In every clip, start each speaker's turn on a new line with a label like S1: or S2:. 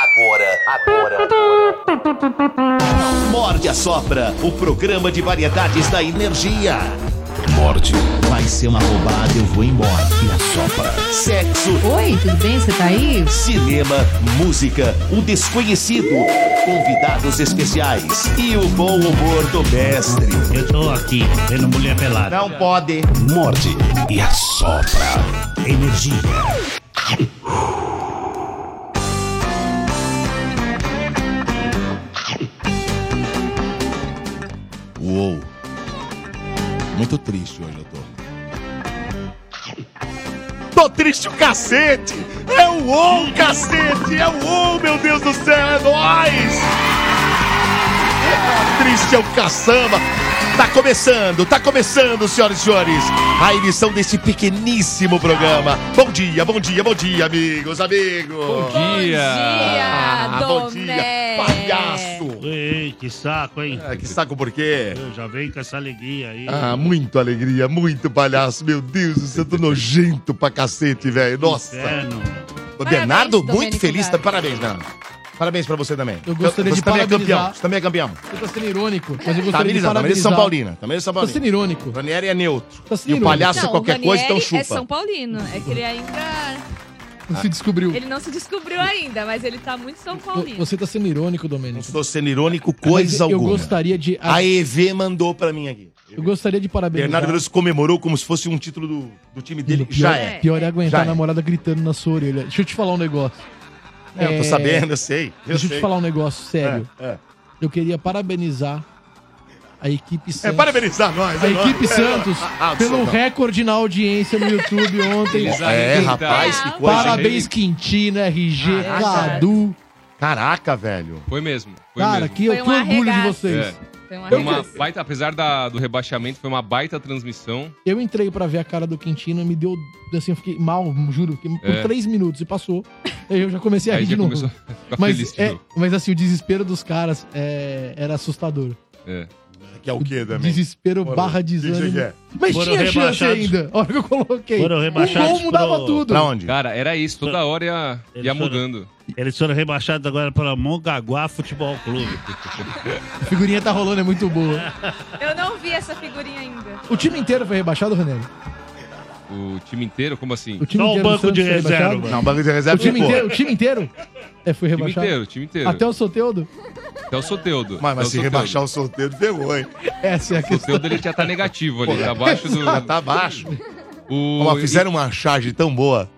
S1: Agora, agora, agora.
S2: Morde a Sopra, o programa de variedades da energia.
S3: Morde.
S2: Vai ser uma roubada, eu vou embora. E a Sopra. Sexo.
S4: Oi, tudo bem? Você tá aí?
S2: Cinema, música, o desconhecido, convidados especiais e o bom humor do mestre.
S5: Eu tô aqui, vendo mulher pelada.
S2: Não pode.
S3: Morde e a Sopra. Energia.
S6: Uou. Muito triste hoje eu tô.
S2: Tô triste o cacete! É o ou, cacete! É o ou, meu Deus do céu, é nóis! É, triste é o caçamba! Tá começando, tá começando, senhoras e senhores, a emissão desse pequeníssimo programa. Bom dia, bom dia, bom dia, amigos, amigos!
S3: Bom dia!
S4: Ah,
S2: bom
S4: Bom
S2: dia,
S4: dia,
S2: palhaço!
S5: Ei, que saco, hein?
S2: Ah, que saco por quê?
S5: Eu já venho com essa alegria aí.
S2: Ah, muito alegria, muito palhaço, meu Deus do céu, tô nojento pra cacete, velho. Nossa.
S5: Inferno.
S2: Ô,
S4: Parabéns,
S2: Bernardo, muito
S4: Domênico,
S2: feliz.
S4: cara.
S2: Parabéns, Bernardo. Parabéns pra você também.
S7: Eu gostaria
S2: você
S7: de
S2: também é
S7: parabenizar.
S2: campeão. Você também é campeão. Tá
S7: Eu tô sendo irônico, mas eu gostaria
S2: Tamirizando,
S7: de
S2: Tamiris
S7: parabenizar.
S2: é São Paulina. Tamiris São
S7: Tô
S2: Paulina.
S7: sendo irônico.
S2: O Ranieri é neutro.
S7: Tá sendo
S2: E o
S7: irônico.
S2: palhaço é
S4: Não,
S2: qualquer
S4: o
S2: coisa, então
S4: Ranieri
S2: chupa.
S4: é São Paulino. É que ele ainda.
S7: Não
S2: Ah.
S7: se descobriu.
S4: Ele não se descobriu ainda, mas ele tá muito São
S7: Vo-
S4: Paulino.
S7: Você tá sendo irônico, Domênico. Ah,
S2: Estou sendo irônico,
S7: Mas
S2: coisa
S7: eu
S2: alguma.
S7: gostaria de.
S2: A EV mandou pra mim aqui.
S7: Eu gostaria de parabenizar.
S2: Bernardo Veloso comemorou como se fosse um título do, do time dele.
S7: Pior-
S2: Já é.
S7: Pior é aguentar
S2: Já
S7: a
S2: é.
S7: namorada gritando na sua orelha. Deixa eu te falar um negócio.
S2: É, Eu tô
S7: É,
S2: sabendo, eu sei. Eu
S7: Deixa eu
S2: sei.
S7: te falar um negócio sério.
S2: É, é.
S7: Eu queria parabenizar a equipe Santos.
S2: É, parabenizar nós.
S7: A
S2: é nóis.
S7: equipe Santos
S2: Ah, ah,
S7: pelo
S2: desculpa.
S7: recorde na audiência no YouTube ontem.
S3: Eles
S2: É,
S3: arrebentaram.
S2: rapaz, que
S4: Ah,
S2: coisa.
S7: Parabéns, Quintina, RG,
S2: Caraca.
S7: Cadu.
S2: Caraca, velho.
S3: Foi mesmo. Foi
S7: Cara,
S3: mesmo.
S7: que
S4: Foi
S7: eu
S4: um
S7: tô orgulho de
S4: arregaço.
S7: vocês.
S3: É.
S4: Foi uma
S3: Foi uma
S4: arregaço.
S3: baita, apesar da- do rebaixamento, foi uma baita transmissão.
S7: Eu entrei pra ver a cara do Quintino e me deu. Assim, eu fiquei mal, juro. Fiquei
S3: É.
S7: por três minutos e passou. Aí eu já comecei a
S3: Aí
S7: rir
S3: já
S7: de novo.
S3: começou a ficar feliz.
S7: Mas,
S3: de
S7: é-
S3: novo.
S7: mas assim, o desespero dos caras é, era assustador.
S3: É.
S2: Que é o quê também?
S7: Desespero
S2: Bora,
S7: barra
S2: que que
S7: desânimo.
S2: é?
S7: Mas
S5: Foram
S7: tinha chance
S5: rebaixados.
S7: ainda. A hora que eu coloquei.
S5: Foram
S7: o
S5: rebaixados
S7: gol mudava
S5: pro-
S7: tudo.
S2: Pra onde?
S3: Cara, era isso. Toda hora ia,
S5: Eles
S3: ia
S5: foram-
S3: mudando.
S5: Eles foram rebaixados agora pela Mongaguá Futebol Clube.
S7: A figurinha tá rolando, é muito boa.
S4: Eu não vi essa figurinha ainda.
S7: O time inteiro foi rebaixado, René?
S3: O time inteiro, como assim?
S7: O time
S5: Só o
S7: inteiro do
S5: banco
S7: Santos
S5: de
S7: foi
S5: reserva,
S7: rebaixado?
S5: mano.
S2: Não, o banco de
S7: O
S2: reserva
S7: time
S2: ficou.
S7: inteiro? O time inteiro? É, foi
S3: O time
S7: rebaixado.
S3: inteiro, o time inteiro.
S7: Até o Soteudo?
S3: Até Então é o Soteudo.
S2: Mas,
S3: Até
S2: mas
S3: o
S2: se
S3: Soteldo.
S2: rebaixar o sorteio, pegou, hein?
S7: Essa é a
S3: O
S7: questão.
S3: Soteudo ele já tá negativo ali, tá abaixo do.
S2: Ah, tá baixo.
S3: O...
S2: Ó, fizeram uma charge tão boa.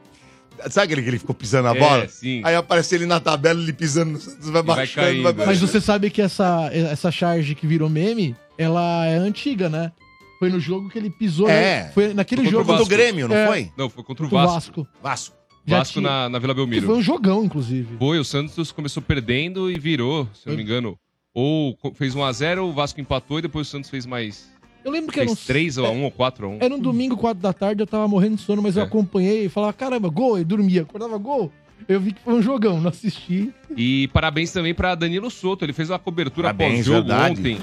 S2: Sabe aquele que ele ficou pisando na
S3: É,
S2: bola?
S3: sim.
S2: Aí aparece ele na tabela, ele pisando no Santos, vai
S3: vai
S2: baixando, vai,
S3: caindo.
S7: Mas
S2: baixando.
S7: você sabe que essa, essa charge que virou meme, ela é antiga, né? Foi no jogo que ele pisou,
S2: É.
S7: né? Foi naquele
S3: Foi
S7: jogo
S2: Foi
S3: pro
S2: contra
S3: Vasco.
S2: o Grêmio, não
S7: É.
S2: foi?
S3: Não, foi contra o
S7: do
S3: Vasco.
S7: Vasco.
S2: Vasco.
S7: Já
S3: Vasco
S7: tinha-
S3: na, na Vila
S7: Que foi
S3: Belmiro.
S7: um jogão, inclusive.
S3: Foi, o Santos começou perdendo e virou, se eu não me engano. Ou co- fez 1x0, o Vasco empatou e depois o Santos fez mais.
S7: Eu lembro que era um,
S3: Fez 3x1 ou 4x1.
S7: era um domingo, quatro da tarde, eu tava morrendo de sono, mas eu
S3: É.
S7: acompanhei e falava, caramba, gol, e dormia. Acordava, gol. Eu vi que foi um jogão, não assisti.
S3: E parabéns também pra Danilo Soto. Ele fez uma cobertura
S2: Parabéns,
S3: pós-jogo
S2: verdade.
S3: ontem.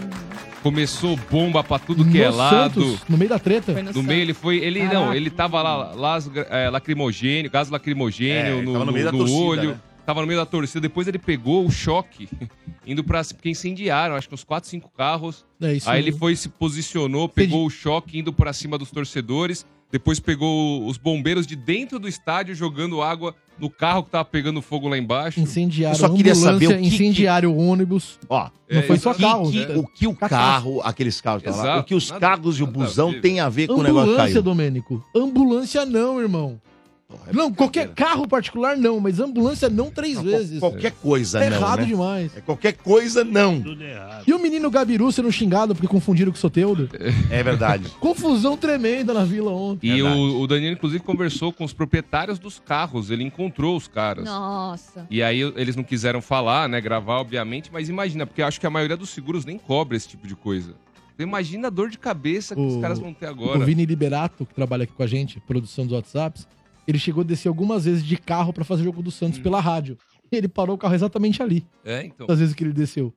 S3: Começou bomba pra tudo que
S7: No
S3: é lado.
S7: Santos, no meio da treta.
S4: Foi no
S3: No
S4: Santos.
S3: meio ele foi. Ele não,
S7: Caraca.
S3: ele tava lá, lá é, lacrimogênio, gás
S2: É,
S3: lacrimogênio
S2: ele
S3: no,
S2: tava no
S3: no-
S2: meio da
S3: no
S2: torcida,
S3: olho.
S2: né?
S3: Tava no meio da torcida. Depois ele pegou o choque, indo pra. Porque incendiaram, acho que uns 4, 5 carros.
S7: É isso
S3: Aí ele
S7: mesmo.
S3: foi, se posicionou, pegou o choque, indo pra cima dos torcedores. Depois pegou os bombeiros de dentro do estádio jogando água no carro que tava pegando fogo lá embaixo.
S7: Incendiaram
S2: Eu só queria saber o que que-
S7: incendiaram o ônibus.
S2: Ó,
S7: Não
S3: É,
S7: foi só
S3: exato.
S7: carro,
S2: que-
S7: né?
S2: o que o carro, aqueles carros que tá lá,
S3: Exato,
S2: o que os
S3: nada-
S2: carros e o
S3: nada a
S2: busão
S3: ver,
S2: tem a ver com o negócio que
S7: Ambulância,
S2: caiu. é
S7: Domênico. Ambulância não, irmão. não, qualquer carro particular não, mas ambulância não três
S2: Não,
S7: vezes.
S2: Qualquer coisa,
S7: tá
S2: não,
S7: errado
S2: né?
S7: demais.
S2: É qualquer coisa, não.
S5: Tudo errado.
S7: E o menino Gabiru sendo xingado porque confundiram com o Soteudo.
S2: É verdade.
S7: Confusão tremenda na vila ontem.
S3: E
S2: Verdade.
S3: o, o Danilo, inclusive, conversou com os proprietários dos carros. Ele encontrou os caras.
S4: Nossa.
S3: E aí eles não quiseram falar, né? Gravar, obviamente, mas imagina, porque acho que a maioria dos seguros nem cobre esse tipo de coisa. Então, imagina a dor de cabeça que os
S7: O-
S3: caras vão ter
S7: O
S3: agora.
S7: Vini Liberato, que trabalha aqui com a gente, produção dos WhatsApps, ele chegou a descer algumas vezes de carro pra fazer jogo do Santos pela rádio. E ele parou o carro exatamente ali,
S3: Hum. É, então.
S7: das vezes que ele desceu.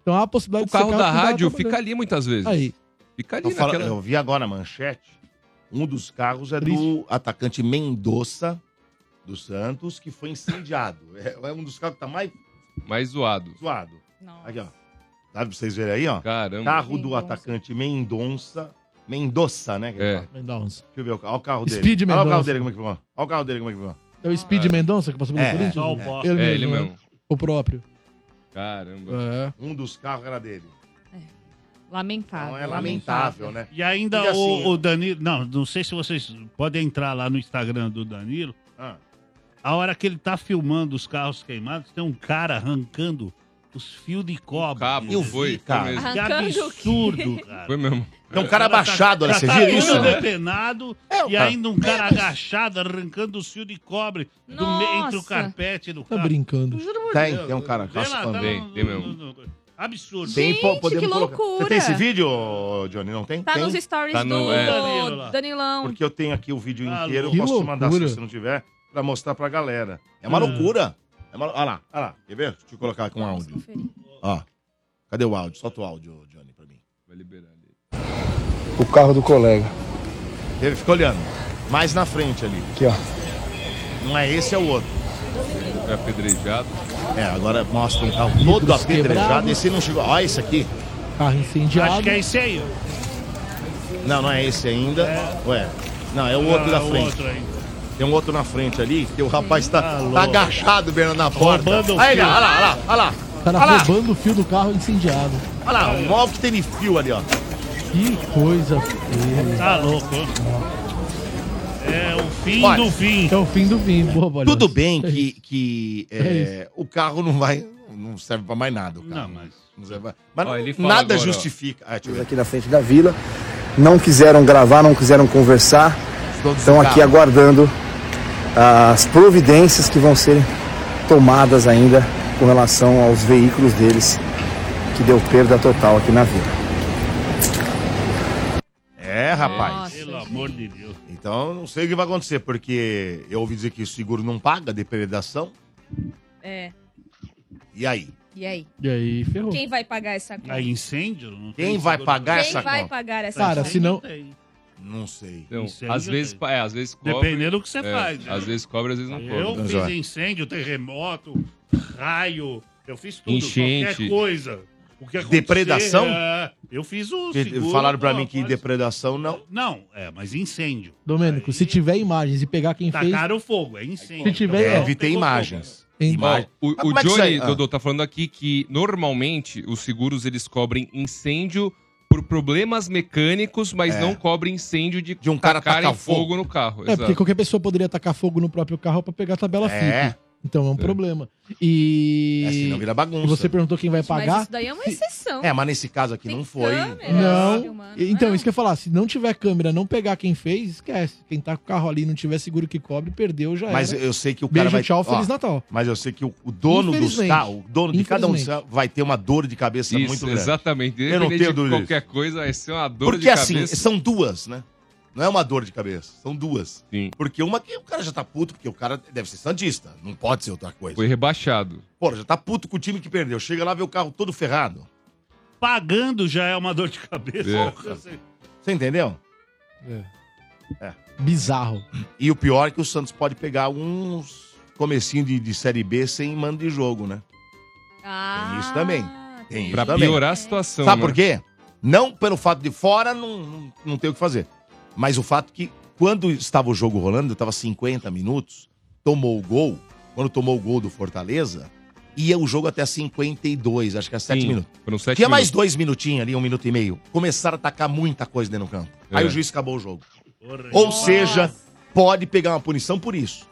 S7: Então há a possibilidade
S3: O
S7: de ser
S3: carro da
S7: que não tava
S3: rádio
S7: trabalhando.
S3: fica ali muitas vezes.
S7: Tá, Aí,
S3: Fica ali
S2: Eu, falo-
S3: naquela.
S2: eu vi agora a manchete. Um dos carros é do atacante Mendonça do Santos, que foi incendiado. É, é um dos carros que tá mais
S3: mais zoado.
S2: Zoado.
S4: Nossa.
S2: Aqui, ó. Tá pra vocês verem aí, ó.
S3: Caramba.
S2: Carro do
S4: Mendonça.
S2: atacante Mendonça. Mendoza, né? que ele
S3: É.
S2: fala.
S7: Mendonça.
S2: Deixa eu ver. Olha o carro dele.
S7: Speed
S2: Olha o carro
S7: Mendonça.
S2: dele como é que ficou. Olha o carro dele como é que ficou.
S7: É o Speed
S3: É.
S7: Mendonça que passou pelo
S2: É,
S7: Corinthians?
S5: Só o
S7: É.
S5: bosta.
S3: É, ele
S7: né?
S3: mesmo.
S7: O próprio.
S3: Caramba.
S7: É.
S2: Um dos carros era dele.
S4: Lamentável.
S2: Então é lamentável, né?
S5: E ainda
S2: E assim-
S5: o, o Danilo. Não, não sei se vocês podem entrar lá no Instagram do Danilo.
S2: Ah,
S5: A hora que ele tá filmando os carros queimados, tem um cara arrancando os fios de
S3: O
S5: cobre.
S3: Cabo,
S6: Eu
S3: foi,
S6: vi,
S3: foi
S6: cara.
S3: mesmo.
S5: Que
S4: Arrancando o quê?
S5: absurdo, cara.
S3: Foi mesmo.
S2: É um cara abaixado, né?
S5: Já
S2: Você
S5: tá
S2: viu isso?
S5: tudo
S2: né?
S5: depenado
S2: É,
S5: e
S2: cara.
S5: ainda um cara agachado arrancando o fio de cobre do
S4: Nossa.
S5: meio entre o carpete do
S7: Tá
S5: carro.
S7: brincando.
S5: Juro por
S2: Tem,
S5: Deus.
S2: tem um cara
S5: Vê lá,
S2: raspando.
S5: tá
S3: Ah. Tem,
S5: no-
S3: tem mesmo.
S5: no- no- Absurdo.
S2: Tem,
S4: Gente,
S2: po-
S4: que
S2: podemos colocar.
S4: loucura.
S2: Você tem esse vídeo, ô, Johnny? Não tem?
S4: Tá
S2: tem.
S4: nos stories
S3: Tá no-
S4: do
S3: é.
S5: Danilo lá.
S4: Danilão.
S2: Porque eu tenho aqui o vídeo
S5: Ah,
S2: inteiro, eu
S7: Tá que
S2: posso te mandar se
S7: loucura. Hum.
S2: você não tiver, pra mostrar pra galera. É uma
S5: Ah.
S2: loucura. É uma... Olha lá, olha lá. Quer ver? Deixa eu colocar com áudio. Ó. Cadê o áudio? Solta o áudio, Johnny, pra mim.
S3: Vai liberar ele.
S8: O carro do colega.
S2: Ele fica olhando. Mais na frente ali.
S8: Aqui, ó.
S2: Não é esse, é o outro.
S3: Foi apedrejado.
S2: É, agora mostra um carro todo
S7: Vidros
S2: apedrejado.
S7: quebrados.
S2: Esse não chegou. Olha esse aqui.
S7: Carro incendiado.
S5: Acho que é esse aí. ó.
S2: Não, não é esse ainda. Ué. Não, é o outro
S5: Ah,
S2: da
S5: o
S2: frente.
S5: outro aí.
S2: Tem um outro na frente ali, que o rapaz tá, tá
S5: louco.
S2: agachado, Bernardo, na porta.
S5: Roubando o
S2: Aí,
S5: fio.
S2: olha lá, olha lá, olha lá.
S7: O cara
S2: Olha lá.
S7: Tá roubando o fio do carro incendiado.
S2: Olha lá, o mal que tem de fio ali, ó.
S7: Que coisa feia.
S5: Tá louco. ó. É o fim
S2: Olha.
S5: do fim.
S7: É o fim do fim. Boa, Bolhões.
S2: Tudo bem que, que é,
S7: É
S2: o carro não vai. Não serve pra mais nada, o carro.
S5: Não, Ah, mas-
S2: Não serve pra- Mas
S3: Ó,
S2: não-
S3: ele fala
S2: nada
S3: agora, ó.
S2: justifica. Ah, deixa eu ver.
S8: Aqui na frente da vila. Não quiseram gravar, não quiseram conversar.
S2: Todos os
S9: Então
S8: Estão aqui
S2: carros.
S8: aguardando as providências que vão ser tomadas ainda com relação aos veículos deles, que deu perda total aqui na vila.
S2: É, rapaz.
S4: Nossa.
S5: Pelo amor de Deus.
S2: Então eu não sei o que vai acontecer, porque eu ouvi dizer que o seguro não paga depredação.
S4: É.
S2: E aí?
S4: E aí?
S7: E aí, ferrou.
S4: Quem vai pagar essa conta?
S5: Aí incêndio? Não
S2: Quem
S5: tem
S2: vai
S5: seguro.
S2: pagar
S4: Quem
S2: essa
S4: vai
S2: conta?
S4: pagar essa
S7: Cara,
S4: conta?
S7: se não-
S5: tem.
S2: Não sei.
S3: Então,
S5: Incêndio
S3: às vezes,
S5: tem.
S3: pa- é, às vezes cobre.
S5: Dependendo do que você
S3: é,
S5: faz. né?
S3: Às vezes cobre, às vezes não
S5: Eu
S3: cobre.
S5: fiz
S2: Joia.
S5: incêndio, terremoto, raio, eu fiz tudo,
S3: Enchente.
S5: qualquer coisa. O que acontecer,
S2: Depredação?
S5: é, eu fiz o
S2: Porque
S5: seguro,
S2: Falaram pra
S5: pô,
S2: mim que
S5: pode-
S2: depredação não.
S5: Não, é, mas incêndio.
S7: Domênico, se tiver imagens e pegar quem fez,
S5: Tacaram fogo, é incêndio.
S7: Se tiver- É,
S5: não
S2: vi Então, ter
S5: pegou
S2: imagens.
S7: tem-
S2: Imagem.
S3: O,
S2: Mas
S3: o
S2: como é que
S3: Johnny,
S2: sai? Ah.
S3: Dodô, tá falando aqui que normalmente os seguros eles cobrem incêndio por problemas mecânicos, mas
S2: É.
S3: não cobrem incêndio de,
S2: De um cara
S3: tacarem
S2: tacar fogo.
S3: no carro.
S7: É, porque qualquer pessoa poderia tacar fogo no próprio carro pra pegar a tabela
S2: É.
S7: FIP. Então é um problema. E...
S2: É, senão vira
S7: e
S2: bagunça.
S7: você perguntou quem vai
S4: Mas
S7: pagar?
S4: isso daí é uma exceção.
S2: É, mas nesse caso aqui
S4: Tem
S2: não foi.
S4: câmera.
S7: Não.
S4: Filmando,
S7: Então,
S4: não.
S7: isso que eu ia falar. Se não tiver câmera, não pegar quem fez, esquece. Quem tá com o carro ali e não tiver seguro que cobre, perdeu, já
S2: Mas
S7: era.
S2: eu sei que o cara
S7: Beijo,
S2: vai.
S7: tchau,
S2: ó,
S7: Feliz Natal.
S2: Mas eu sei que o, o dono dos
S7: Infelizmente.
S2: carros, o dono de cada um dos
S7: Infelizmente.
S2: carros vai ter uma dor de cabeça
S3: Isso,
S2: muito grande.
S3: exatamente.
S2: Eu não
S3: Independente
S2: tenho
S3: de
S2: dúvida
S3: Qualquer coisa, é ser uma dor
S2: Porque
S3: de
S2: assim,
S3: cabeça.
S2: são duas, né? Não é uma dor de cabeça, são duas.
S3: Sim.
S2: Porque uma que o cara já tá puto, porque o cara deve ser santista, não pode ser outra coisa.
S3: Foi rebaixado.
S2: Pô, já tá puto com o time que perdeu. Chega lá, vê o carro todo ferrado.
S5: Pagando já é uma dor de cabeça.
S3: É.
S5: Porra, você-
S2: assim. Você entendeu?
S10: É.
S7: Bizarro.
S2: É. E o pior é que o Santos pode pegar uns comecinho de, de Série B sem mando de jogo, né?
S4: Ah,
S2: Tem isso também. Tem isso
S3: Pra
S2: também.
S3: piorar a situação.
S2: Sabe
S3: né?
S2: por quê? Não pelo fato de fora, não, não, não tem o que fazer. Mas o fato que quando estava o jogo rolando, estava 50 minutos, tomou o gol, quando tomou o gol do Fortaleza, ia o jogo até 52, acho que era 7
S3: Sim,
S2: minutos.
S3: Foram sete
S2: Tinha mais
S3: minutos.
S2: dois minutinhos ali, um minuto e meio. Começaram a atacar muita coisa dentro do campo. Aí
S3: É.
S2: o juiz acabou o jogo.
S5: porra,
S2: Ou
S5: gente.
S2: seja, pode pegar uma punição por isso.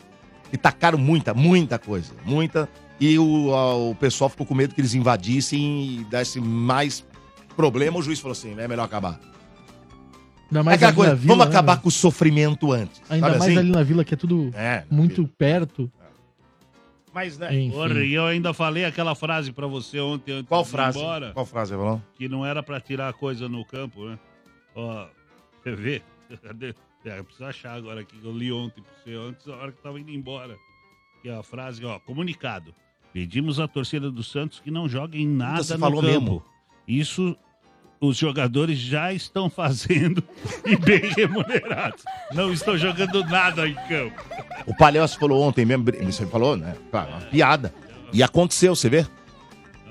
S2: E tacaram muita, muita coisa. Muita. E o, a- o pessoal ficou com medo que eles invadissem e desse mais problema. O juiz falou assim: é melhor acabar.
S7: Ainda
S2: É
S7: mais
S2: aquela
S7: ali
S2: coisa,
S7: na vila,
S2: vamos
S7: né,
S2: acabar
S7: velho?
S2: com o sofrimento antes.
S7: Ainda
S2: sabe
S7: mais
S2: assim?
S7: ali na vila, que é tudo
S2: É,
S7: muito perto.
S2: Mas, né?
S5: Porra,
S7: Enfim.
S5: e eu ainda falei aquela frase pra você ontem antes
S2: Qual
S5: de ir
S2: frase?
S5: embora,
S2: Qual frase, Evalão?
S5: que não era pra tirar a coisa no campo, né? Ó, você vê? Cadê? É, eu preciso achar agora aqui, que eu li ontem pra você, antes da hora que tava indo embora. Que é a frase, ó, comunicado. Pedimos à torcida do Santos que não joguem nada
S2: você
S5: no
S2: falou
S5: campo.
S2: mesmo.
S5: Isso os jogadores já estão fazendo e bem remunerados. Não estão jogando nada em campo.
S2: O Palhaço falou ontem mesmo, brin- você falou, né? Claro, uma piada. E aconteceu, você vê?
S5: É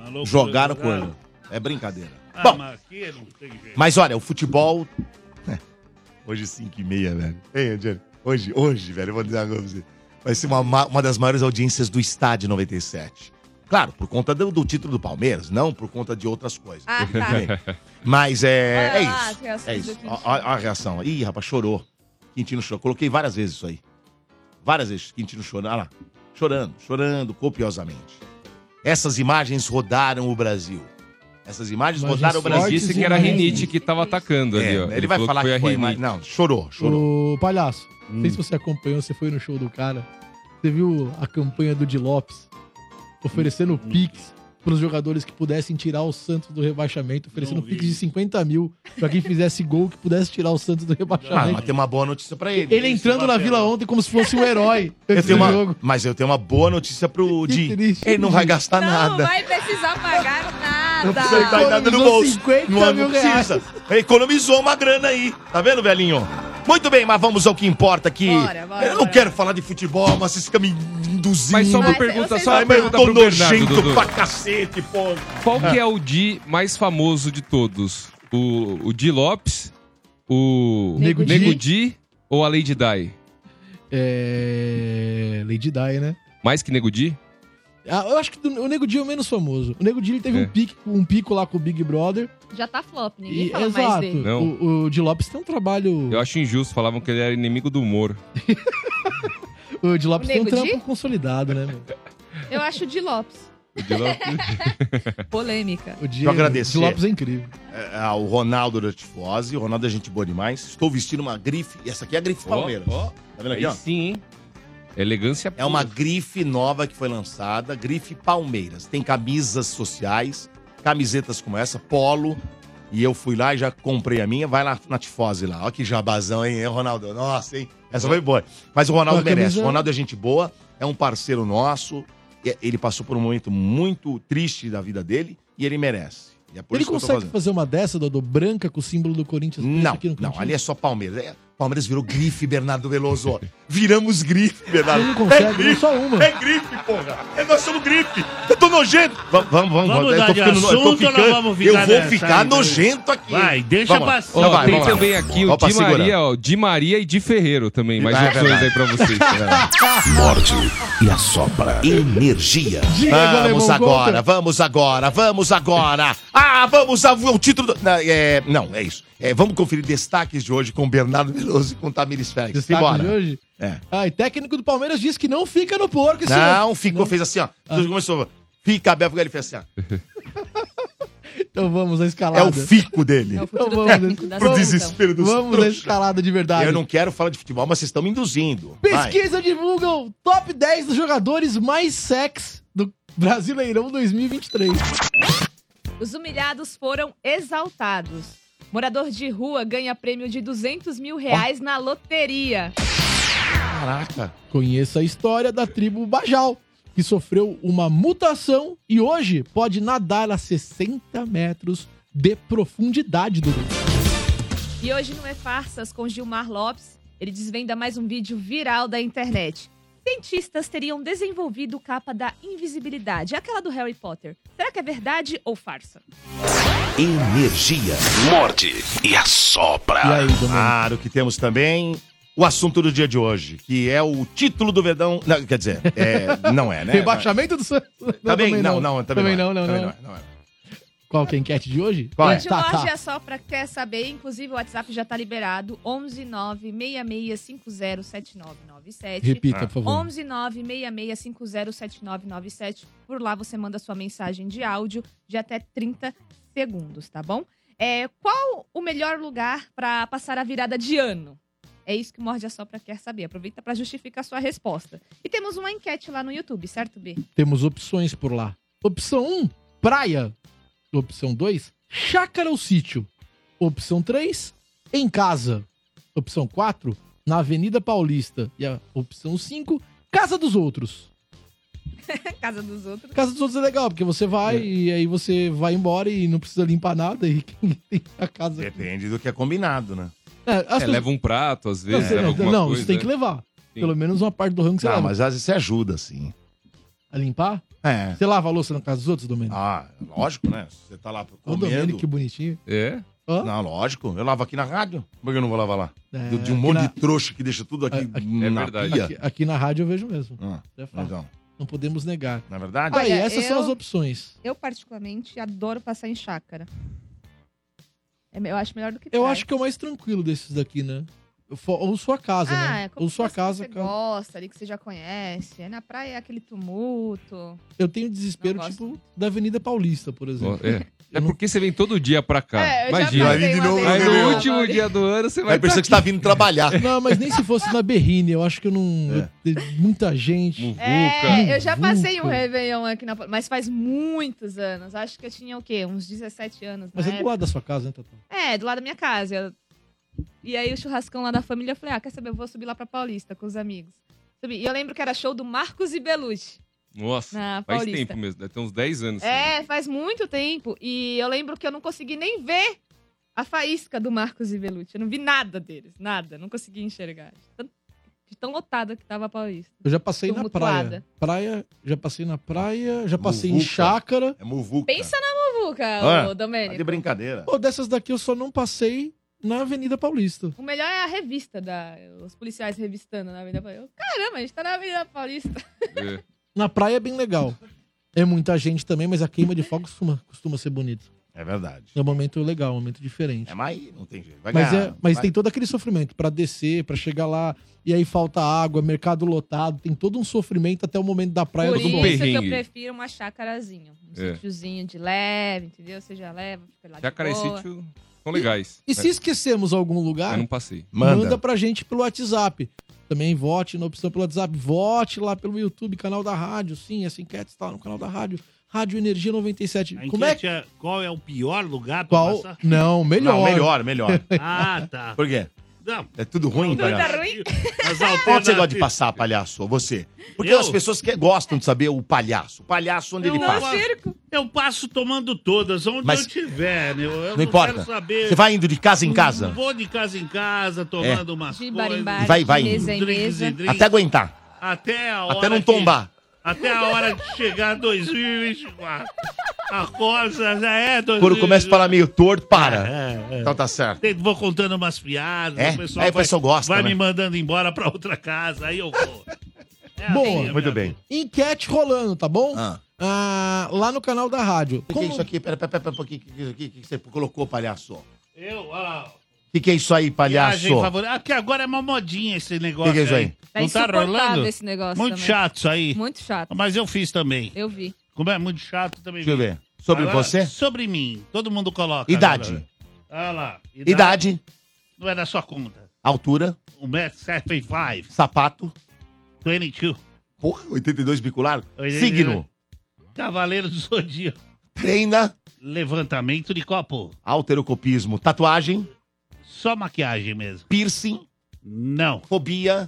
S5: loucura,
S2: Jogaram com
S5: jogaram.
S2: ele. É brincadeira.
S5: Ah,
S2: Bom,
S5: mas aqui não tem jeito.
S2: mas olha, o futebol. É. Hoje 5 e meia, velho. Ei, Angelo, hoje, hoje, velho, eu vou dizer uma coisa pra você. Vai ser uma, ma- uma das maiores audiências do estádio 97. Claro, por conta do, do título do Palmeiras, não por conta de outras coisas.
S4: Ah, tá.
S2: Mas é, é
S4: Olha lá as
S2: isso.
S4: reações
S2: É
S4: do
S2: isso.
S4: Quintino.
S2: Ó- ó- Olha a reação. Ih, rapaz, chorou. Quintino chorou. Coloquei várias vezes isso aí. Várias vezes. Quintino chorando. Olha lá. Chorando, chorando copiosamente. Essas imagens rodaram o Brasil. Essas imagens
S7: Imagens
S2: rodaram o
S7: fortes
S2: Brasil.
S7: Mas
S3: Disse que era a rinite que tava atacando ali,
S2: É,
S3: ó.
S2: ele vai
S3: falou
S2: falar
S3: foi
S2: que
S3: a
S2: foi,
S3: rinite.
S2: mas- não, chorou, chorou. Hum.
S7: Ô, palhaço, não sei se você acompanhou, você foi no show do cara. Você viu a campanha do Di Lopes oferecendo
S2: Hum.
S7: Pix pros jogadores que pudessem tirar o Santos do rebaixamento, oferecendo
S5: Não vi.
S7: Pix de 50 mil pra quem fizesse gol que pudesse tirar o Santos do
S2: Ah,
S7: rebaixamento.
S2: mas tem uma boa notícia pra ele.
S7: Ele entrando na vila ontem como se fosse um herói.
S2: Eu
S7: antes
S2: tenho
S7: do
S2: uma-
S7: jogo.
S2: mas eu tenho uma boa notícia pro
S7: Que
S2: Di.
S7: triste.
S2: Ele não vai gastar
S4: Não
S2: nada.
S4: vai precisar pagar
S2: Não precisa
S3: tá
S4: nada.
S2: dar nada no
S7: Economizou
S2: bolso.
S7: 50
S2: Não, não
S7: mil
S2: precisa. Economizou uma grana aí. Tá vendo, velhinho? Muito bem, mas vamos ao que importa aqui.
S4: Bora, bora,
S2: eu não
S4: bora.
S2: quero falar de futebol, mas vocês ficam me induzindo.
S3: Mas só uma
S4: Mas
S3: pergunta,
S4: vocês
S3: só
S4: não-
S3: uma
S2: Ai, mas eu
S3: pergunta
S2: tô
S3: pro Bernardo,
S2: nojento
S3: Dudu.
S2: pra cacete, pô.
S3: Qual
S2: Ah.
S3: que é o Di mais famoso de todos? O, o Di Lopes, o
S7: Nego
S3: Nego,
S7: Di.
S3: Di ou a Lady Di?
S7: É. Lady Di, né?
S3: Mais que Nego Di?
S7: Ah, eu acho que do- o Nego Di é o menos famoso. O Nego Di ele teve
S3: É.
S7: um, pique, um pico lá com o Big Brother.
S4: Já tá flop, ninguém
S7: E,
S4: fala mais
S7: exato.
S4: dele.
S3: Não.
S7: O, o Di Lopes tem um trabalho.
S3: Eu acho injusto, falavam que ele era inimigo do Moro.
S7: O Di Lopes
S4: O
S7: tem um
S4: Nego
S7: trampo consolidado, né, meu?
S4: Eu acho o de Lopes.
S3: O Di Lopes-
S4: Polêmica.
S7: O Di,
S2: Eu agradecer.
S7: O Di Lopes é incrível.
S2: É, é, o Ronaldo da Tifose. O Ronaldo é gente boa demais. Estou vestindo uma grife. Essa aqui é a grife
S3: Ó,
S2: Palmeiras.
S3: ó,
S2: Tá vendo aqui, ó?
S3: Aí sim, hein? Elegância
S2: É uma
S3: pura.
S2: grife nova que foi lançada, grife Palmeiras. Tem camisas sociais, camisetas como essa, polo. E eu fui lá e já comprei a minha. Vai lá na tifose lá. Ó que jabazão, hein, hein, Ronaldo? Nossa, hein? Essa foi boa. Mas o Ronaldo
S7: Uma
S2: merece.
S7: camisa-
S2: O Ronaldo é gente boa, é um parceiro nosso. E Ele passou por um momento muito triste da vida dele e ele merece. E é por
S7: ele
S2: isso que eu tô
S7: consegue
S2: fazendo.
S7: fazer uma dessa, Dodô, branca com o símbolo do Corinthians? preto
S2: Não,
S7: aqui no
S2: não,
S7: cantinho?
S2: ali é só Palmeiras. É, Palmeiras virou grife, Bernardo Veloso. Viramos grife, Bernardo.
S7: Ele não consegue,
S2: grife.
S7: só uma.
S2: É grife, porra! É, nós somos grife! Eu tô nojento! Vamos, vamos, vamos.
S5: Vamos
S2: eu tô
S5: mudar de
S2: ficando, no- eu tô
S5: assunto ou
S2: ficando,
S5: nós vamos ficar
S2: eu vou
S5: nessa
S2: ficar
S5: ainda?
S2: nojento aqui.
S5: Vai, deixa
S2: Vamos lá.
S5: passar.
S3: Ó,
S2: Então vai,
S3: tem
S2: vamos lá.
S3: também aqui
S2: Ó,
S3: o
S2: pra
S3: Di
S2: segurar.
S3: Maria, ó, Di Maria e Di Ferreiro também. Mais
S2: Ah, é
S3: opções
S2: verdade.
S3: aí pra vocês. tá
S2: Ah,
S6: Morde e assopra.
S2: Energia.
S7: Diego
S2: Vamos
S7: Alemão
S2: agora,
S7: contra.
S2: vamos agora, vamos agora. Ah, vamos ao o título do... Não, é, não, é isso. É, vamos conferir destaques de hoje com o Bernardo Veloso e com o Tamires Félix.
S7: Destaque
S2: Simbora.
S7: de hoje?
S2: É.
S7: Ai, técnico do Palmeiras diz que não fica no porco esse ano.
S2: Não, ficou, fez assim, ó.
S7: Ah.
S2: Começou, fica aberto, ele fez assim, ó.
S7: Então vamos à
S2: É
S7: escalada. Então
S2: o fico dele.
S4: É o futuro
S7: Vamos,
S4: técnico da
S2: Pro
S4: seleção.
S2: desespero dos
S7: Vamos à
S2: trouxas.
S7: escalada de verdade.
S2: Eu não quero falar de futebol, mas vocês estão me induzindo. Vai.
S7: Pesquisa divulga o top 10 dos jogadores mais sex do Brasileirão 2023.
S4: Os humilhados foram exaltados. Morador de rua ganha prêmio de 200 mil reais na loteria.
S2: Caraca.
S7: Conheça a história da tribo Bajal, que sofreu uma mutação e hoje pode nadar a 60 metros de profundidade do
S4: E hoje não é farsas com Gilmar Lopes. Ele desvenda mais um vídeo viral da internet. Cientistas teriam desenvolvido capa da invisibilidade, aquela do Harry Potter. Será que é verdade ou farsa?
S2: Energia.
S6: Morde e assopra.
S7: E aí, Domênico?
S2: Claro que temos também o assunto do dia de hoje, que é o título do Verdão. Não, quer dizer, é, não é, né?
S7: Rebaixamento do Santos?
S2: Também, não, não, também,
S7: não, não,
S2: também
S7: não.
S2: não, é, não é.
S7: Qual que é a enquete de hoje?
S2: Qual é?
S7: Ah,
S4: Gente,
S7: Tá,
S4: hoje
S7: tá.
S4: é só pra quer saber. Inclusive, o WhatsApp já tá liberado. 11 9 11966507997.
S7: Repita, por favor.
S4: 11 966507997. Por lá você manda sua mensagem de áudio de até 30 segundos, tá bom? É, qual o melhor lugar pra passar a virada de ano? É isso que o Morde a Sopra quer saber. Aproveita pra justificar sua resposta. E temos uma enquete lá no YouTube, certo, B?
S7: Temos opções por lá. Opção 1, praia. Opção 2, chácara ou sítio. Opção 3, em casa. Opção 4, na Avenida Paulista. E a opção 5, casa dos outros.
S4: Casa dos outros.
S7: Casa dos outros é legal, porque você vai e aí você vai embora e não precisa limpar nada e quem tem a casa.
S2: Depende do que é combinado, né?
S7: É, as
S3: É,
S7: pessoas-
S3: leva um prato, às
S7: não,
S3: vezes,
S7: você-
S2: é
S3: leva alguma
S7: não,
S3: coisa.
S7: isso tem que levar.
S3: Sim.
S7: Pelo menos uma parte do rango que você
S2: Não,
S7: leva.
S2: mas às vezes você ajuda, sim.
S7: A limpar?
S2: É.
S7: Você lava a louça na casa dos outros, Domênico?
S2: Ah, lógico, né? Você tá lá
S7: Ô, Domênico, que
S2: comendo.
S7: bonitinho.
S3: É?
S7: Ó.
S2: Não, lógico. Eu lavo aqui na rádio. Por que eu não vou lavar lá?
S7: É,
S2: de um
S7: aqui
S2: monte
S7: na-
S2: de trouxa que deixa tudo aqui
S3: é
S2: na
S3: verdade.
S2: pia.
S7: Aqui, aqui na rádio eu vejo mesmo.
S2: Ah,
S7: É fato.
S2: então,
S7: Não podemos negar.
S2: na é verdade...
S4: Olha,
S7: Aí, essas são
S4: eu-
S7: as opções.
S4: Eu, particularmente, adoro passar em chácara. É me- Eu acho melhor do que
S7: Eu
S4: praia.
S7: acho que é o mais tranquilo desses daqui, né? Fo- Ou sua casa,
S4: Ah,
S7: né?
S4: é
S7: Ou sua
S4: coisa que
S7: casa.
S4: Você
S7: cara.
S4: gosta ali, que você já conhece. Aí na praia é aquele tumulto.
S7: Eu tenho desespero,
S4: Não gosto
S7: tipo, da Avenida Paulista, por exemplo.
S3: É.
S7: Eu
S3: É
S7: não-
S3: porque você vem todo dia pra cá.
S4: É, eu já
S3: Imagina.
S2: Vai vir de
S4: passei uma
S2: novo,
S4: vez
S3: Aí
S4: lá,
S2: né?
S3: no
S4: Mauri.
S3: último dia do ano você vai.
S2: Vai pensar que você tá vindo trabalhar.
S7: Não, mas nem se fosse na Berrine. Eu acho que eu não.
S2: É.
S7: eu- tem muita gente.
S3: Muvuca.
S4: É, eu já
S7: Muvuca.
S4: passei um Réveillon aqui na. Mas faz muitos anos. Acho que eu tinha o quê? Uns 17 anos.
S7: Mas
S4: na
S7: é do lado da sua casa, né, Tata?
S4: É, do lado da minha casa. Eu- E aí o churrascão lá da família, eu falei, ah, quer saber, eu vou subir lá pra Paulista com os amigos. Subi. E eu lembro que era show do Marcos e Belucci
S3: Nossa,
S4: na
S3: faz
S4: Paulista.
S3: tempo mesmo. Deve ter uns 10 anos.
S4: É, faz muito tempo. E eu lembro que eu não consegui nem ver a faísca do Marcos e Belucci. Eu não vi nada deles, nada. Não consegui enxergar. De tão- De tão lotada que tava a Paulista.
S7: Eu já passei na praia.
S4: Tumultuada.
S7: Praia, já passei na praia, já passei em
S2: Muvuca.
S7: chácara.
S2: É muvuca.
S4: Pensa na muvuca,
S2: Ah,
S4: ô
S2: Tá de
S4: Domênico.
S2: brincadeira.
S7: Pô, dessas daqui eu só não passei na Avenida Paulista.
S4: O melhor é a revista, da, os policiais revistando na Avenida Paulista. Eu, Caramba, a gente tá na Avenida Paulista.
S3: Assim. É.
S7: Na praia é bem legal. É muita gente também, mas a queima de fogo costuma, costuma ser bonita.
S2: É verdade.
S7: É um momento legal, um momento diferente.
S2: É, mas aí não tem jeito. Vai
S7: Mas,
S2: ganhar.
S7: é, mas
S2: Vai-
S7: tem todo aquele sofrimento pra descer, pra chegar lá, e aí falta água, mercado lotado, tem todo um sofrimento até o momento da praia
S4: Por
S7: do bom.
S4: isso
S3: tudo
S4: que eu
S3: perrengue.
S4: prefiro uma chácarazinha. Um
S3: É.
S4: sítiozinho de leve, entendeu? Você já leva, fica lá
S3: Chácara e
S4: de boa.
S3: sítio são legais.
S7: E se esquecemos algum
S3: Eu
S7: lugar,
S3: não passei.
S2: Manda.
S7: pra gente pelo WhatsApp. Também vote na opção pelo WhatsApp, vote lá pelo YouTube, canal da rádio. Sim, essa enquete está no canal da rádio. Rádio Energia 97.
S5: A
S7: Como é que.
S5: enquete é qual é o pior lugar pra
S7: Qual?
S5: passar?
S7: Não, melhor.
S2: Não, melhor, melhor.
S5: Ah, tá.
S2: Por quê?
S5: Não,
S2: É tudo ruim,
S4: Tudo
S2: palhaço?
S4: tá ruim?
S5: as
S2: Onde você gosta de
S5: alternativas-
S2: passar, palhaço? Você? Porque
S5: Eu?
S2: as pessoas que gostam de saber o palhaço. O palhaço, onde
S5: Eu
S2: ele
S5: não
S2: passa.
S5: gosto.
S4: circo.
S5: Eu passo tomando todas, onde
S2: Mas-
S5: eu tiver. né? Eu, eu
S2: Não importa.
S5: quero saber.
S2: Você vai indo de casa em casa? É.
S5: Vou de casa em casa, tomando umas
S4: De
S5: coisas. um
S4: bar em bar,
S2: Vai, vai.
S4: de mesa em
S5: drinks e
S4: mesa.
S5: drinks,
S2: Até aguentar.
S5: até a hora
S2: Até não
S5: que-
S2: tombar.
S5: até a hora de chegar 2024. A coisa já é 2024.
S2: Quando começa a falar meio torto, para.
S5: É, é.
S2: Então tá certo.
S5: Tem- Vou contando umas piadas.
S2: É? Aí o pessoal gosta,
S5: Vai
S2: né?
S5: me mandando embora pra outra casa, aí eu vou. É
S7: Boa.
S5: assim, é
S2: Muito
S5: minha
S2: bem.
S7: Enquete rolando, tá bom?
S2: Ah.
S7: Ah, lá no canal da rádio.
S2: O que, que é isso aqui? Pera, pera, pera, pera, o que, que, que, que, que você colocou, palhaço? O
S5: Eu, olha lá.
S2: que, que é isso aí, palhaço?
S5: Viagem favorita. Ah, que agora é uma modinha esse negócio.
S2: Que que é isso aí?
S4: Tá
S5: Não tá
S4: insuportável
S5: rolando?
S4: esse negócio
S5: Muito
S4: também.
S5: chato isso aí.
S4: Muito chato.
S5: Mas eu fiz também.
S4: Eu vi.
S5: Como é muito chato também.
S2: Deixa eu ver. Sobre
S5: Agora,
S2: você?
S5: Sobre mim. Todo mundo coloca.
S2: Idade.
S5: agora. Olha lá.
S2: Idade,
S5: Não é da sua conta.
S2: altura,
S5: 1,75m.
S2: sapato.
S5: 22.
S2: Porra, 82 bicular.
S5: 82.
S2: Signo.
S5: Cavaleiro do Zodíaco.
S2: Treina,
S5: Levantamento de copo.
S2: alterocopismo, tatuagem,
S5: Só maquiagem mesmo.
S2: piercing,
S5: Não.
S2: fobia.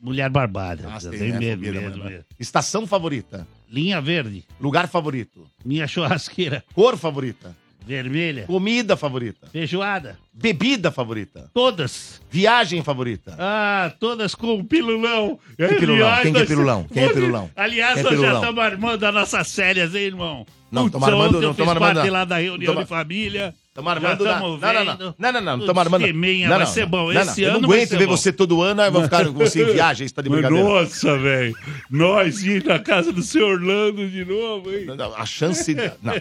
S5: Mulher barbada.
S2: Nossa, tem,
S5: tem
S2: né?
S5: medo,
S2: Fobia da
S5: medo,
S2: mulher
S5: medo.
S2: Estação favorita,
S5: Linha verde.
S2: lugar favorito,
S5: Minha churrasqueira.
S2: cor favorita,
S5: Vermelha.
S2: comida favorita,
S5: Feijoada.
S2: bebida favorita,
S5: Todas.
S2: viagem favorita.
S5: Ah, todas com o pilulão.
S2: Que pilulão? Quem que é
S5: nós-
S2: pilulão? Quem é
S5: Você-
S2: pilulão?
S5: Aliás,
S2: Quem é
S5: nós já
S2: pilulão?
S5: estamos armando as nossas séries, hein, irmão?
S2: Não,
S5: Putz,
S2: tamo armando-
S5: ontem
S2: não
S5: Eu
S2: tamo
S5: fiz
S2: armando
S5: parte
S2: nada.
S5: lá da reunião
S2: Tamo-
S5: de família.
S2: Tamo
S5: Já
S2: na- Não,
S5: tamo
S2: não, não.
S5: vendo.
S2: Não, não, não. não
S5: Putz,
S2: tamo armando.
S5: Teminha,
S2: não,
S5: vai
S2: não,
S5: ser bom.
S2: não,
S5: Esse
S2: não.
S5: ano
S2: Eu não
S5: vai
S2: aguento
S5: ser
S2: ver
S5: bom.
S2: você todo ano, aí eu vou ficar com você em viagem, isso tá de
S5: Mas
S2: brincadeira.
S5: Nossa, velho. Nós ir na casa do seu Orlando de novo, hein?
S2: Não, não, A chance. Não,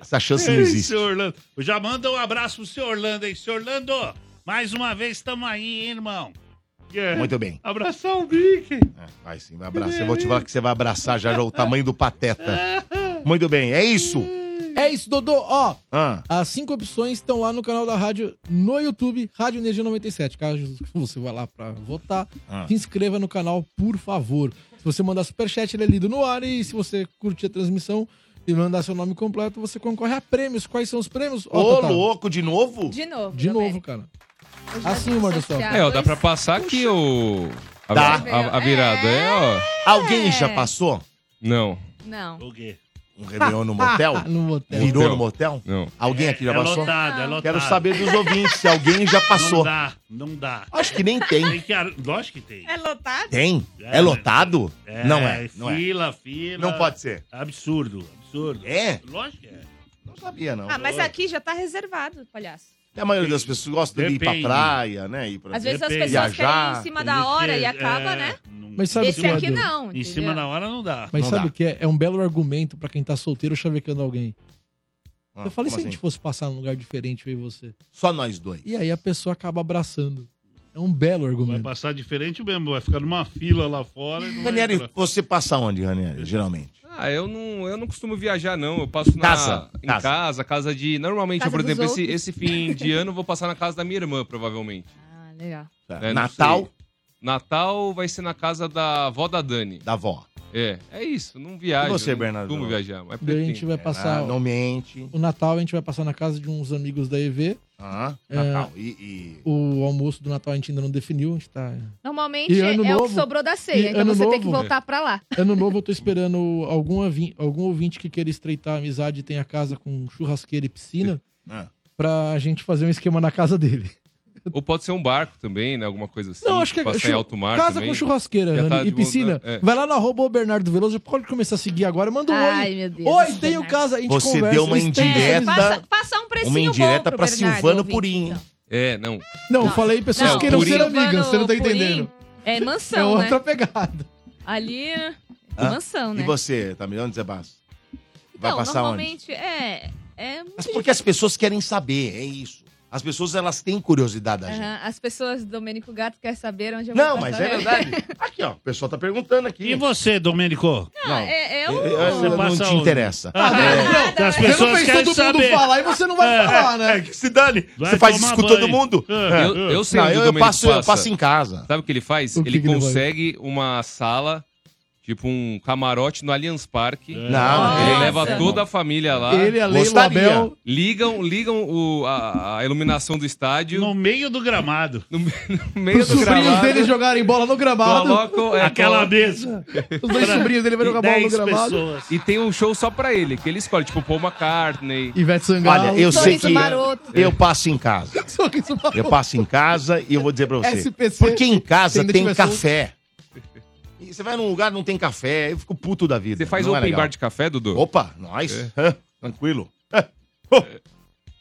S2: essa chance não
S5: Ei,
S2: existe.
S5: seu Orlando. Eu já manda um abraço pro seu Orlando, hein? Seu Orlando, mais uma vez estamos aí, hein, irmão? Yeah.
S2: Muito bem.
S5: É. Abração, Vicky.
S2: É, Vai sim, vai abraçar. Eu vou te falar que você vai abraçar já, já o tamanho do pateta. Muito bem, é isso.
S7: É isso, Dodô. Ó,
S2: Ah,
S7: as cinco opções estão lá no canal da rádio no YouTube, Rádio Energia 97. Caso você vá lá pra votar,
S2: Ah.
S7: se inscreva no canal, por favor. Se você mandar superchat, ele é lido no ar. E se você curtir a transmissão e mandar seu nome completo, você concorre a prêmios. Quais são os prêmios?
S2: ô
S7: Ó, Tatá,
S2: louco, de novo?
S4: De novo.
S7: De novo,
S4: Domênico.
S7: cara.
S4: Eu já
S7: Assim,
S4: vou
S7: Mordecai.
S4: sortear
S3: É, ó, dá
S4: dois-
S3: pra passar aqui o. A,
S2: Dá.
S3: a- a virada. É, ó.
S2: Alguém já passou?
S3: Não.
S4: Não.
S5: O quê?
S2: um Réveillon no
S5: Ah,
S2: motel?
S7: No motel.
S2: Virou no motel?
S3: Não.
S2: Alguém aqui já
S5: é
S2: passou?
S5: lotado, é lotado.
S2: Quero saber dos ouvintes se alguém já
S5: Não
S2: passou.
S5: dá, não dá.
S2: Acho que nem
S5: Tem
S2: tem.
S5: que, ar- lógico que tem.
S4: É lotado?
S2: Tem? É lotado? Não é. Não é.
S5: né? Fila, fila.
S2: Não pode ser.
S5: Absurdo, absurdo.
S2: É?
S5: Lógico que é.
S2: Não sabia, não.
S4: Ah, mas aqui já tá reservado, palhaço.
S2: A maioria das pessoas gosta de ir pra
S5: Depende.
S2: praia, né? Ir pra...
S4: Às vezes as
S5: Depende.
S4: pessoas
S2: Viajar,
S4: querem em cima da hora e acaba,
S5: É,
S4: né?
S5: não-
S7: Mas sabe
S4: Esse
S7: o que eu
S4: aqui
S7: adoro?
S4: não.
S5: Em
S4: entendeu?
S5: cima da hora não dá.
S7: Mas
S2: Não
S7: sabe
S2: dá.
S7: o que é? É um belo argumento pra quem tá solteiro chavecando alguém.
S2: Ah,
S7: eu falei se
S2: como
S7: a gente
S2: assim?
S7: fosse passar num lugar é diferente, eu e você.
S2: Só nós dois.
S7: E aí a pessoa acaba abraçando. É um belo
S5: Vai
S7: argumento.
S5: passar diferente mesmo, vai ficar numa fila lá fora. e não vai
S2: Ranieri,
S5: entrar.
S2: você passa onde, Ranieri, geralmente?
S3: Ah, eu não, eu não costumo viajar, não. Eu passo na,
S2: Casa,
S3: em
S2: casa.
S3: casa. casa, de. Normalmente,
S4: Casa
S3: por
S4: dos
S3: exemplo, esse,
S4: outros.
S3: esse fim de ano eu vou passar na casa da minha irmã, provavelmente.
S4: Ah, legal.
S2: Tá.
S3: É, não
S2: Natal
S3: sei. Natal vai ser na casa da avó da Dani.
S2: da avó.
S3: É, é isso. Não viajo.
S2: E você,
S3: eu não
S2: Bernardo?
S3: costumo viajar, mas né?
S7: E aí a gente
S3: pretendo.
S7: vai passar
S2: Ah, não mente.
S7: o Natal, a gente vai passar na casa de uns amigos da EV.
S2: Ah,
S7: É.
S2: Natal. E, e-
S7: O almoço do Natal a gente ainda não definiu. A gente tá...
S4: Normalmente
S7: E
S4: é,
S7: ano
S4: é o que
S7: novo?
S4: sobrou da
S7: E
S4: ceia, então
S7: ano
S4: você tem que
S7: novo?
S4: voltar pra lá.
S7: Ano novo eu tô esperando algum, avi- algum ouvinte que queira estreitar a amizade e tenha casa com churrasqueira e piscina
S2: Ah.
S7: pra gente fazer um esquema na casa dele.
S3: Ou pode ser um barco também, né? Alguma coisa assim.
S7: Não, acho que é
S3: Passar
S7: chu-
S3: em alto mar
S7: casa
S3: também.
S7: com churrasqueira
S3: Já
S7: Rani,
S3: tá de
S7: e
S3: volta,
S7: piscina.
S3: é.
S7: Vai lá na arroba Bernardo Veloso, pode começar a seguir agora, manda um
S4: Ai,
S7: oi.
S4: meu Deus.
S7: Oi,
S4: esse
S7: tenho
S4: Bernardo.
S7: casa, a gente
S2: Você
S7: conversa,
S2: deu uma
S7: estende-
S4: É,
S2: indireta.
S4: passa, passa um precinho
S2: Uma indireta
S4: bom pro
S2: pra
S4: Bernardo,
S2: Silvano
S4: ouvinte,
S2: Purim.
S4: então.
S3: É, não.
S7: Não,
S4: Não.
S7: falei pessoas
S3: Não,
S7: que queiram
S3: Purim-
S7: ser amigas,
S4: Silvano
S7: você não tá
S4: Purim
S7: entendendo.
S4: É
S7: é
S4: mansão,
S7: outra
S4: né?
S7: pegada.
S4: Ali é
S2: Hã?
S4: mansão,
S2: e
S4: né?
S2: você, tá me dando, Zé Basso? Vai
S4: Então,
S2: passar onde?
S4: normalmente é... é muito
S2: Mas porque as pessoas querem saber, é isso. As pessoas, elas têm curiosidade da gente.
S4: Aham, As pessoas do Domênico Gato querem saber onde eu vou
S2: Não,
S4: passar
S2: mas
S4: o
S2: é
S4: Réveillon.
S2: verdade. Aqui, ó, o pessoal tá perguntando aqui.
S5: E você, Domênico?
S4: Não, é, é
S2: Eu,
S4: o...
S2: eu- eu
S5: Você
S2: não
S5: passa
S2: te
S5: onde?
S2: interessa.
S5: Ah,
S2: É.
S7: não,
S5: não, as
S7: Você não
S5: pessoas
S7: fez
S5: querem
S7: todo
S5: saber. É.
S7: mundo falar e você não vai falar, né?
S2: que se dane.
S5: Vai
S2: você faz
S5: tomar
S2: isso com
S5: banho.
S2: todo mundo?
S5: Ah,
S3: Eu, eu sei
S2: Não,
S3: onde
S2: eu,
S3: o
S2: eu
S3: Domênico
S2: passo, eu
S3: passa.
S2: passo em casa.
S3: Sabe o que ele faz?
S7: O que
S3: ele
S7: que ele vai?
S3: consegue uma sala, tipo um camarote no Allianz Parque.
S2: Não,
S3: Ele
S4: Nossa.
S3: leva toda a família lá.
S7: Ele, a Leila, o
S2: Gostaria.
S7: Abel,
S3: Ligam, ligam o- a, a iluminação do estádio.
S5: No meio do gramado.
S3: No, no meio
S7: os
S3: do
S7: sobrinhos
S3: gramado.
S7: dele jogarem bola no gramado.
S3: Colocam, é,
S5: Aquela
S3: colocam-
S5: mesa.
S7: Os dois sobrinhos dele vão jogar bola no
S5: 10
S7: gramado.
S5: pessoas.
S3: E tem um show só pra ele, que ele escolhe, tipo Paul McCartney.
S7: Ivete Sangalo.
S2: Olha, eu sei
S4: Sorriso
S2: que
S4: maroto.
S2: eu passo em casa.
S7: Só que isso é uma
S2: Eu passo em casa e eu vou dizer pra você.
S7: SPC.
S2: Porque em
S7: Se
S2: casa
S7: ainda
S2: tem
S7: tiver
S2: café. E você vai num lugar não tem café, eu fico puto da vida.
S3: Você faz
S2: não é
S3: open
S2: legal.
S3: bar de café, Dudu?
S2: Opa, nós.
S3: É.
S2: Hã? Tranquilo. Hã? Oh.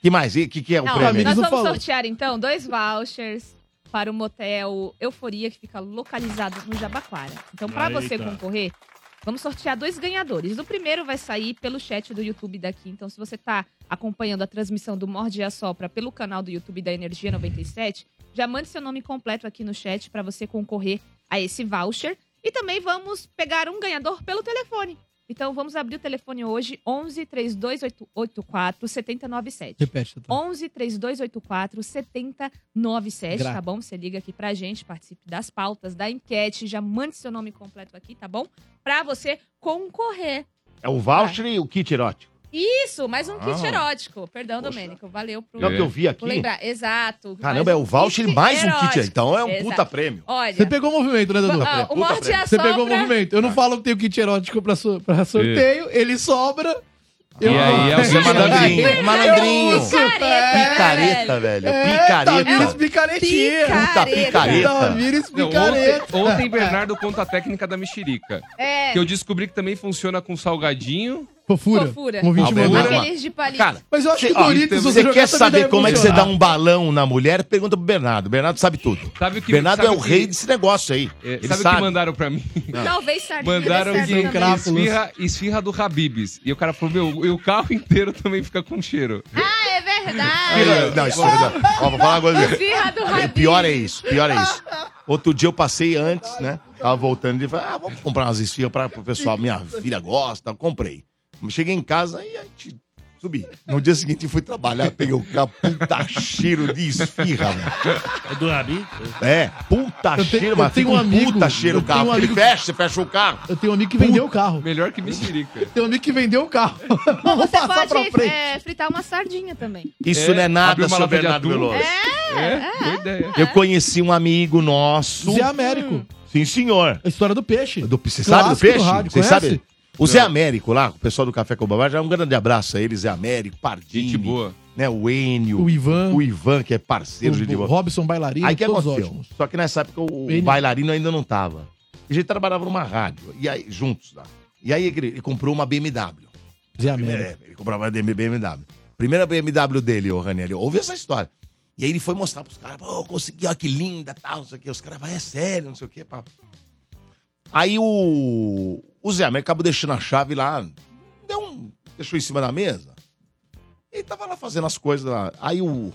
S2: Que mais? E que que é o
S4: Não,
S2: prêmio?
S7: Ramiro
S4: nós
S7: não
S4: vamos
S7: falou.
S4: sortear então dois vouchers para o motel Euforia, que fica localizado no Jabaquara. Então, para
S5: Eita.
S4: você concorrer, vamos sortear dois ganhadores. O primeiro vai sair pelo chat do YouTube daqui. Então, se você está acompanhando a transmissão do Morde e Assopra pelo canal do YouTube da Energia 97, já mande seu nome completo aqui no chat para você concorrer a esse voucher. E também vamos pegar um ganhador pelo telefone. Então, vamos abrir o telefone hoje, 11 3284 7097.
S7: Repete, Tatá.
S4: 11 3284 7097,
S7: Gra-
S4: tá bom? Você liga aqui pra gente, participe das pautas, da enquete, já mande seu nome completo aqui, tá bom? Pra você concorrer.
S2: É o voucher e o kit erótico.
S4: Isso, mais um kit
S2: Ah.
S4: erótico. Perdão,
S2: Poxa.
S4: Domênico, valeu pro,
S2: É o que eu vi
S4: por
S2: aqui.
S4: lembrar. Exato.
S2: Caramba, é o voucher e mais um kit.
S4: erótico.
S2: Então é um
S4: Exato.
S2: puta prêmio.
S7: Você
S4: Olha,
S7: pegou o movimento, né, Dudu?
S4: ah, o
S2: puta
S4: Morte
S2: prêmio. Ah.
S4: e a
S7: Você pegou o
S4: Sopra-
S7: movimento. Eu não falo que tem o kit erótico pra, so- pra
S2: É.
S7: sorteio, ele sobra.
S3: E aí, é o
S2: Você é
S3: Sim,
S2: malandrinho.
S4: Verdade.
S2: é malandrinho.
S7: Isso,
S4: Picareta,
S2: Picareta,
S4: velho.
S2: velho.
S7: É, Tamires
S2: Picareta.
S7: picaretinha.
S2: Puta picareta.
S7: Tamires
S3: Não, ontem,
S7: picareta.
S3: ontem Bernardo conta a técnica da mexerica.
S4: É,
S3: Que eu descobri que também funciona com salgadinho.
S7: Fofura.
S4: Fofura.
S7: Um ouvinte
S2: Ah,
S7: mandou.
S2: Bernardo.
S4: aqueles de palito.
S2: Cara,
S7: Mas eu acho que
S2: Cê- ó,
S7: Doritos, você
S2: você
S7: jogar
S2: quer
S7: também
S2: saber
S7: deve
S2: como é que você
S7: funcionar.
S2: dá um balão na mulher? Pergunta pro Bernardo. Bernardo sabe tudo.
S3: Sabe o que
S2: Bernardo é
S3: sabe
S2: o rei
S3: que-
S2: desse negócio aí.
S3: é,
S2: Ele
S3: sabe, o
S2: sabe.
S3: que mandaram pra mim?
S4: Talvez sardinha
S3: Mandaram
S4: dê certo
S3: de
S4: também.
S7: crapo.
S3: esfirra, esfirra do Habibs. E o cara falou, meu, e o carro inteiro também fica com cheiro.
S4: Ah, é verdade.
S2: Vira- Não, isso é verdade. Ó, vou falar agora.
S4: Esfirra do
S2: É,
S4: Rabinho.
S2: pior é isso, pior é isso. Outro dia eu passei antes, né? Tava voltando e falei, ah, vamos comprar umas esfirras para pro pessoal. Minha filha gosta, eu comprei. Cheguei em casa e a gente subi. No dia seguinte fui trabalhar, peguei o carro, puta cheiro de esfirra, velho.
S5: É do Rabi?
S2: É, puta
S7: Eu tenho-
S2: cheiro,
S7: eu
S2: mas
S7: tenho um
S2: fica um
S7: amigo,
S2: puta cheiro
S7: eu
S2: o carro.
S7: tenho um
S2: Ele
S7: amigo-
S2: fecha, fecha o carro.
S7: Eu tenho um amigo que vendeu o carro.
S3: Melhor que mexerica.
S7: Tem um amigo que vendeu o carro. Não vou passar pra
S4: Pode
S7: frente.
S4: é, fritar uma sardinha também.
S2: Isso
S3: É,
S2: não é
S3: abriu
S2: nada,
S3: uma
S2: seu
S3: lata de
S2: Bernardo
S3: atum.
S2: Veloso.
S3: É, boa ideia.
S2: Eu conheci um amigo nosso.
S7: Zé Américo.
S2: Sim, senhor.
S7: A história do peixe.
S2: Do, você sabe do
S4: é.
S7: Clássico
S2: peixe?
S7: rádio,
S2: Você
S7: conhece?
S2: sabe? O
S3: É.
S2: Zé Américo lá, o pessoal do Café com Babá, já um grande abraço a eles, Zé Américo, Pardini.
S3: Gente boa.
S2: Né, o Enio.
S7: O Ivan.
S2: O Ivan, que é parceiro de
S7: O, o Robson Bailarino,
S2: Aí que
S7: todos
S2: aconteceu?
S7: ótimos.
S2: Só que nessa época o, o
S7: Ele-
S2: bailarino ainda não tava. A gente trabalhava numa rádio, e aí, juntos lá. E aí ele, ele comprou uma BMW.
S7: Zé Américo.
S2: É, ele comprou uma BMW. Primeira BMW dele, o Ranieri. Ouve essa história. E aí ele foi mostrar pros caras, pô, consegui, ó, que linda, tal, não sei o quê. Os caras, vai, é sério, não sei o quê. Pá. Aí o, o Zé Américo acabou deixando a chave lá, deu um, deixou em cima da mesa. Ele tava lá fazendo as coisas lá. Aí o.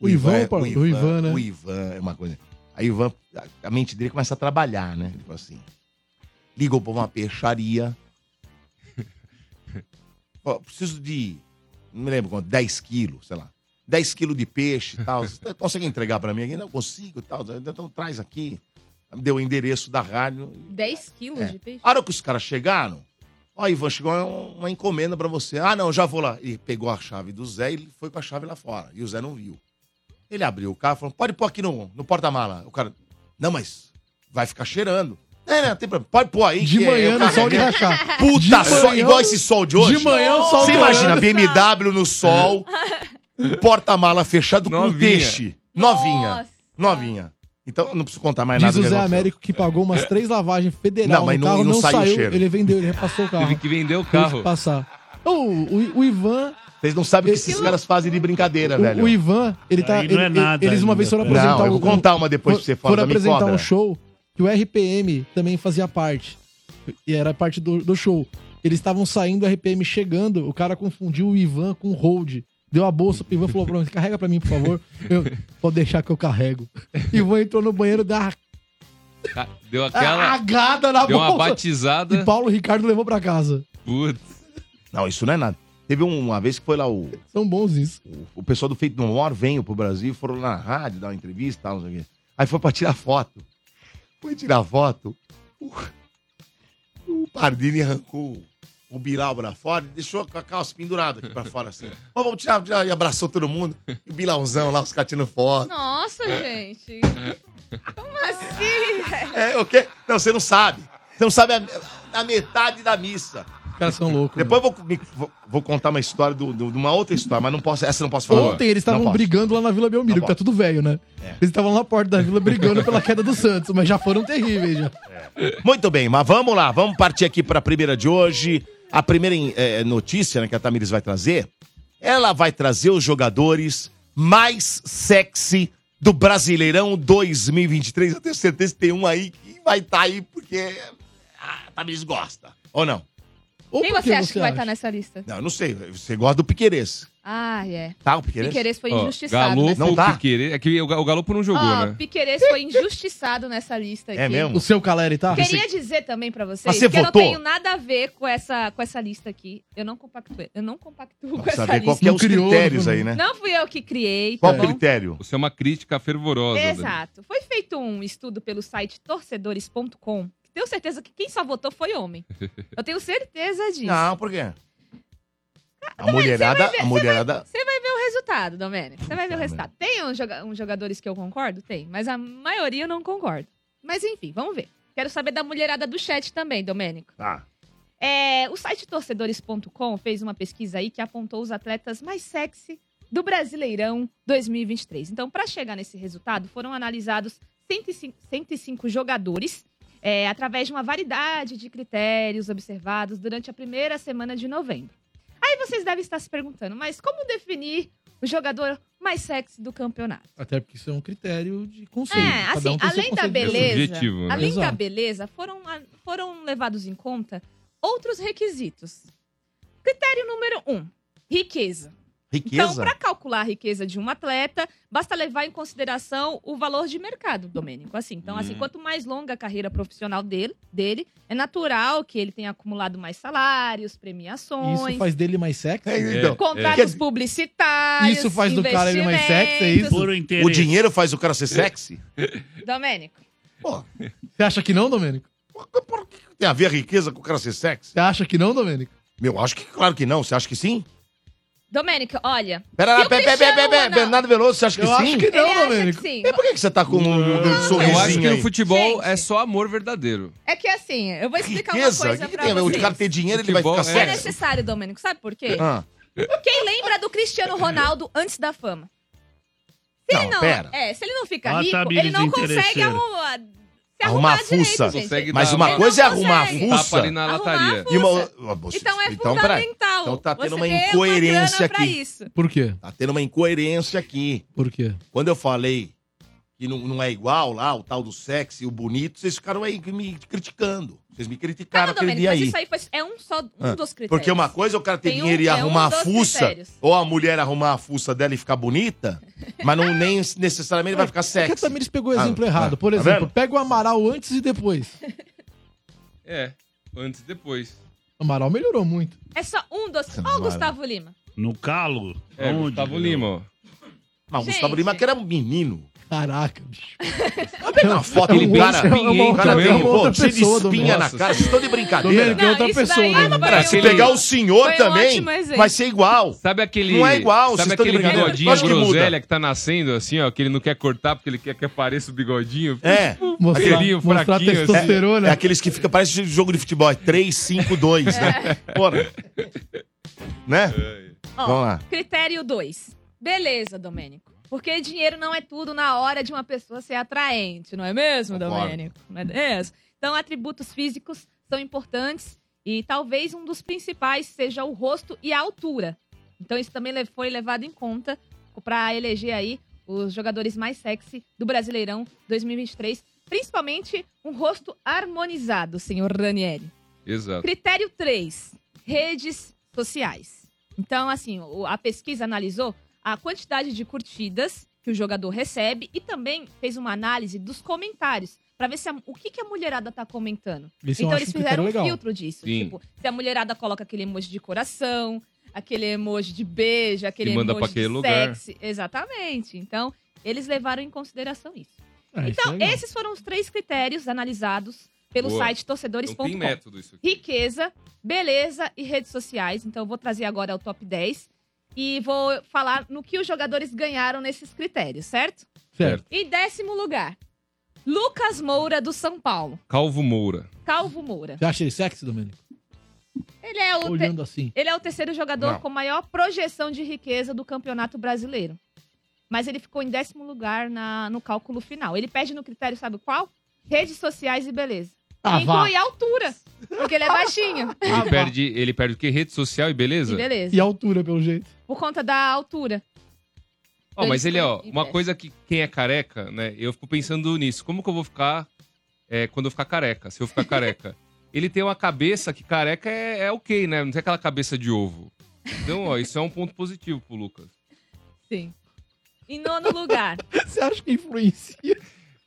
S7: O Ivan, pá, o Ivan, né?
S2: O Ivan, é uma coisa. Aí o Ivan, a- a mente dele começa a trabalhar, né? Ele falou assim: ligou pra uma peixaria. Ó, preciso de. Não me lembro quanto, 10 quilos, sei lá. 10 quilos de peixe e tal. Você consegue entregar pra mim aqui? Não consigo e tal. Então traz aqui. Me Deu o endereço da rádio.
S4: 10 quilos
S2: É.
S4: de peixe?
S2: A hora que os caras chegaram, ó, Ivan, chegou uma, uma encomenda pra você. Ah, não, já vou lá. E pegou a chave do Zé e ele foi com a chave lá fora. E o Zé não viu. Ele abriu o carro e falou: pode pôr aqui no, no porta-mala. O cara, não, mas vai ficar cheirando. É, não, tem problema. Pode pôr aí.
S7: De
S2: que é-
S7: manhã
S2: eu
S7: no sol de
S2: carreguei."
S7: rachar. De
S2: Puta sol,
S7: manhã-
S2: igual esse sol de hoje.
S7: De manhã o sol
S2: Você
S7: de
S2: imagina, BMW no sol, porta-mala fechado com
S3: Novinha.
S2: peixe. Novinha.
S4: Nossa.
S2: Novinha. Então, eu não preciso contar mais
S7: Diz
S2: nada.
S7: o
S2: que
S7: Zé
S2: aconteceu.
S7: Américo que pagou umas três lavagens federal
S2: Não, mas
S7: no
S2: não-
S7: carro,
S2: não
S7: não,
S2: saiu o
S7: saiu.
S2: cheiro.
S7: Ele vendeu, ele repassou o carro.
S3: Teve que vender o
S7: Teve que
S3: carro.
S7: passar. O, o, o Ivan,
S2: Vocês não sabem o que esses caras fazem de brincadeira, velho.
S7: o, o Ivan, ele tá.
S5: Aí não é
S7: ele-
S5: nada
S7: eles uma
S5: ainda,
S7: vez foram
S5: tá?
S7: apresentar
S2: Não, eu vou
S7: um-
S2: contar uma depois pra você fora
S7: foram
S2: da
S7: apresentar
S2: cobra.
S7: um show que o RPM também fazia parte. E era parte do, do show. Eles estavam saindo, o RPM chegando, o cara confundiu o Ivan com o Hold. Deu a bolsa pro Ivan e falou: "Bruno, carrega pra mim, por favor. Eu, Pode deixar que eu carrego. Ivan entrou no banheiro, deu uma
S3: Ca- Tá, Deu
S2: Ah,
S3: aquela.
S7: cagada na
S3: Deu uma
S7: bolsa. E
S3: batizada.
S7: Paulo Ricardo levou pra casa.
S3: Putz.
S2: Não, isso não é nada. Teve uma vez que foi lá o,
S7: São bons isso.
S2: o pessoal do Feito No More veio pro Brasil, foram lá na rádio dar uma entrevista e tal, não sei o quê. Aí foi pra tirar foto. Foi tirar foto, o, o Pardini arrancou o Bilal pra fora e deixou com a calça pendurada aqui pra fora, assim. Ó, vamos tirar, tirar, e abraçou todo mundo. E o Bilalzão lá, os caras tirando foto.
S4: Nossa, gente. Como assim, velho?
S2: É, o quê? Não, você não sabe. Você não sabe a, a metade da missa.
S7: Os caras são loucos.
S2: Depois eu vou, me- vou- vou contar uma história do- do- de uma outra história, mas não posso, essa eu não posso falar.
S7: Ontem eles
S2: Não
S7: estavam
S2: posso.
S7: brigando lá na Vila Belmiro, que
S2: Não
S7: tá
S2: posso. É.
S7: tudo velho, né? Eles estavam na porta da vila brigando pela queda do Santos, mas já foram terríveis já.
S2: Muito bem, mas vamos lá, vamos partir aqui para a primeira de hoje. A primeira eh, notícia né, que a Tamires vai trazer, ela vai trazer os jogadores mais sexy do Brasileirão 2023. Eu tenho certeza que tem um aí que vai estar aí porque a Tamires gosta, ou não?
S7: Ou
S4: Quem
S7: por
S4: você acha que vai estar nessa lista?
S2: Não, eu não sei, você gosta do Piquerez,
S4: Ah, é.
S2: tá? O Piquerez?
S4: Piqueires foi
S3: Ó,
S4: injustiçado. né?
S3: Galo
S4: nessa
S2: Não
S3: não
S2: tá?
S3: É que o Ga- o Galo não jogou,
S4: Ó,
S3: né?
S4: Piqueires foi injustiçado nessa lista aqui.
S2: É mesmo?
S7: O seu Caleri tá?
S4: Queria dizer também pra vocês
S2: Mas você
S4: que eu não
S2: votou?
S4: tenho nada a ver com essa, com essa lista aqui. Eu não compactuo, eu não compactuo com
S2: Precisa
S4: essa
S2: ver qual
S4: lista.
S2: que é
S7: Não
S2: os
S7: criou,
S2: critérios
S7: não-
S2: aí, né?
S4: Não fui eu que criei,
S2: Qual
S4: tá
S2: o
S4: bom?
S2: critério?
S3: Você é uma crítica fervorosa. Dani.
S4: Exato. Foi feito um estudo pelo site torcedores.com. Tenho certeza que quem só votou foi homem. Eu tenho certeza disso.
S2: Não, por quê? A mulherada, a mulherada...
S4: Você vai ver o resultado, Domênico. Você vai ver o
S2: Tá,
S4: resultado. Tem uns, joga- uns jogadores que eu concordo? Tem. Mas a maioria eu não concordo. Mas enfim, vamos ver. Quero saber da mulherada do chat também, Domênico.
S2: Ah,
S4: É, o site torcedores.com fez uma pesquisa aí que apontou os atletas mais sexy do Brasileirão 2023. Então, para chegar nesse resultado, foram analisados 105, 105 jogadores é, através de uma variedade de critérios observados durante a primeira semana de novembro. Aí vocês devem estar se perguntando, mas como definir o jogador mais sexy do campeonato?
S7: Até porque isso é um critério de conceito.
S4: É,
S7: Cada
S4: assim,
S7: um tem seu
S4: além da
S7: conceito de
S3: beleza,
S4: beleza,
S3: subjetivo, né?
S4: além da
S7: Exato.
S4: beleza, foram, a- foram levados em conta outros requisitos. Critério número um, riqueza. Então,
S2: riqueza?
S4: para calcular a riqueza de um atleta, basta levar em consideração o valor de mercado, Domênico. Assim, então,
S3: Hum.
S4: assim, quanto mais longa a carreira profissional dele, dele, é natural que ele tenha acumulado mais salários,
S7: conceito. E
S4: premiações,
S7: Isso faz dele mais sexy.
S2: É,
S7: né?
S2: então,
S4: contratos
S2: É.
S4: publicitários.
S7: Isso faz do cara ele mais sexy, é isso?
S5: Puro interesse.
S2: O dinheiro faz o cara
S3: É.
S2: ser
S7: É
S2: sexy?
S4: investimentos. Domênico.
S2: Pô,
S7: Você acha que não, Domênico?
S2: por, por que tem a ver a riqueza com o cara ser sexy?
S7: Você acha que não, Domênico?
S2: Meu, acho que claro que não. Você acha que sim?
S4: Domênica, olha.
S2: Pera
S4: se
S2: lá,
S4: o
S2: pera, pera, pera,
S4: Cristiano
S2: pera,
S4: Ronaldo-
S2: Bernardo Veloso, você acha que
S7: Eu
S2: sim?
S7: acho que
S4: Ele
S7: não,
S4: acha
S7: Domênico. É
S4: que sim.
S2: E por que, que você tá com um, um
S3: Eu acho que
S2: sorrisinho
S3: o
S2: aí?
S3: futebol
S4: Gente.
S3: é só amor verdadeiro.
S4: É que assim, eu vou explicar uma
S2: Riqueza?
S4: coisa
S2: Que que
S4: pra
S2: tem a ver?
S4: vocês.
S2: O cara ter dinheiro, ele vai
S3: Futebol
S2: ficar
S3: é-
S4: É
S2: sério?
S4: necessário, Domênico, sabe por quê?
S2: Ah,
S4: Quem lembra do Cristiano Ronaldo antes da fama? Se ele
S2: não, pera.
S4: É, se ele não fica
S5: Ah, tá,
S4: rico, ele
S5: Miris
S4: não consegue
S5: interesseiro.
S4: arrumar,
S2: Arrumar
S4: se arrumar
S2: a
S4: direito,
S2: fuça.
S4: gente.
S3: Consegue
S2: Mas
S3: dar
S2: uma
S4: Ele
S2: coisa é
S4: não
S2: arrumar a
S4: consegue.
S3: Um tapa
S2: fuça.
S3: ali na
S4: Arrumar a
S3: lataria.
S2: E uma...
S4: fuça.
S2: Ah,
S4: Então é
S2: peraí.
S4: fundamental.
S2: Então tá tendo
S4: você
S2: uma
S4: ter
S2: incoerência
S4: grana pra
S2: aqui.
S4: isso.
S7: Por quê?
S2: Tá tendo uma incoerência aqui.
S7: Por quê?
S2: Quando eu falei que não, não é igual lá, o tal do sexy, o bonito, vocês ficaram aí me criticando. Vocês me criticaram
S4: Cara,
S2: aquele
S4: Domênico,
S2: dia
S4: mas
S2: aí.
S4: isso aí foi- é um só um
S2: Ah,
S4: dos critérios.
S2: Porque uma coisa é o cara ter
S4: Tem um-
S2: dinheiro e
S4: é um
S2: arrumar
S4: dos
S2: a fuça,
S4: critérios.
S2: ou a mulher arrumar a fuça dela e ficar bonita, mas não nem necessariamente vai ficar
S7: É que a
S2: sexy.
S7: Tamires pegou o
S2: Ah,
S7: exemplo errado.
S2: ah,
S7: Por
S2: tá
S7: exemplo,
S2: vendo?
S7: pega o Amaral antes e depois.
S3: É, antes e depois.
S7: O Amaral melhorou muito.
S4: É só um dos. Ó, o
S2: Maravilha.
S4: Gustavo Lima.
S5: No calo?
S3: É,
S5: Aonde,
S3: Gustavo
S5: meu?
S3: Lima, ó.
S2: Mas Ah, o Gustavo
S4: Gente.
S2: Lima que era um menino.
S7: Caraca, bicho.
S2: Eu peguei uma
S7: É
S2: foto
S7: um
S2: do cara.
S7: outro- é uma
S2: O cara
S7: outra- é
S2: tem,
S7: uma
S2: pô,
S7: outra
S2: cheio de
S7: pessoa,
S2: espinha
S7: Domênico.
S2: na cara. Vocês estão de brincadeira.
S7: Domênico, é outra
S4: isso daí
S7: pessoa,
S4: foi
S7: né?
S2: Cara, se
S4: um-
S3: Aquele-
S2: pegar o senhor
S4: Foi um
S2: também,
S4: ótimo exemplo.
S2: vai ser igual.
S3: Sabe aquele.
S2: Não é igual, vocês
S3: Sabe
S2: estão de
S3: aquele
S2: brincadeira.
S3: bigodinho
S2: Lógico que muda.
S3: groselha que tá nascendo, assim, ó, que ele não quer cortar porque ele quer que apareça o bigodinho?
S2: É.
S7: Mostrar,
S3: Aquelinho,
S7: mostrar
S3: fraquinho, assim.
S7: testosterona.
S2: É aqueles que fica, parece jogo de futebol, é 3, 5, 2, né? Bora. Né?
S4: É. Ó,
S2: Vamos lá.
S4: Critério 2. Beleza, Domênico. Porque dinheiro não é tudo na hora de uma pessoa ser atraente, não é mesmo,
S2: Concordo.
S4: Domênico? Não é mesmo? Então, atributos físicos são importantes e talvez um dos principais seja o rosto e a altura. Então, isso também le- foi levado em conta para eleger aí os jogadores mais sexy do Brasileirão 2023. Principalmente um rosto harmonizado, senhor Ranieri.
S3: É. Exato.
S4: Critério 3, redes sociais. Então, assim, o- a pesquisa analisou a quantidade de curtidas que o jogador recebe e também fez uma análise dos comentários para ver se a- o que, que a mulherada tá comentando.
S7: Isso eu
S4: então,
S7: acho
S4: eles
S7: um critério
S4: fizeram um
S7: legal.
S4: filtro disso.
S3: Sim.
S4: Tipo, se a mulherada coloca aquele emoji de coração, aquele emoji de beijo, aquele
S3: manda pra
S4: emoji
S3: aquele
S4: de
S3: lugar.
S4: sexy. Exatamente. Então, eles levaram em consideração isso.
S7: É, isso é
S4: então,
S7: legal.
S4: esses foram os três critérios analisados pelo
S3: Boa.
S4: site
S3: Não tem
S4: torcedores.com
S3: método isso aqui.
S4: riqueza, beleza e redes sociais. Então, eu vou trazer agora o top 10 e vou falar no que os jogadores ganharam nesses critérios, certo?
S7: Certo.
S4: Em décimo lugar, Lucas Moura, do São Paulo.
S3: Calvo Moura.
S4: Calvo Moura.
S7: Você acha ele sexy, Domênico?
S4: Ele é o, te-
S7: Olhando assim.
S4: ele é o terceiro jogador
S2: Não.
S4: com maior projeção de riqueza do Campeonato Brasileiro. Mas ele ficou em décimo lugar na- no cálculo final. Ele pede no critério, sabe qual? Redes sociais e beleza.
S7: Ah,
S4: e
S7: vá.
S4: inclui a altura, porque ele é baixinho.
S3: Ele perde, ele perde o quê? Rede social e beleza?
S4: E beleza.
S7: E a altura, pelo jeito.
S4: Por conta da altura.
S3: Ó, mas ele, ó,
S4: E
S3: uma
S4: perde.
S3: coisa que quem é careca, né? Eu fico pensando nisso. Como que eu vou ficar é, quando eu ficar careca? Se eu ficar careca. ele tem uma cabeça que careca é, é ok, né? Não tem aquela cabeça de ovo. Então, ó, isso é um ponto positivo pro Lucas.
S4: Sim. Em nono lugar.
S7: Você acha que influencia?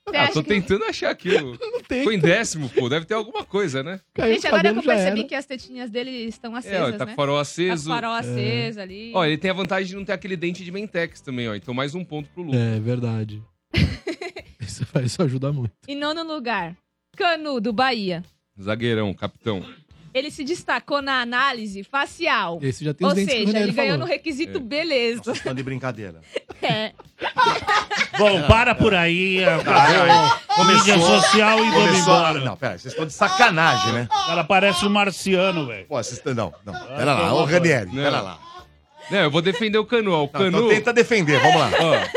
S4: Você
S3: Ah,
S4: acha
S3: tô
S4: que-
S3: tentando achar aquilo.
S7: Não tem.
S3: Foi em décimo, pô. Deve ter alguma coisa, né?
S7: Caiu
S4: Gente,
S7: o
S4: agora que
S7: cabelo,
S4: eu
S7: já
S4: percebi
S7: era. É.
S4: que as tetinhas dele estão
S3: é, ó,
S4: acesas,
S3: tá com
S4: né?
S3: o farol
S4: Tá com
S3: aceso.
S4: farol aceso ali.
S3: Ó, ele tem a vantagem de não ter aquele dente de Mentex também, ó. Então, mais um ponto pro Lucas.
S7: É, verdade. isso, isso ajuda muito.
S4: Em nono lugar, Canu, do Bahia.
S3: Zagueirão, capitão.
S4: Ele se destacou na análise facial.
S7: Esse já tem
S4: Ou
S7: os dentes que o
S4: seja, ele
S7: Ranieri
S4: ganhou
S7: falou.
S4: no requisito
S3: É.
S4: beleza.
S2: Vocês estão de brincadeira.
S4: É.
S5: Bom, para por aí.
S2: Ah,
S5: acabou. Mídia social e vamos
S2: é. Começou a-
S5: embora.
S2: Não, pera, vocês estão de sacanagem, né?
S5: Ela parece um marciano, velho. Ah,
S2: Pô, vocês estão. Não, não. Pera lá, ô Ranieri, pera lá.
S3: Não, eu vou defender o Canu, ó. O
S2: Não,
S3: Canu.
S2: então tenta defender, vamos lá.
S3: ó,
S2: Bora,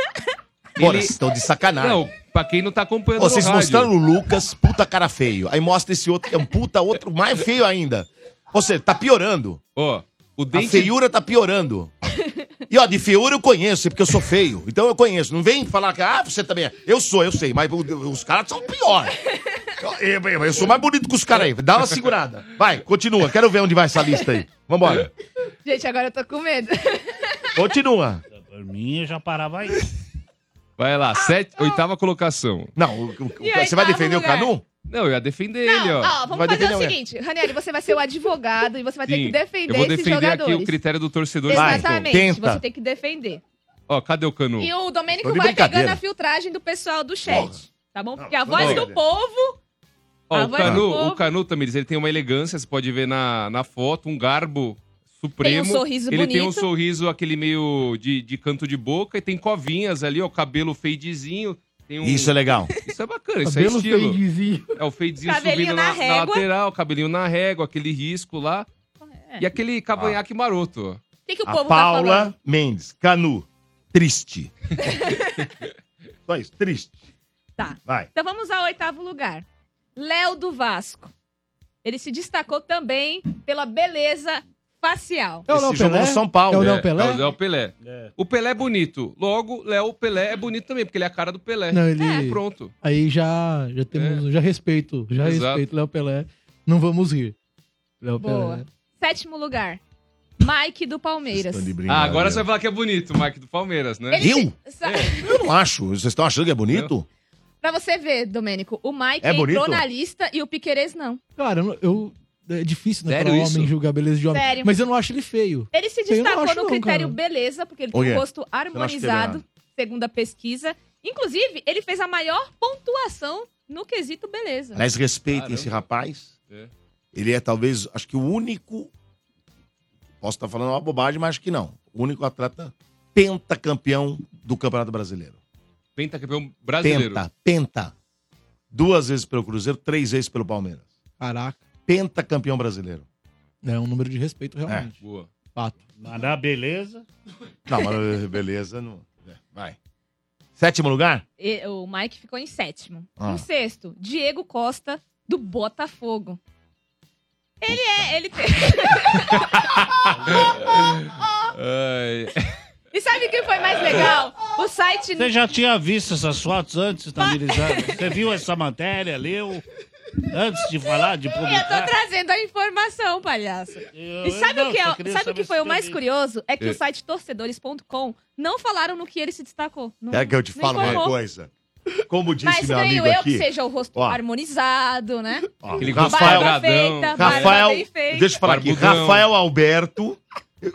S3: ele-
S2: vocês estão de sacanagem.
S3: Não, pra quem não tá acompanhando
S2: Ô,
S3: no
S2: vocês
S3: rádio.
S2: mostraram o Lucas, puta cara feio. Aí mostra esse outro que é um puta outro mais feio ainda. Ou seja, tá piorando.
S3: Ó, o
S2: A
S3: dente...
S2: feiura tá piorando. E ó, de feiura eu conheço, porque eu sou feio. Então eu conheço. Não vem falar que, ah, você também é. Eu sou, eu sei, mas o- os caras são pior. Eu, eu- eu sou mais bonito que os caras aí. Dá uma segurada. Vai, continua. Quero ver onde vai essa lista aí. Vambora.
S4: Gente, agora eu tô com medo.
S2: Continua.
S5: Pra mim, eu já parava aí.
S3: Vai lá, sete... oitava colocação.
S2: Não, o- o- o-
S4: Ah, E
S2: você vai
S4: oitavo
S2: defender
S4: lugar?
S2: o Canu?
S3: Não, eu ia defender ele,
S4: Não,
S3: ó.
S4: ó, vamos
S2: Vai
S4: fazer
S2: defender
S4: o
S2: alguém.
S4: seguinte. Ranieri, você vai ser o advogado e você vai ter
S3: Sim,
S4: que defender
S3: eu vou
S4: esses
S3: defender aqui
S4: jogadores.
S3: o critério do torcedor.
S2: Vai, então,
S4: Exatamente,
S2: tenta.
S4: você tem que defender.
S3: Ó, cadê o Canu?
S4: E o
S2: Tô
S4: Domênico
S2: de
S4: vai
S2: brincadeira.
S4: pegando a filtragem do pessoal do chat. Tá bom? Porque a
S2: Não, tô
S4: voz
S2: de
S4: do povo.
S3: Ó,
S4: a
S3: o
S4: voz do
S3: Canu,
S4: povo.
S3: o Canu, Tamires, ele tem uma elegância, você pode ver na, na foto, um garbo supremo.
S4: Tem um sorriso
S3: ele tem um
S4: bonito.
S3: sorriso aquele meio de, de canto de boca e tem covinhas ali, ó, cabelo fadezinho. tem um-
S2: Isso é legal.
S7: tá
S3: Isso é bacana, isso é
S7: Cabelo
S3: estilo.
S7: fadezinho.
S3: É o fadezinho
S4: Cabelinho
S3: subindo
S4: na
S3: na, na
S4: régua.
S3: lateral, cabelinho na régua, aquele risco lá. E aquele cavanhaque maroto. ó.
S4: É. O que, que o
S2: Ah. A
S4: povo tá falando?
S2: Paula Mendes, Canu, triste. Só isso, triste.
S4: Tá.
S2: Vai.
S4: Então vamos ao oitavo lugar. Léo do Vasco. Ele se destacou também pela beleza facial.
S7: É o
S2: Esse
S7: Léo
S2: jogou
S7: Pelé?
S2: no São Paulo.
S7: É o Léo
S3: É,
S7: Pelé?
S3: É o Léo Pelé.
S5: É.
S3: O Pelé é bonito. Logo, Léo Pelé é bonito também, porque ele é a cara do Pelé.
S7: Não, ele...
S3: É, pronto.
S7: Aí já, já temos, já respeito, já
S3: Exato.
S7: respeito Léo Pelé. Não vamos rir. Léo
S4: Boa.
S7: Pelé.
S4: Sétimo lugar. Mike do Palmeiras.
S2: Estão de
S3: Ah,
S2: brincadeira.
S3: agora você vai falar que é bonito, o Mike do Palmeiras, né?
S2: Eu?
S4: Sa-
S2: Eu não acho. Vocês estão achando que é bonito?
S4: Pra você ver, Domênico, o Mike
S2: É bonito?
S4: entrou na lista e o Piquerez não.
S7: Cara, eu, não- eu- é difícil, né,
S3: Sério
S7: pra
S3: isso?
S7: homem julgar a beleza de homem.
S4: Sério.
S7: Mas eu não acho ele feio.
S4: Ele se
S7: Eu não
S4: destacou
S7: acho
S4: no
S7: não,
S4: critério
S7: cara.
S4: beleza, porque ele
S2: Por
S4: tem um
S2: quê?
S4: rosto
S2: não acho que teve
S4: harmonizado,
S2: nada.
S4: segundo a pesquisa. Inclusive, ele fez a maior pontuação no quesito beleza.
S2: Aliás, respeitem
S3: Caramba.
S2: esse rapaz.
S3: É.
S2: Ele é talvez, acho que o único. Posso estar falando uma bobagem, mas acho que não. O único atleta pentacampeão do Campeonato Brasileiro.
S3: Penta campeão brasileiro.
S2: Penta, penta. Duas vezes pelo Cruzeiro, três vezes pelo Palmeiras.
S7: Caraca.
S2: Pentacampeão brasileiro.
S7: É um número de respeito, realmente.
S3: Boa.
S7: Fato.
S5: Mas na beleza,
S2: Não, mas beleza, não. é, Vai. Sétimo lugar?
S4: E- o Mike ficou em sétimo.
S2: Ah.
S4: Em sexto, Diego Costa, do Botafogo. Ele é, ele tem...
S3: Ai,
S4: E sabe o que foi mais legal? O site...
S5: você já tinha visto essas fotos antes, Tamirizada? Você viu essa matéria, leu? Antes de falar, de
S4: Eu tô
S5: publicar?
S4: trazendo a informação, palhaço.
S5: Eu-
S4: E sabe,
S5: eu não,
S4: o, que é-
S5: só queria
S4: sabe o que
S5: saber
S4: foi
S5: se
S4: o mais
S5: teve-
S4: curioso? É que
S3: É.
S4: o site torcedores.com não falaram no que ele se destacou. Não-
S2: Quer É que eu te
S4: não
S2: falo uma
S4: informou.
S2: coisa? Como disse
S4: Mas
S2: meu
S4: creio
S2: amigo
S4: eu que
S2: aqui.
S4: seja o rosto
S2: Ó.
S4: harmonizado, né?
S2: ó,
S3: Aquele gosto
S2: Rafael,
S4: barba
S3: quadradão.
S4: feita, barba
S2: Rafael,
S4: tá bem feita.
S2: deixa eu falar aqui,
S3: Barbudão.
S2: Rafael Alberto,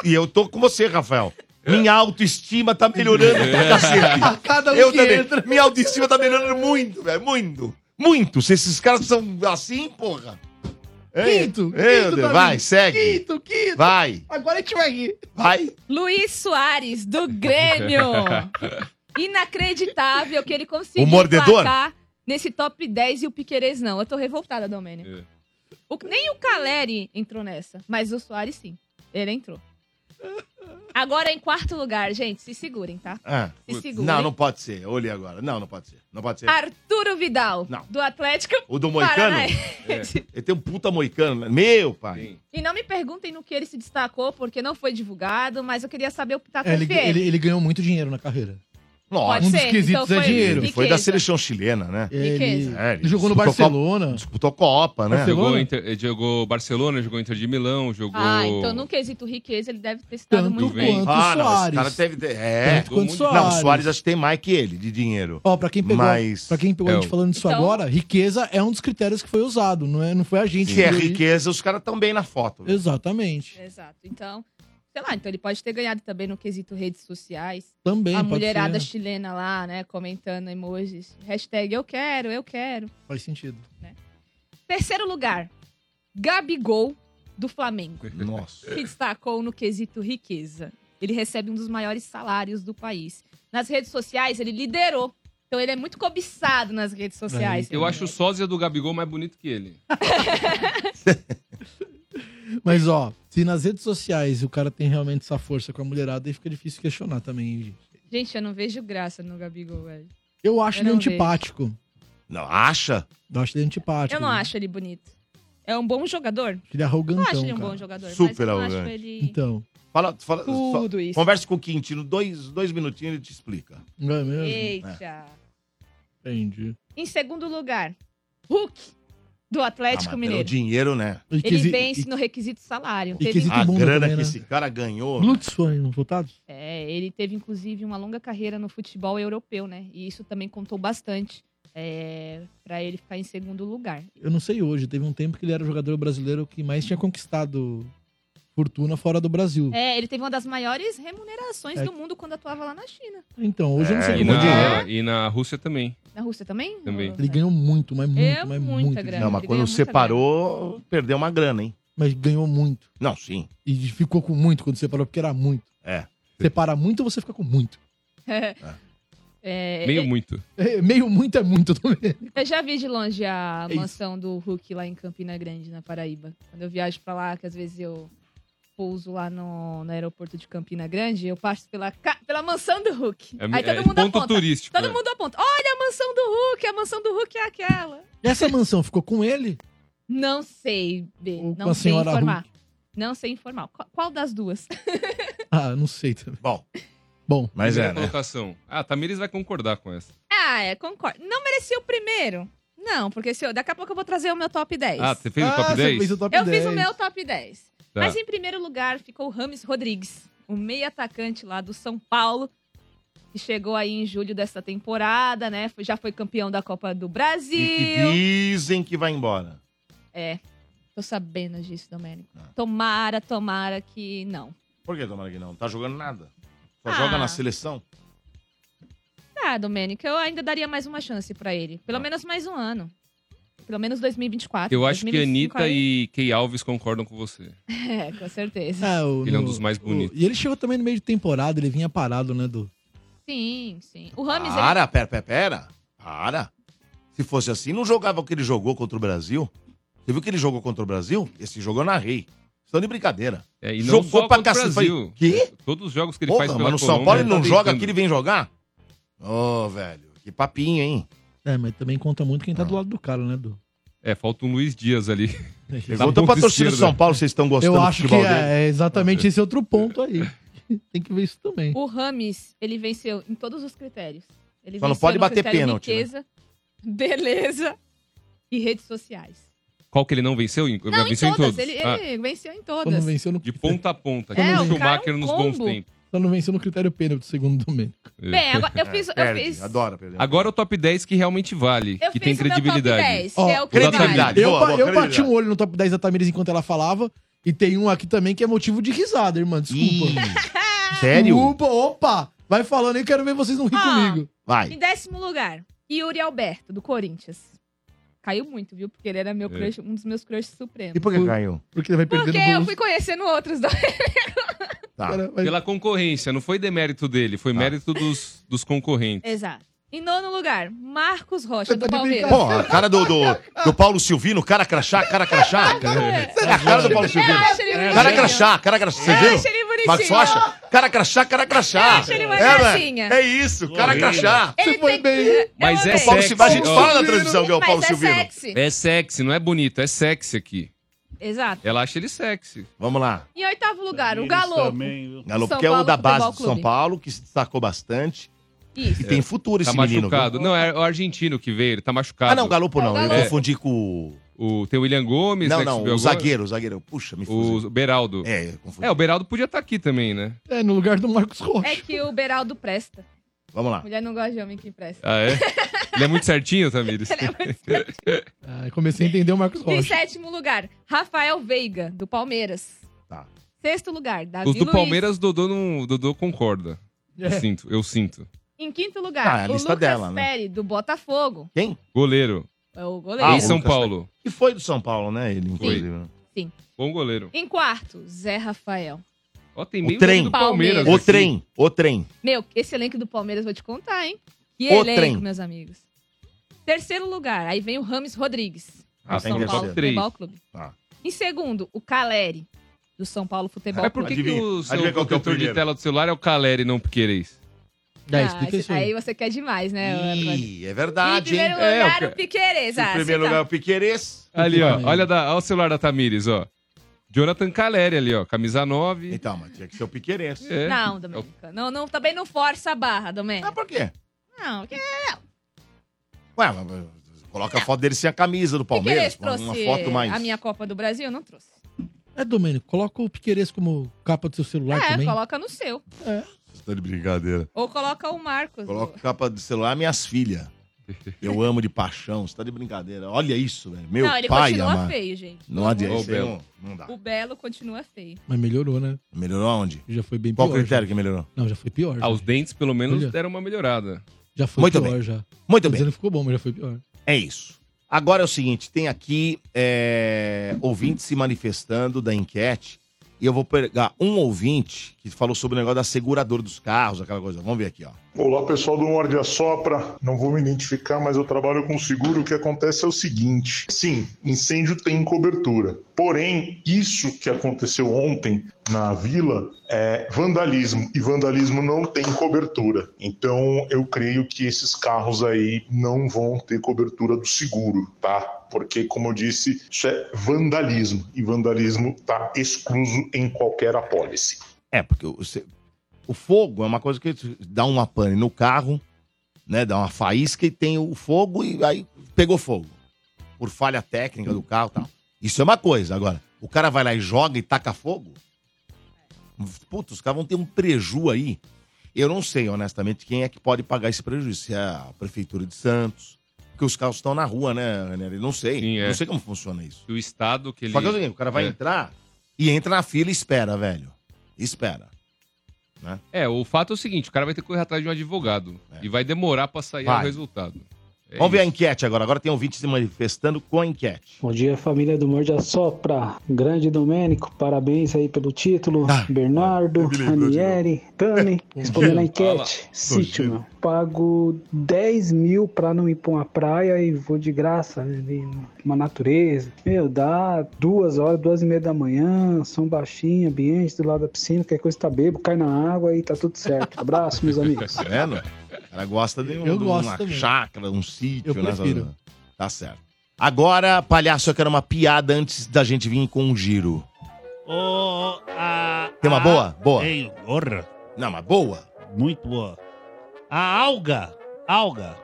S2: e eu tô com você, Rafael. Minha autoestima tá melhorando pra cacete.
S7: Cada um
S2: Eu também. Minha autoestima tá melhorando muito, velho, muito. Muito. Se esses caras são assim, porra. Ei,
S7: Quinto,
S2: Ei,
S7: quinto,
S2: Deus,
S7: Davi.
S2: vai, segue.
S7: Quinto, quinto.
S2: Vai,
S7: Agora a gente vai rir.
S2: vai.
S4: Luiz Soares, do Grêmio. Inacreditável que ele conseguiu
S2: O mordedor?
S4: emplacar nesse top 10 e o Piquerez não. Eu tô revoltada, Domênio.
S3: É.
S4: O- nem o Caleri entrou nessa, mas o Soares sim. Ele entrou. Agora em quarto lugar, gente, se segurem, tá?
S2: Ah,
S4: Se segurem.
S2: não, não pode ser. Eu olhei agora. Não, não pode ser. Não pode
S4: Ah,
S2: ser.
S4: Arturo Vidal,
S2: Não.
S4: do Atlético
S2: O do Moicano?
S4: Paranaense.
S2: Ele tem um puta moicano. né? Meu pai.
S3: sim.
S4: E não me perguntem no que ele se destacou, porque não foi divulgado, mas eu queria saber o tá Pitaco
S7: É, ele,
S4: FM.
S7: ele- ele ganhou muito dinheiro na carreira.
S2: Nossa,
S7: um dos quesitos é dinheiro.
S2: ele foi da
S4: riqueza.
S2: seleção chilena, né?
S7: Ele,
S4: Riqueza.
S2: É, ele
S7: jogou no
S2: disputou
S7: Barcelona.
S2: Disputou Copa, né?
S7: Barcelona?
S3: Jogou, Inter- eh, jogou Barcelona, jogou Inter de Milão, jogou.
S4: Ah, então no quesito riqueza ele deve ter estado
S7: Tanto
S4: muito
S7: quanto
S3: bem.
S7: o
S2: Ah, não, esse
S7: Soares.
S2: cara teve. te- É.
S7: Tanto quanto o
S3: Não,
S7: Soares.
S2: Não, o Soares acho que tem mais que ele de dinheiro.
S7: Ó, pra quem pegou,
S2: Mas-
S7: pra quem pegou a gente
S3: É,
S7: falando disso
S4: Então-
S7: agora, riqueza é um dos critérios que foi usado, não, é, não foi a gente.
S2: Se é
S7: que-
S2: riqueza, os caras estão bem na foto. velho.
S7: Exatamente.
S4: Exato. Então, sei lá, então ele pode ter ganhado também no quesito redes sociais.
S7: Também
S4: a
S7: pode
S4: mulherada
S7: ser.
S4: chilena lá, né, comentando emojis. Hashtag eu quero, eu quero.
S7: Faz sentido.
S4: Né? Terceiro lugar, Gabigol, do Flamengo,
S2: Nossa.
S4: que destacou no quesito riqueza. Ele recebe um dos maiores salários do país. Nas redes sociais, ele liderou. Então ele é muito cobiçado nas redes sociais.
S3: Eu acho o sósia do Gabigol mais bonito que ele.
S7: Mas, ó, se nas redes sociais o cara tem realmente essa força com a mulherada, aí fica difícil questionar também, hein, gente.
S4: Gente, eu não vejo graça no Gabigol, velho.
S7: Eu acho
S4: Eu
S7: ele um
S4: não vejo.
S7: antipático.
S2: Não, acha?
S7: Eu acho ele antipático.
S4: Eu não acho ele bonito. É um bom jogador?
S7: né? Ele é
S4: Eu
S7: arrogantão,
S4: acho ele um
S7: cara.
S4: bom jogador. mas
S2: Super
S4: eu não acho
S2: arrogante.
S4: ele...
S7: Então,
S2: Fala, fala, fa-
S4: Tudo isso.
S2: Conversa com o Quintino, dois, dois minutinhos ele te explica.
S7: não é mesmo?
S4: Eita.
S7: Entendi.
S4: Em segundo lugar, Hulk, do
S2: Ah,
S4: Atlético
S2: mas pelo
S4: Mineiro.
S2: dinheiro, né?
S7: E
S4: É Ele
S7: quesi-
S4: vence
S7: e-
S4: no requisito salário.
S7: e
S4: Teve-
S7: quesito- Muito
S2: A
S7: bom
S2: grana
S7: também,
S2: que
S7: né?
S2: esse cara ganhou.
S7: Glutes foram voltados?
S4: é, ele teve, inclusive, uma longa carreira no futebol europeu, né? E isso também contou bastante é, para ele ficar em segundo lugar.
S7: Eu não sei hoje. Teve um tempo que ele era o jogador brasileiro que mais tinha conquistado fortuna fora do Brasil.
S4: É, ele teve uma das maiores remunerações
S7: É.
S4: do mundo quando atuava lá na China.
S7: Então, hoje eu não sei
S3: E
S7: como ele é.
S3: na, e na Rússia também.
S4: Na Rússia também?
S3: Também.
S7: Ele ganhou muito, mas muito,
S4: É
S7: mas
S4: muita
S7: muito.
S4: grana.
S2: Não, mas
S4: Ele
S2: quando
S4: ganhou muita
S2: separou, perdeu uma grana, hein?
S7: mas ganhou muito.
S2: Não, sim.
S7: E ficou com muito quando separou, porque era muito.
S2: É.
S7: Separa muito ou você fica com muito.
S4: É,
S3: Meio muito.
S7: É, meio muito é muito também.
S4: Eu já vi de longe a
S7: É isso.
S4: mansão do Hulk lá em Campina Grande, na Paraíba. Quando eu viajo pra lá, que às vezes eu pouso lá no, no aeroporto de Campina Grande, eu passo pela, ca- pela mansão do Hulk.
S3: É,
S4: Aí todo
S3: é
S4: mundo
S3: ponto
S4: aponta.
S3: turístico.
S4: Todo
S3: né?
S4: mundo aponta. Olha a mansão do Hulk, a mansão do Hulk é aquela.
S7: E essa mansão ficou com ele?
S4: Não sei, B.
S7: Ou com
S4: Não
S7: a
S4: sei
S7: senhora
S4: informar. Não sei informar. Qual, qual das duas?
S7: Ah, não sei também.
S2: Bom,
S7: Bom,
S2: mas
S3: Primeira
S2: é, né?
S3: colocação. Ah, a Tamires vai concordar com essa.
S4: Ah, é, concordo. Não merecia o primeiro? Não, porque se eu, daqui a pouco eu vou trazer o meu top 10.
S3: Ah, você fez
S7: Ah,
S3: o top
S7: você
S3: 10?
S7: fez o top
S4: eu
S7: 10.
S4: fiz o meu top 10.
S3: Tá.
S4: Mas em primeiro lugar ficou o Rames Rodrigues, o meio atacante lá do São Paulo, que chegou aí em julho desta temporada, né? Foi- Já foi campeão da Copa do
S2: E
S4: Brasil.
S2: que dizem que vai embora.
S4: É, tô sabendo disso, Domênico.
S2: Ah.
S4: Tomara, tomara que não.
S2: Por que, Tomara, que não? Não tá jogando nada. Só
S4: Ah.
S2: joga na seleção.
S4: Ah, Domênico, eu ainda daria mais uma chance pra ele. Pelo menos mais um ano. Pelo menos 2024.
S3: Ah. Eu acho que
S4: 2025
S3: Anitta
S4: aí-
S3: e Key Alves concordam com você.
S4: É, com certeza.
S7: Ah, o-
S3: Ele é um
S7: no-
S3: dos mais
S7: o-
S3: bonitos.
S7: E ele chegou também no meio de temporada, ele vinha parado, né, do
S4: Sim, sim. O Rames, ele
S2: Para, pera, pera, pera. Para. Se fosse assim, não jogava o que ele jogou contra o Brasil. Você viu que ele jogou contra o Brasil? Esse jogo eu narrei. Estão de brincadeira.
S3: É, e não
S2: Jogou
S3: só
S2: pra
S3: contra o
S2: cacete,
S3: Brasil.
S2: falei,
S3: Todos os jogos que ele
S2: Porra,
S3: faz pela
S2: mas no
S3: Colômbia,
S2: São Paulo ele
S3: tá
S2: não joga
S3: deitando.
S2: aqui, ele vem jogar? Ô, velho, que papinho, hein?
S7: É, mas também conta muito quem tá
S2: Ah.
S7: do lado do cara, né, do
S3: É, falta um Luiz Dias ali.
S2: Pergunta
S3: ponta
S2: pra torcida do
S3: esquerda.
S2: São Paulo se vocês estão gostando
S7: Eu
S2: do
S7: acho que
S2: futebol dele. Ah.
S7: é, é exatamente esse outro ponto aí. Tem que ver isso também.
S4: O Rames, ele venceu em todos os critérios. Ele
S2: Só não
S4: venceu
S2: pode
S4: no
S2: bater
S4: critério
S2: pênalti, né?
S4: Riqueza, beleza e redes sociais.
S3: Qual que ele não venceu? Ele
S4: Não,
S3: venceu
S4: em todas.
S3: todos.
S4: Ele,
S3: Ah,
S4: ele venceu em
S7: Só não
S4: todas.
S7: venceu no,
S3: de ponta a ponta.
S4: É,
S3: Como
S4: o cara é
S3: o Schumacher
S4: um
S3: nos bons
S4: combo.
S3: tempos.
S7: só não venceu no critério pênalti, segundo o Domênico.
S3: É.
S4: Bem, agora eu fiz. eu
S2: Perde,
S4: fiz
S2: adora perder.
S3: Agora o top 10 que realmente vale,
S4: eu
S3: que
S4: fiz
S3: tem
S4: o meu top
S3: credibilidade.
S4: 10,
S7: Ó,
S4: que é o que
S2: credibilidade.
S4: vale.
S7: Eu,
S2: Boa,
S7: pa-
S2: boa,
S7: eu bati
S2: credibilidade.
S7: um olho no top 10 da Tamires enquanto ela falava. E tem um aqui também que é motivo de risada, irmã. Desculpa.
S2: Ih, sério?
S7: Desculpa, opa! Vai falando aí, quero ver vocês não rir
S4: Ah.
S7: comigo.
S2: Vai.
S4: Em décimo lugar, Yuri Alberto, do Corinthians. Caiu muito, viu? Porque ele era meu
S3: É.
S4: crush, um dos meus crushes supremos.
S2: E por que caiu?
S7: Porque ele vai perder
S4: Porque
S7: no
S4: eu
S7: bolso.
S4: fui conhecendo outros dois.
S2: Tá.
S7: Cara, vai-
S3: Pela concorrência, não foi demérito dele, foi
S2: Ah.
S3: mérito dos, dos concorrentes.
S4: Exato. Em nono lugar, Marcos Rocha,
S7: Você
S4: do
S7: tá de
S4: Palmeiras.
S2: Porra, a cara do, do, do Paulo Silvino, cara crachá, cara crachá. A cara do Paulo
S4: Ah, então é. Eu
S2: Silvino.
S4: acho ele
S2: Cara
S4: bonitinho.
S2: crachá, cara crachá. Você
S4: Eu acho
S2: viu?
S4: ele bonitinho.
S2: Marcos Rocha? Cara crachá, cara crachá.
S4: acho ele uma
S2: velho.
S4: gracinha.
S2: É isso, cara
S5: Horrível.
S2: crachá.
S7: Você foi bem.
S4: Eu
S3: Mas é
S4: amei.
S2: O Paulo Silvino, a gente
S3: Sexy.
S2: fala na transmissão que é o
S4: Mas
S2: Paulo
S4: é
S2: Silvino.
S4: sexy.
S3: É sexy, não é bonito, é sexy aqui.
S4: Exato.
S3: Ela acha ele sexy.
S2: Vamos lá.
S4: Em oitavo lugar, o
S5: Eles
S4: Galo.
S5: também, viu?
S2: Galo,
S4: São
S2: porque é o
S4: Paulo
S2: da
S4: Futebol
S2: base do São
S4: Clube.
S2: Paulo, que se destacou bastante.
S4: Isso.
S2: E tem futuro esse
S3: Tá
S2: menino. viu?
S3: machucado. Não, é o argentino que veio, ele tá machucado.
S2: Ah, não, Galopo não. Eu
S4: Galopo.
S2: confundi com o.
S3: O, tem o William Gomes,
S2: Não,
S3: né, que
S2: não,
S3: subiu
S2: o
S3: agora.
S2: zagueiro, o zagueiro. Puxa, me fugiu.
S3: O Beraldo. É.
S2: É, eu confundi.
S3: o Beraldo podia estar aqui também, né?
S7: É, no lugar do Marcos Rocha.
S4: É que o Beraldo presta.
S2: Vamos lá.
S4: Mulher não gosta de homem que presta.
S3: Ah, é? Ele é muito certinho,
S4: é
S3: Tamires.
S7: Ah, eu comecei a entender o Marcos
S4: Em
S7: Rocha.
S4: sétimo lugar, Rafael Veiga, do Palmeiras.
S2: Tá.
S4: Sexto lugar, Davi
S3: Os do
S4: Luiz.
S3: Palmeiras, Dodô, não, Dodô concorda. Eu
S7: É.
S3: sinto, eu sinto.
S4: Em quinto
S2: Ah, é
S4: lugar,
S2: a
S4: o
S2: lista
S4: Lucas
S2: dela, né?
S4: Pérez, do Botafogo.
S2: Quem?
S3: Goleiro.
S4: É o
S2: Ah,
S4: goleiro.
S3: em São
S2: Lucas
S3: Paulo.
S2: Que foi do São Paulo, né? Ele, inclusive. né?
S3: Bom goleiro.
S4: Em quarto, Zé Rafael.
S3: Ó, tem
S2: O
S3: meio
S2: trem.
S3: do Palmeiras.
S2: O
S3: aqui.
S2: trem, o trem.
S4: Meu, esse elenco do Palmeiras vou te contar, hein? Que
S2: O
S4: elenco,
S2: trem.
S4: meus amigos. Terceiro lugar, aí vem o Rames Rodrigues,
S2: Ah,
S4: do
S2: tá em
S4: São Paulo
S2: terceiro.
S3: Três.
S4: Futebol Clube.
S2: Tá.
S4: Em segundo, o Caleri, do São Paulo Futebol
S3: Mas
S4: Clube.
S3: por que, que
S2: Adivinha.
S3: o seu
S2: Adivinha qual que é o
S3: protetor de
S2: primeiro?
S3: tela do celular é o Caleri e não o Piqueires?
S7: Já
S4: Ah,
S7: explica isso
S4: aí
S7: aí.
S4: você quer demais, né? Eduardo?
S2: Ih, é
S4: Em
S2: verdade,
S4: primeiro
S2: hein?
S3: É,
S4: lugar,
S3: o
S4: o Piqueires. Ah,
S2: Em primeiro
S4: você tá-
S2: lugar, o Piqueires.
S3: Ali, ó.
S7: Piqueires.
S3: Olha, da, olha o celular da Tamires, ó. Jonathan Caleri ali, ó. Camisa 9.
S2: Então, mas tinha que ser o Piqueires.
S3: É.
S4: Não, Domênica. Não, não, também não força a barra, Domênica.
S2: Ah, por quê?
S4: Não, que...
S2: Ué, mas- mas coloca a foto dele sem a camisa do Palmeiras.
S4: Piqueires
S2: pô, Uma
S4: trouxe
S2: foto mais.
S4: a minha Copa do Brasil? Não trouxe.
S7: É, Domênico, coloca o Piqueires como capa do seu celular
S4: é,
S7: também.
S4: coloca no seu.
S2: Vocês estão de brincadeira.
S4: Ou coloca o Marcos.
S2: É. Coloca capa de celular minhas filhas. Eu amo de paixão. Você tá de brincadeira. Olha isso, velho. Meu
S4: não, ele
S2: pai,
S4: continua
S2: amado.
S4: feio, gente.
S2: Não adianta.
S3: Ô,
S2: isso aí é
S3: Belo.
S2: Não, não dá.
S4: O Belo continua feio.
S7: Mas melhorou, né?
S2: Melhorou aonde?
S7: Já foi bem
S2: Qual o
S7: pior.
S2: critério que melhorou?
S7: já. Não, já foi pior.
S3: Ah, os dentes, pelo menos,
S7: Olha.
S3: deram uma melhorada.
S7: Já foi
S2: Muito
S7: pior,
S2: bem.
S7: já.
S2: Muito
S7: Tô
S2: bem.
S7: dizendo que ficou bom, mas já foi pior.
S2: É isso. Agora é o seguinte, tem aqui é, ouvinte se manifestando da enquete. E eu vou pegar um ouvinte que falou sobre o negócio da seguradora dos carros, aquela coisa. Vamos ver aqui, ó.
S11: Olá pessoal do Morde a Sopra, não vou me identificar, mas eu trabalho com seguro. O que acontece é o seguinte: sim, incêndio tem cobertura. Porém, isso que aconteceu ontem na vila é vandalismo e vandalismo não tem cobertura. Então, eu creio que esses carros aí não vão ter cobertura do seguro, tá? Porque, como eu disse, isso é vandalismo e vandalismo está excluso em qualquer apólice.
S2: É, porque o, se- o fogo é uma coisa que dá uma pane no carro, né? Dá uma faísca e tem o fogo e aí pegou fogo. Por falha técnica do carro e tal. Isso é uma coisa. Agora, o cara vai lá e joga e taca fogo. Putz, os caras vão ter um preju aí. Eu não sei, honestamente, quem é que pode pagar esse prejuízo. Se é a Prefeitura de Santos. Porque os carros estão na rua, né, Ranieri? Não sei.
S3: Sim, é.
S2: Não sei como funciona isso.
S3: E o estado que ele.
S2: Só que é o seguinte, o cara vai
S3: É.
S2: entrar e entra na fila e espera, velho. Espera.
S3: É, o fato é o seguinte: o cara vai ter que correr atrás de um advogado. E vai demorar pra sair
S2: É. Vai.
S3: o resultado. É
S2: Vamos ver a enquete agora. Agora tem ouvinte se manifestando com a enquete.
S12: Bom dia, família do Morde Sopra. Grande Domênico, parabéns aí pelo título.
S2: Ah,
S12: Bernardo, Ranieri, Dani, respondendo a
S13: Olha lá.
S12: enquete. Sítio, meu. Pago 10 mil pra não ir pra uma praia e vou de graça, ali, uma natureza. Meu, dá duas horas, duas e meia da manhã, som baixinho, ambiente do lado da piscina, qualquer coisa tá bebo, cai na água e tá tudo certo. Abraço, meus amigos.
S2: Tá vendo? O cara gosta de, um,
S12: Eu
S2: de
S12: gosto
S2: uma
S12: também.
S2: chácara, um sítio,
S12: Eu
S2: né?
S12: prefiro.
S2: Tá certo. Agora, palhaço, eu quero uma piada antes da gente vir com um giro.
S5: Ô, a,
S2: Tem uma
S5: a-
S2: boa? Boa.
S5: Tem, orra.
S2: Não, mas boa.
S5: Muito boa. A alga, alga,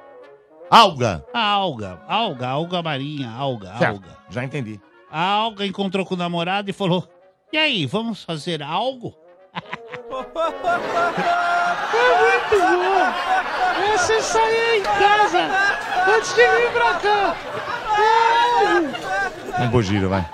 S2: Alga.
S5: a alga, alga, alga marinha, alga,
S2: Certo,
S5: alga.
S2: Já entendi.
S5: A alga encontrou com o namorado e falou, e aí, vamos fazer algo?
S13: É muito bom! Esse eu saí em casa antes de vir pra cá!
S2: Um bom giro, vai.
S13: É.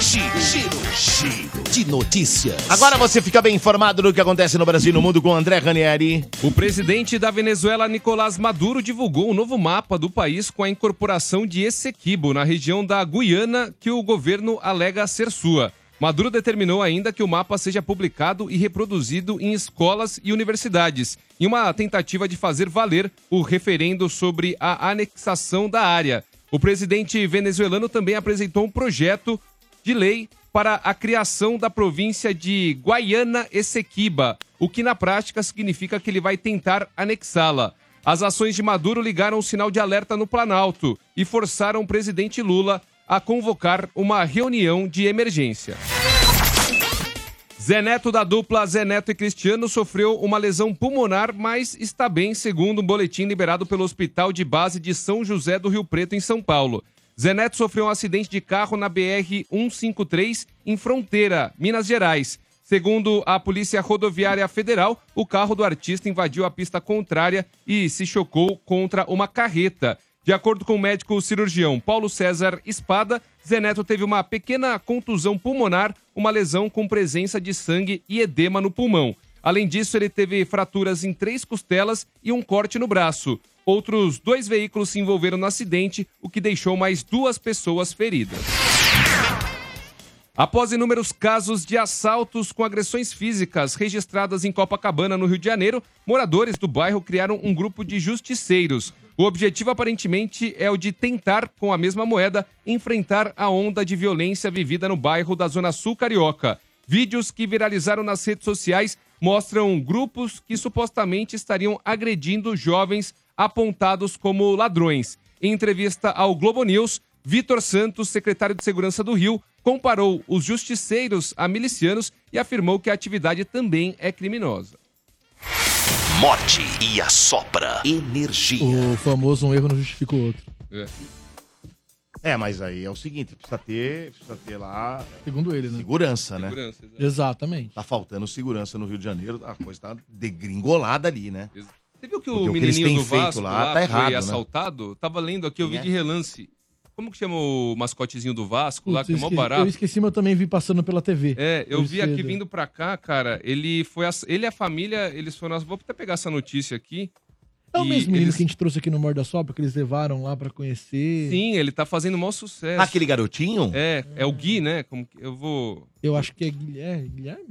S6: Giro, giro, giro de notícias.
S2: Agora você fica bem informado do que acontece no Brasil e no mundo com o André Ranieri.
S3: O presidente da Venezuela, Nicolás Maduro, divulgou um novo mapa do país com a incorporação de Essequibo, na região da Guiana, que o governo alega ser sua. Maduro determinou ainda que o mapa seja publicado e reproduzido em escolas e universidades, em uma tentativa de fazer valer o referendo sobre a anexação da área. O presidente venezuelano também apresentou um projeto de lei para a criação da província de Guaiana Essequiba, o que na prática significa que ele vai tentar anexá-la. As ações de Maduro ligaram um sinal de alerta no Planalto e forçaram o presidente Lula a convocar uma reunião de emergência. Zeneto da dupla Zeneto e Cristiano sofreu uma lesão pulmonar, mas está bem, segundo um boletim liberado pelo Hospital de Base de São José do Rio Preto, em São Paulo. Zeneto sofreu um acidente de carro na BR-153, em Fronteira, Minas Gerais. Segundo a Polícia Rodoviária Federal, o carro do artista invadiu a pista contrária e se chocou contra uma carreta. De acordo com o médico cirurgião Paulo César Espada, Zeneto teve uma pequena contusão pulmonar, uma lesão com presença de sangue e edema no pulmão. Além disso, ele teve fraturas em três costelas e um corte no braço. Outros dois veículos se envolveram no acidente, o que deixou mais duas pessoas feridas. Após inúmeros casos de assaltos com agressões físicas registradas em Copacabana, no Rio de Janeiro, moradores do bairro criaram um grupo de justiceiros. O objetivo aparentemente é o de tentar, com a mesma moeda, enfrentar a onda de violência vivida no bairro da Zona Sul Carioca. Vídeos que viralizaram nas redes sociais mostram grupos que supostamente estariam agredindo jovens apontados como ladrões. Em entrevista ao Globo News, Vitor Santos, secretário de Segurança do Rio, comparou os justiceiros a milicianos e afirmou que a atividade também é criminosa.
S6: Morte e a sopra energia.
S7: O famoso um erro não justifica o outro.
S2: É, mas aí é o seguinte, precisa ter, precisa ter lá...
S7: Segundo ele, né?
S2: Segurança, né?
S3: Segurança,
S7: Exatamente.
S2: Tá faltando segurança no Rio de Janeiro, a coisa tá degringolada ali, né?
S3: Você viu
S2: Porque
S3: que o
S2: o que eles
S3: menininho
S2: têm
S3: do
S2: feito
S3: Vasco
S2: lá
S3: lá,
S2: tá
S3: foi
S2: errado, né?
S3: assaltado? Tava lendo aqui, eu vi
S2: Quem é?
S3: de relance. Como que chama o mascotezinho do Vasco lá,
S7: Putz,
S3: que é
S7: eu
S3: mó
S7: esque-
S3: barato?
S7: Eu esqueci, mas eu também vi passando pela TV.
S3: É, eu
S7: Por
S3: vi
S7: isso que-
S3: aqui vindo pra cá, cara, ele foi ass- ele e a família, eles foram ass- vou até pegar essa notícia aqui.
S7: É o
S3: E
S7: mesmo menino
S3: eles-
S7: que a gente trouxe aqui no Morda Sopra, que eles levaram lá pra conhecer.
S3: Sim, ele tá fazendo o maior sucesso.
S7: Ah,
S2: aquele garotinho?
S3: É, é o Gui, né? Como que- eu vou.
S7: Eu acho que é Guilherme. Guilherme?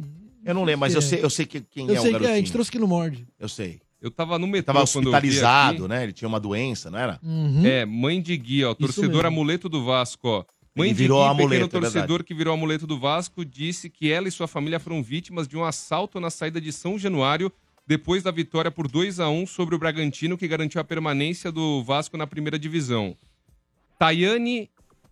S2: Eu não lembro, mas eu sei, eu sei que, quem
S7: Eu
S2: é o
S7: sei que
S2: garotinho.
S7: a gente trouxe aqui no Morde.
S2: Eu sei.
S3: Eu tava no metrô
S2: Tava
S3: quando eu vi
S2: hospitalizado,
S3: aqui.
S2: né? Ele tinha uma doença, não era?
S3: É, mãe de Gui, ó. Torcedor
S2: Uhum. mesmo.
S3: amuleto do Vasco, ó. Mãe
S2: Ele
S3: de
S2: virou
S3: Gui,
S2: amuleto, é
S3: pequeno torcedor
S2: verdade.
S3: que virou amuleto do Vasco, disse que ela e sua família foram vítimas de um assalto na saída de São Januário depois da vitória por 2 a 1 sobre o Bragantino, que garantiu a permanência do Vasco na primeira divisão. Tayane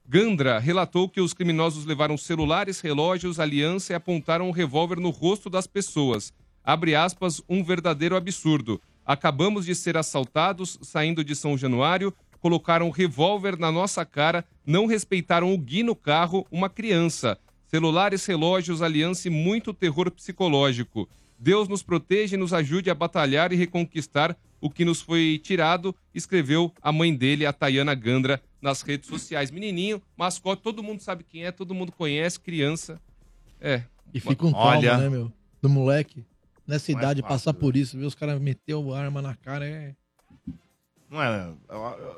S3: Gandra relatou que os criminosos levaram celulares, relógios, aliança e apontaram um revólver no rosto das pessoas. Abre aspas, um verdadeiro absurdo. Acabamos de ser assaltados, saindo de São Januário, colocaram um revólver na nossa cara, não respeitaram o Gui no carro, uma criança. Celulares, relógios, aliança e muito terror psicológico. Deus nos proteja e nos ajude a batalhar e reconquistar o que nos foi tirado, escreveu a mãe dele, a Tayana Gandra, nas redes sociais. Menininho, mascote, todo mundo sabe quem é, todo mundo conhece, criança. É.
S7: E fica um trauma,
S2: É?
S3: Olha.
S7: né, meu? Do moleque. Nessa
S3: Não é
S7: idade,
S3: fácil,
S7: passar por
S2: né?
S7: isso, ver os caras meter a arma na cara é.
S2: Não era. a- a-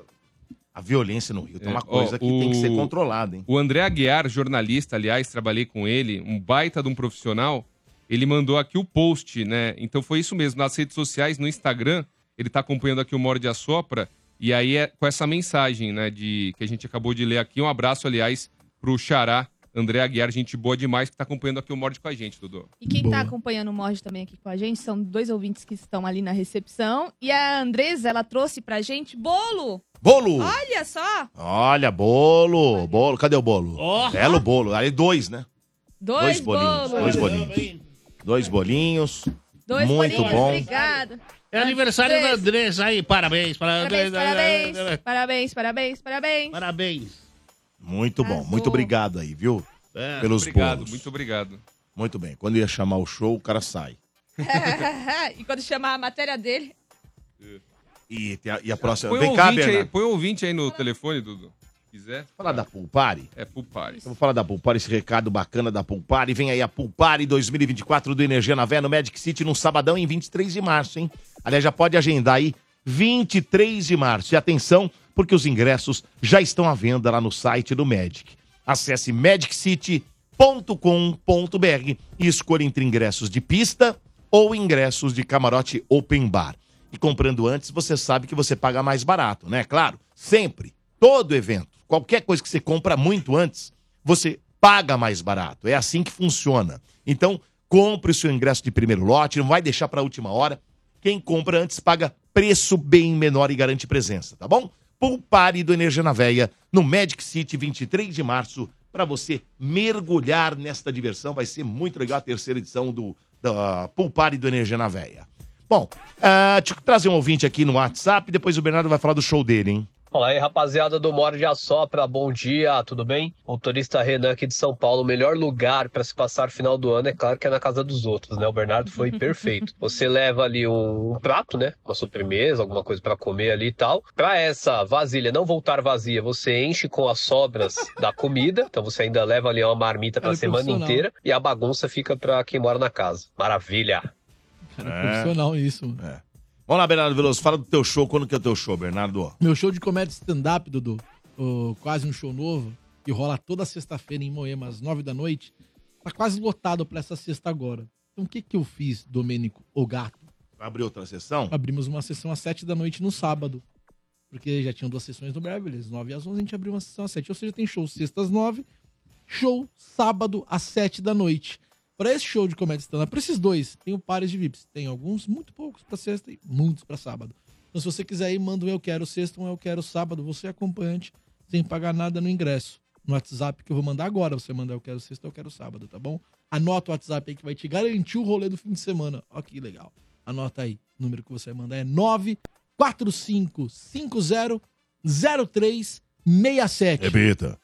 S2: A violência no Rio tem uma
S3: É, ó,
S2: coisa que tem que ser
S3: o-
S2: controlada, hein?
S3: O André Aguiar, jornalista, aliás, trabalhei com ele, um baita de um profissional, ele mandou aqui o post, né? Então foi isso mesmo, nas redes sociais, no Instagram, ele tá acompanhando aqui o Morde a Sopra, e aí é com essa mensagem, né, de que a gente acabou de ler aqui. Um abraço, aliás, pro Xará, André Aguiar, gente boa demais, que tá acompanhando aqui o Morde com a gente, Dudu.
S4: E quem tá acompanhando o Morde também aqui com a gente são dois ouvintes que estão ali na recepção. E a Andresa, ela trouxe pra gente bolo.
S2: Bolo!
S4: Olha só,
S2: Olha, bolo! Bolo, cadê o bolo?
S4: Ó.
S2: Belo bolo. Aí dois, né?
S4: dois,
S2: bolinhos.
S4: bolos.
S2: Dois bolinhos. Dois bolinhos.
S4: Dois
S2: muito
S4: bolinhos,
S2: bom.
S4: obrigado.
S6: É aniversário da
S4: Andresa.
S6: Andressa aí, parabéns,
S4: Parabéns,
S6: parabéns.
S4: parabéns, parabéns, parabéns, parabéns.
S6: Parabéns.
S2: Muito bom. Muito obrigado aí, viu? Pelos
S3: obrigado,
S2: bolos.
S3: É, muito obrigado.
S2: Muito bem. Quando ia chamar o show, o cara sai.
S4: e quando chamar a matéria dele,
S2: E, tem a- e a próxima.
S3: Põe um
S2: Vem cá,
S3: ouvinte aí,
S2: Bernardo.
S3: põe um ouvinte aí no telefone, Dudu. Se quiser.
S2: Falar da Pulpare.
S3: É, Pulpare.
S2: Eu vou falar da Pulpar, esse recado bacana da Pulpar. E vem aí a Pulpar 2024 do Energia na Véia no Magic City no sabadão em 23 de março, hein? Aliás, já pode agendar aí 23 de março. E atenção, porque os ingressos já estão à venda lá no site do Magic. Acesse magiccity.com.br e escolha entre ingressos de pista ou ingressos de camarote open bar. E comprando antes, você sabe que você paga mais barato, né? Claro, sempre. Todo evento, qualquer coisa que você compra muito antes, você paga mais barato. É assim que funciona. Então, compre o seu ingresso de primeiro lote, não vai deixar para a última hora. Quem compra antes paga preço bem menor e garante presença, tá bom? Pulpare do Energia na Veia no Magic City, 23 de março, para você mergulhar nesta diversão. Vai ser muito legal a terceira edição do da Pulpare do Energia na Veia. Bom, ah, deixa eu trazer um ouvinte aqui no WhatsApp, depois o Bernardo vai falar do show dele, hein?
S14: Fala aí, rapaziada do Morde a Sopra, bom dia, tudo bem? Motorista Renan aqui de São Paulo, o melhor lugar para se passar o final do ano é claro que é na casa dos outros, né? O Bernardo foi perfeito. Você leva ali um, um prato, né? Uma sobremesa, alguma coisa para comer ali e tal. Para essa vasilha não voltar vazia, você enche com as sobras da comida, então você ainda leva ali uma marmita para
S7: Cara,
S14: a semana
S7: profissional.
S14: inteira e a bagunça fica para quem mora na casa. Maravilha.
S7: É. Profissional isso, mano.
S2: É. Vamos lá, Bernardo Veloso, fala do teu show. Quando que é o teu show, Bernardo?
S7: Meu show de comédia stand-up, Dudu, o quase um show novo, que rola toda sexta-feira em Moema, às nove da noite, tá quase lotado pra essa sexta agora. Então o que que eu fiz, Domênico, o gato?
S2: Vai abrir outra sessão?
S7: Abrimos uma sessão às sete da noite no sábado, porque já tinham duas sessões no Beverly, às nove e às onze a gente abriu uma sessão às sete. Ou seja, tem show sexta às nove, show sábado às sete da noite. Pra esse show de comédia stand-up, pra esses dois, tenho pares de VIPs. Tem alguns, muito poucos pra sexta e muitos pra sábado. Então, se você quiser ir, manda um Eu Quero Sexta, um Eu Quero Sábado. Você é acompanhante, sem pagar nada no ingresso. No WhatsApp que eu vou mandar agora, você manda Eu Quero Sexta, Eu Quero Sábado, tá bom? Anota o WhatsApp aí que vai te garantir o rolê do fim de semana. Ó, que legal. Anota aí. O número que você vai mandar é 945500367.
S2: Repita.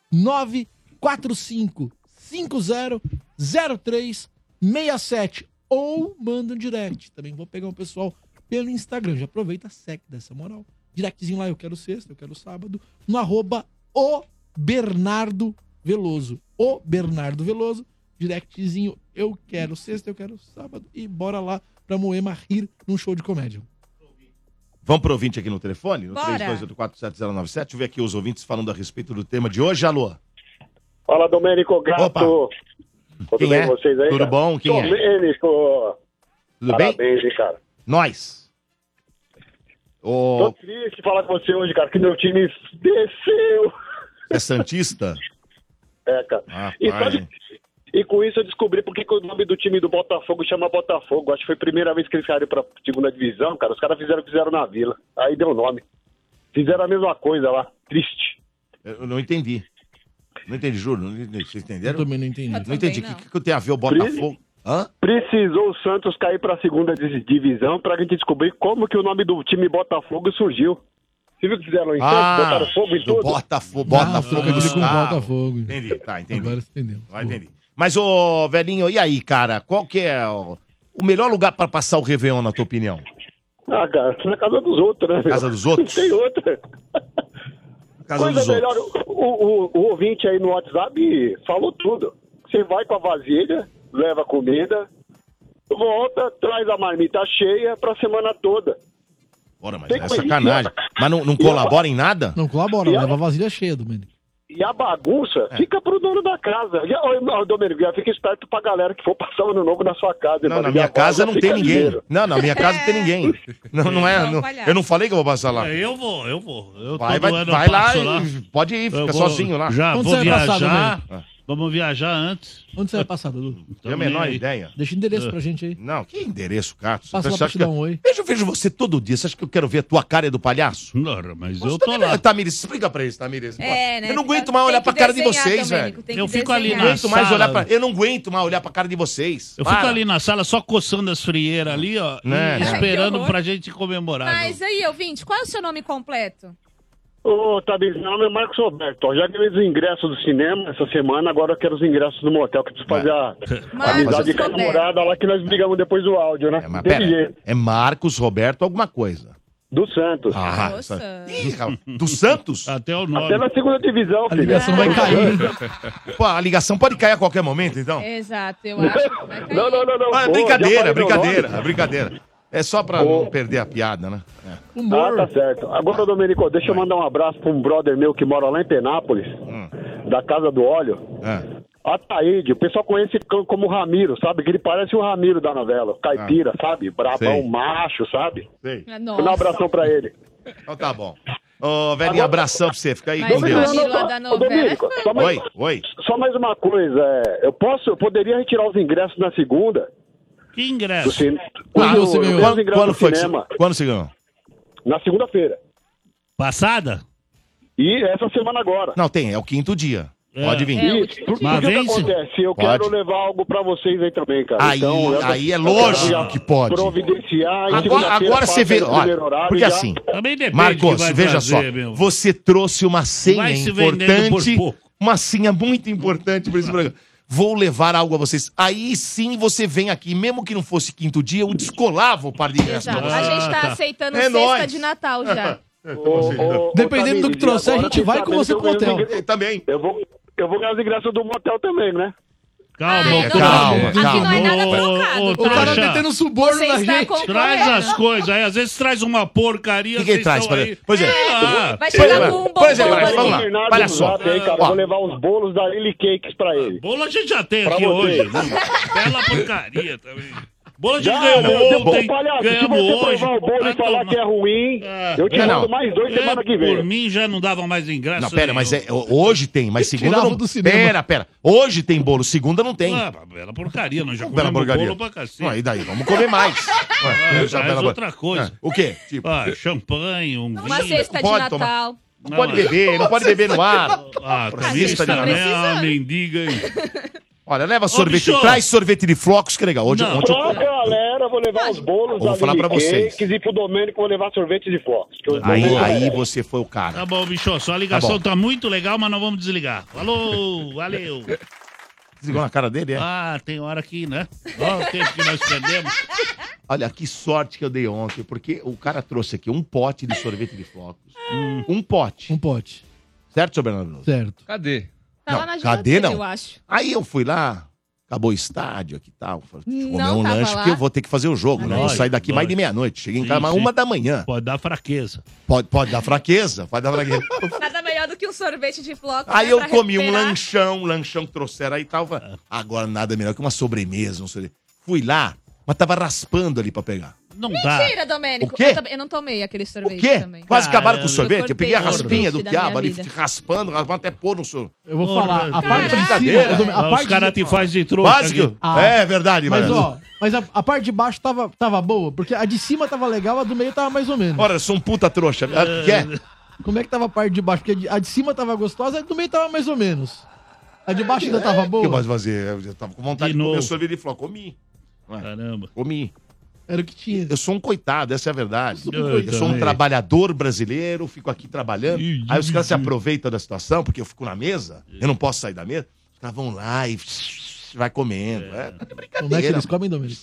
S7: 945500367 ou manda um direct. Também vou pegar um pessoal pelo Instagram. Já aproveita, segue dessa moral. Directzinho lá, eu quero sexta, eu quero sábado, no arroba o Bernardo Veloso. O Bernardo Veloso, directzinho, eu quero sexta, eu quero sábado e bora lá pra Moema rir num show de comédia.
S2: Vamos pro ouvinte aqui no telefone, no
S4: Bora.
S2: 32847097. Deixa eu ver aqui os ouvintes falando a respeito do tema de hoje. Alô?
S15: Fala, Domênico Gato. Tudo
S2: Quem
S15: bem
S2: é?
S15: com vocês aí?
S2: Tudo
S15: cara?
S2: bom? Quem é?
S15: Domênico.
S2: Tudo bem?
S15: Parabéns, hein, cara.
S2: Nós. Ô,
S15: Tô triste falar com você hoje, cara, que meu time desceu.
S2: é Santista?
S15: É, cara. E,
S2: pai.
S15: sabe- e com isso eu descobri porque que o nome do time do Botafogo chama Botafogo. Acho que foi a primeira vez que eles caíram pra segunda divisão, cara. Os caras fizeram o que fizeram na vila. Aí deu o nome. Fizeram a mesma coisa lá. Triste.
S2: Eu não entendi. Não entendi, juro. Não entendi. Vocês entenderam? Eu também
S7: não entendi.
S2: Não entendi. O que, que tem a ver o Botafogo? Hã?
S15: Precisou o Santos cair pra segunda di- divisão pra gente descobrir como que o nome do time Botafogo surgiu. Você viu o que fizeram em Santos? Então, Botaram fogo em
S2: Ah, do
S15: tudo?
S2: Botafogo. Botafogo
S7: Ah,
S2: do
S7: com
S2: Estado.
S7: Botafogo.
S2: Entendi, tá, entendi.
S7: Agora você entendeu.
S2: Vai entender. Mas, ô, velhinho, e aí, cara? Qual que é o, o melhor lugar pra passar o Réveillon, na tua opinião?
S15: Ah, cara, na casa dos outros, né? meu?
S2: Casa dos outros?
S15: Não tem outra.
S2: Casa
S15: Coisa
S2: dos
S15: melhor, o, o- o ouvinte aí no WhatsApp falou tudo. Você vai com a vasilha, leva comida, volta, traz a marmita cheia pra semana toda.
S2: Bora, mas
S15: Tem
S2: é
S15: coisa-
S2: sacanagem. Mas não, não colabora em nada?
S7: Não colabora, né? leva a vasilha cheia, Domênico.
S15: E a bagunça
S2: É.
S15: fica pro dono da casa. Já, ô, irmão, Domênico, já fica esperto pra galera que for passar o ano novo na sua casa.
S2: Não,
S15: irmão.
S2: na
S15: Já
S2: minha
S15: volta,
S2: casa não tem
S15: fica
S2: ninguém.
S15: ligeiro.
S2: Não, na minha casa não tem ninguém. Não, não é. não- eu não falei que eu vou passar lá.
S5: É, eu vou, eu vou. Eu
S2: Vai,
S5: todo
S2: vai,
S5: ano
S2: vai
S5: eu
S2: lá,
S5: passo
S2: e pode ir,
S5: Eu
S2: fica
S5: vou-
S2: sozinho lá.
S5: Já, vou viajar.
S7: Domênico?
S5: Vamos viajar antes.
S7: Onde você vai passar, Dudu?
S2: Tenho a menor ideia.
S7: Então Deixa o endereço pra gente aí.
S2: Não, que endereço, cara? Você
S7: Passa lá
S2: acha
S7: pra te
S2: que
S7: dar
S2: eu-
S7: um oi.
S2: Veja, eu vejo você todo dia. Você acha que eu quero ver a tua cara do palhaço?
S5: Não, mas
S2: eu tô lá. Tamires, explica pra eles, Tamires.
S4: É, né?
S2: Eu não aguento
S4: Tem
S2: mais
S4: que
S2: olhar pra cara de
S4: desenhar,
S2: vocês,
S4: Domênico,
S2: velho.
S4: tem que Eu fico ali
S2: Eu
S4: desenhar.
S2: não
S4: na
S2: aguento mais
S5: sala.
S2: olhar pra. Eu não aguento mais olhar pra cara de vocês.
S5: Eu
S2: Para.
S5: fico ali na sala só coçando as frieiras ali, ó, e
S2: Né?
S4: Ai, que
S5: esperando
S4: horror.
S5: pra gente comemorar.
S4: Mas aí, ouvinte, qual é o seu nome completo?
S15: Ô, Tabir, meu nome é Marcos Roberto. Ó, já ganhei os ingressos do cinema essa semana, agora eu quero os ingressos do motel, que eu preciso fazer a
S2: Marcos
S15: amizade com a
S2: Roberto.
S15: namorada lá que nós brigamos depois do áudio, né?
S2: Mas
S15: Tem
S2: pera,
S15: jeito.
S2: é Marcos Roberto alguma coisa.
S15: Do Santos.
S2: Ah,
S15: Do
S2: essa-
S15: Santos.
S2: Ih, rapaz, do Santos?
S5: Até o
S15: Até na segunda divisão, filho.
S2: Pô, a ligação pode cair a qualquer momento, então?
S4: É. Exato, eu acho. que vai cair.
S15: Não, não, não, não.
S2: Ah, é
S15: Ô, já
S2: brincadeira,
S15: falei meu
S2: brincadeira,
S15: nome?
S2: brincadeira. É só pra não perder a piada, né? É.
S15: Ah, tá certo. Agora, Domenico, deixa eu mandar um abraço pra um brother meu que mora lá em Penápolis,
S2: Hum.
S15: da Casa do Óleo.
S2: É.
S15: Ataíde, o pessoal conhece c- como Ramiro, sabe? Que ele parece o Ramiro da novela, caipira, sabe? Brabão,
S2: Ah. Sei.
S15: macho, sabe?
S2: Sei.
S4: É, Nossa.
S15: Manda um abração pra ele.
S2: Então tá bom. Ô, velhinho, abração pra você. Fica aí
S4: Mas
S2: com
S4: o
S2: Deus.
S4: Ramiro lá da novela
S15: Domênico,
S4: foi-
S15: só mais,
S2: Oi, oi.
S15: só mais uma coisa. é, Eu posso, eu poderia retirar os ingressos na segunda?
S5: Que
S15: Do
S5: ingresso?
S15: cin-
S2: Quando,
S15: Eu- eu tenho os
S2: quando,
S15: ingressos
S2: quando
S15: do
S2: foi que
S15: cinema.
S2: você- quando você ganhou?
S15: Na segunda-feira.
S5: Passada?
S15: E essa semana agora.
S2: Não, tem, é o quinto dia. Pode vir.
S15: E por- por que que acontece? Eu
S2: Pode.
S15: quero levar algo pra vocês aí também, cara. Então,
S2: Aí-
S15: eu-
S2: aí é
S15: eu
S2: lógico
S15: quero já
S2: que pode.
S15: Providenciar. e
S2: Agora,
S15: segunda-feira
S2: agora você
S15: passa
S2: vê.
S15: no
S2: Olha,
S15: primeiro horário
S2: porque
S15: já.
S2: assim.
S5: Também depende do que
S2: Marcos,
S5: vai
S2: veja
S5: trazer,
S2: só.
S5: meu.
S2: Você trouxe uma senha
S5: Vai se vendendo
S2: importante.
S5: por pouco.
S2: Uma senha muito importante para esse programa. Vou levar algo a vocês. Aí sim você vem aqui, mesmo que não fosse quinto dia, eu descolava o par de ingressos.
S4: Exato.
S2: pra
S4: a
S2: vocês.
S4: gente
S5: Ah.
S4: tá, aceitando
S2: É
S4: sexta
S2: nóis.
S4: de Natal já.
S15: Ô, ô,
S7: Dependendo do
S15: Tamires,
S7: que trouxer, a
S15: agora
S7: gente
S15: você
S7: vai
S15: tá
S7: com
S15: vendo
S7: você
S15: que
S7: pro
S15: eu ganho
S7: hotel.
S15: os ingressos-
S2: Também.
S15: Eu vou, eu vou ganhar os ingressos do motel também, né?
S5: Calma,
S2: Ah, é,
S5: ô,
S2: não,
S5: calma,
S2: aqui não é
S5: calma.
S2: nada
S5: Ô,
S2: trocado.
S5: ô,
S2: O cara
S5: trouxa,
S7: tá
S2: metendo suborno Você na está gente. com
S5: Traz
S2: problema.
S5: as coisas. Aí às vezes traz uma porcaria.
S2: O que que ele
S5: vocês
S2: traz,
S5: estão
S2: por
S5: aí.
S2: exemplo? Pois é.
S5: Ah,
S4: Vai chegar
S2: Pois é,
S4: com um bombom
S2: Pois é, mas
S4: ali.
S2: vamos lá.
S15: Bernardo
S2: Olha
S15: do
S2: só.
S15: Zap aí, cara,
S2: Ó,
S15: Vou levar os bolos da Lily Cakes pra ele.
S5: Bolo a gente já tem
S15: Pra
S5: aqui
S15: você.
S5: hoje. Bela porcaria também. Bolo a gente
S15: Já,
S5: ganhou
S15: meu,
S5: ontem,
S15: palhaço,
S5: ganhamos
S15: se você
S5: hoje.
S15: provar o bolo e falar que é ruim, eu te
S2: Não,
S15: mando
S2: não.
S15: mais dois
S5: É,
S15: semana que vem.
S5: Por mim já não dava mais ingresso.
S2: Não, pera, mas
S5: nenhum.
S2: é- hoje tem, mas segunda
S5: Tirava
S2: não.
S5: do cinema.
S2: Pera, pera. Hoje tem bolo, segunda não tem.
S5: Ah, bela porcaria, nós já
S2: Bela
S5: comemos
S2: porcaria.
S5: bolo pra cacete.
S2: Ué, e daí? Vamos comer mais.
S5: Ah,
S2: Ué, já
S5: mas
S2: bela-
S5: outra coisa.
S2: Ah, o quê? Tipo,
S5: Ah, champanhe, um
S4: Uma
S5: vinho.
S4: sexta de
S2: Pode
S4: Natal.
S2: tomar. Não pode beber, não pode beber no ar.
S5: Ah,
S2: Pra
S5: também
S2: sexta
S4: tá
S5: está
S2: de
S5: na
S2: Natal.
S5: minha mendiga, hein?
S2: Olha, leva sorvete,
S5: bicho!
S2: traz sorvete de flocos, que é legal. Hoje,
S5: Não.
S2: ontem eu-
S15: Pra galera, vou levar os bolos
S2: Vou
S15: da
S2: falar pra
S15: Lily
S2: vocês.
S15: Cakes e pro Domênico vou levar sorvete de flocos. que eu-
S2: aí, aí você foi o cara.
S5: Tá bom, bicho, sua ligação
S2: bom.
S5: tá, muito legal, mas nós vamos desligar. Falou, valeu.
S2: Desligou na cara dele, é?
S5: Ah, tem hora aqui, né? Ó, o tempo que nós perdemos.
S2: Olha, que sorte que eu dei ontem, porque o cara trouxe aqui um pote de sorvete de flocos. Um pote.
S7: Um pote.
S2: Certo, seu Bernardo? Veloso?
S7: Certo.
S3: Cadê?
S4: Tá lá na
S2: cadê
S4: geladeira,
S2: não?
S4: eu acho.
S2: Aí eu fui lá, acabou o estádio aqui e tal. Falei, deixa eu comer
S4: Não
S2: um
S4: tava
S2: lanche
S4: lá.
S2: que eu vou ter que fazer o jogo, né? Eu
S5: Lógico,
S2: saio daqui mais de
S5: lógico.
S2: meia-noite. Cheguei em
S5: Sim,
S2: casa mais
S5: sim.
S2: uma da manhã.
S5: Pode dar fraqueza.
S2: Pode, pode dar fraqueza, pode dar fraqueza.
S4: Nada melhor do que um sorvete de flocos.
S2: Aí
S4: né,
S2: eu
S4: pra
S2: comi um
S4: recuperar.
S2: lanchão, um lanchão que trouxeram aí e tal. falei, Agora nada melhor que uma sobremesa, um sorvete. Fui lá, mas tava raspando ali pra pegar.
S5: Não
S4: Mentira, Domênico.
S2: O quê?
S4: Eu, também- eu não tomei aquele sorvete
S2: O quê?
S4: também.
S2: Quase
S4: é,
S2: acabaram com o sorvete. Eu
S4: cortei
S2: peguei a
S4: o
S2: raspinha do
S4: sorvete da
S2: quiabo
S4: minha
S2: ali,
S4: vida.
S2: raspando, raspando até pôr no sorvete.
S7: Eu vou falar, a parte de
S2: Brincadeira.
S7: cima, a parte de-
S2: Quase que eu-
S7: Ah.
S2: É verdade,
S7: mas
S2: mano.
S7: ó, mas a, a parte de baixo tava, tava boa, porque a de cima tava legal, a do meio tava mais ou menos.
S2: Ora, eu sou um puta trouxa. Ah, que é?
S7: Como é que tava a parte de baixo? Porque a de, a de cima tava gostosa, a do meio tava mais ou menos. A de baixo ainda tava
S2: O É, que eu
S7: boa.
S2: posso fazer? Eu já tava com vontade de, comer o sorvete de flor. Comi.
S5: Caramba.
S2: Comi.
S7: Era o que tinha.
S2: Eu sou um coitado, essa é a verdade.
S7: Eu
S2: Eu,
S7: sou um coitado.
S2: sou um trabalhador brasileiro, fico aqui trabalhando.
S7: Ih,
S2: Aí os caras se aproveitam da situação, porque eu fico na mesa, eu não posso sair da mesa. Os caras vão lá e vai comendo. É, tá de
S7: Como é que
S2: brincadeira.
S7: eles né? comem, Domênico?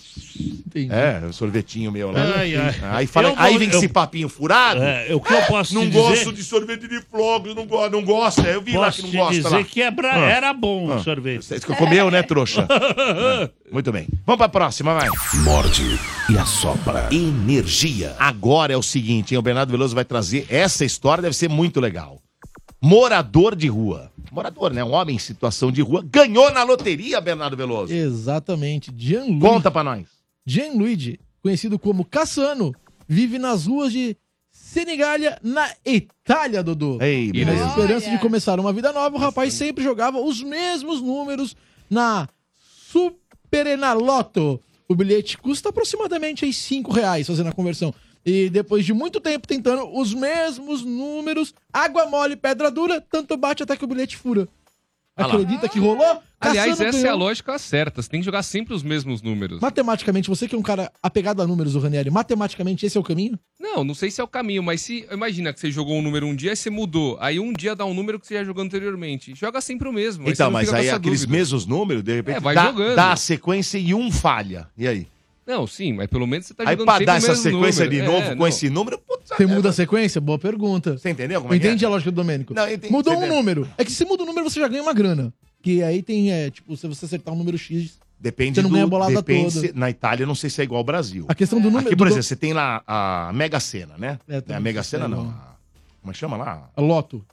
S7: Entendi.
S2: É, o sorvetinho meu lá.
S7: Ai, ai.
S2: Aí, fala-
S7: Eu vou-
S2: aí vem
S7: eu-
S2: esse papinho furado.
S5: É, o que eu posso
S2: Não
S5: te
S2: gosto
S5: dizer-
S2: de sorvete de flocos, não, go- não gosto. é, Eu vi lá
S5: Posso
S2: que não
S5: te
S2: gosta.
S5: dizer
S2: lá. Ah.
S5: que é bra- era bom o sorvete.
S2: Você que comeu, né, trouxa? É. Muito bem. Vamos pra próxima, vai. Morde e assopra. Energia. Agora é o seguinte, hein? O Bernardo Veloso vai trazer. Essa história deve ser muito legal. Morador de rua. Morador, né? Um homem em situação de rua ganhou na loteria, Bernardo Veloso.
S7: Exatamente. Gianluigi.
S2: Conta pra nós.
S7: Gianluigi, conhecido como Cassano, vive nas ruas de Senigalha, na Itália, Dodô.
S2: Ei,
S7: Na
S2: beleza.
S7: esperança de começar uma vida nova, o rapaz sempre jogava os mesmos números na Superenaloto. O bilhete custa aproximadamente aí 5 reais, fazendo a conversão. E depois de muito tempo tentando os mesmos números, água mole, pedra dura, tanto bate até que o bilhete fura.
S3: Ah lá.
S7: Acredita que rolou? Cassano
S3: Aliás, essa é a
S7: ganhou.
S3: lógica certa. Você tem que jogar sempre os mesmos números.
S7: Matematicamente, você que é um cara apegado a números, o Ranieri, matematicamente esse é o caminho?
S3: Não, não sei se é o caminho, mas se. Imagina que você jogou um número um dia e você mudou. Aí um dia dá um número que você já jogou anteriormente. Joga sempre o mesmo. aí você
S2: Então,
S3: não
S2: mas
S3: fica com
S2: aí
S3: essa
S2: aqueles
S3: dúvida.
S2: mesmos números, de repente,
S3: É, vai
S2: dá,
S3: jogando.
S2: dá a sequência e um falha. E aí?
S3: Não, sim, mas pelo menos você tá
S2: aí
S3: jogando
S2: pra
S3: sempre
S2: dar
S3: o
S2: essa
S3: mesmo
S2: sequência de
S3: número.
S2: novo
S3: É,
S2: com
S3: não.
S2: esse número,
S7: Você muda a sequência? Boa pergunta. Você
S2: é, entendeu como é que
S7: Entende
S2: é?
S7: a lógica do Domênico?
S2: Não, eu entendi.
S7: Mudou
S2: Você
S7: um
S2: deve-
S7: número. É que se muda o número, você já ganha uma grana. Que aí tem, é, tipo, se você acertar um número X,
S2: depende
S7: você não
S2: do...
S7: ganha a bolada
S2: depende
S7: toda.
S2: se- na Itália, não sei se é igual ao Brasil.
S7: A questão do número...
S2: Aqui, por
S7: do-
S2: exemplo, você tem lá a Mega Sena, né?
S7: É,
S2: Não é a Mega Sena, não. A- Como é que chama lá?
S7: A Loto.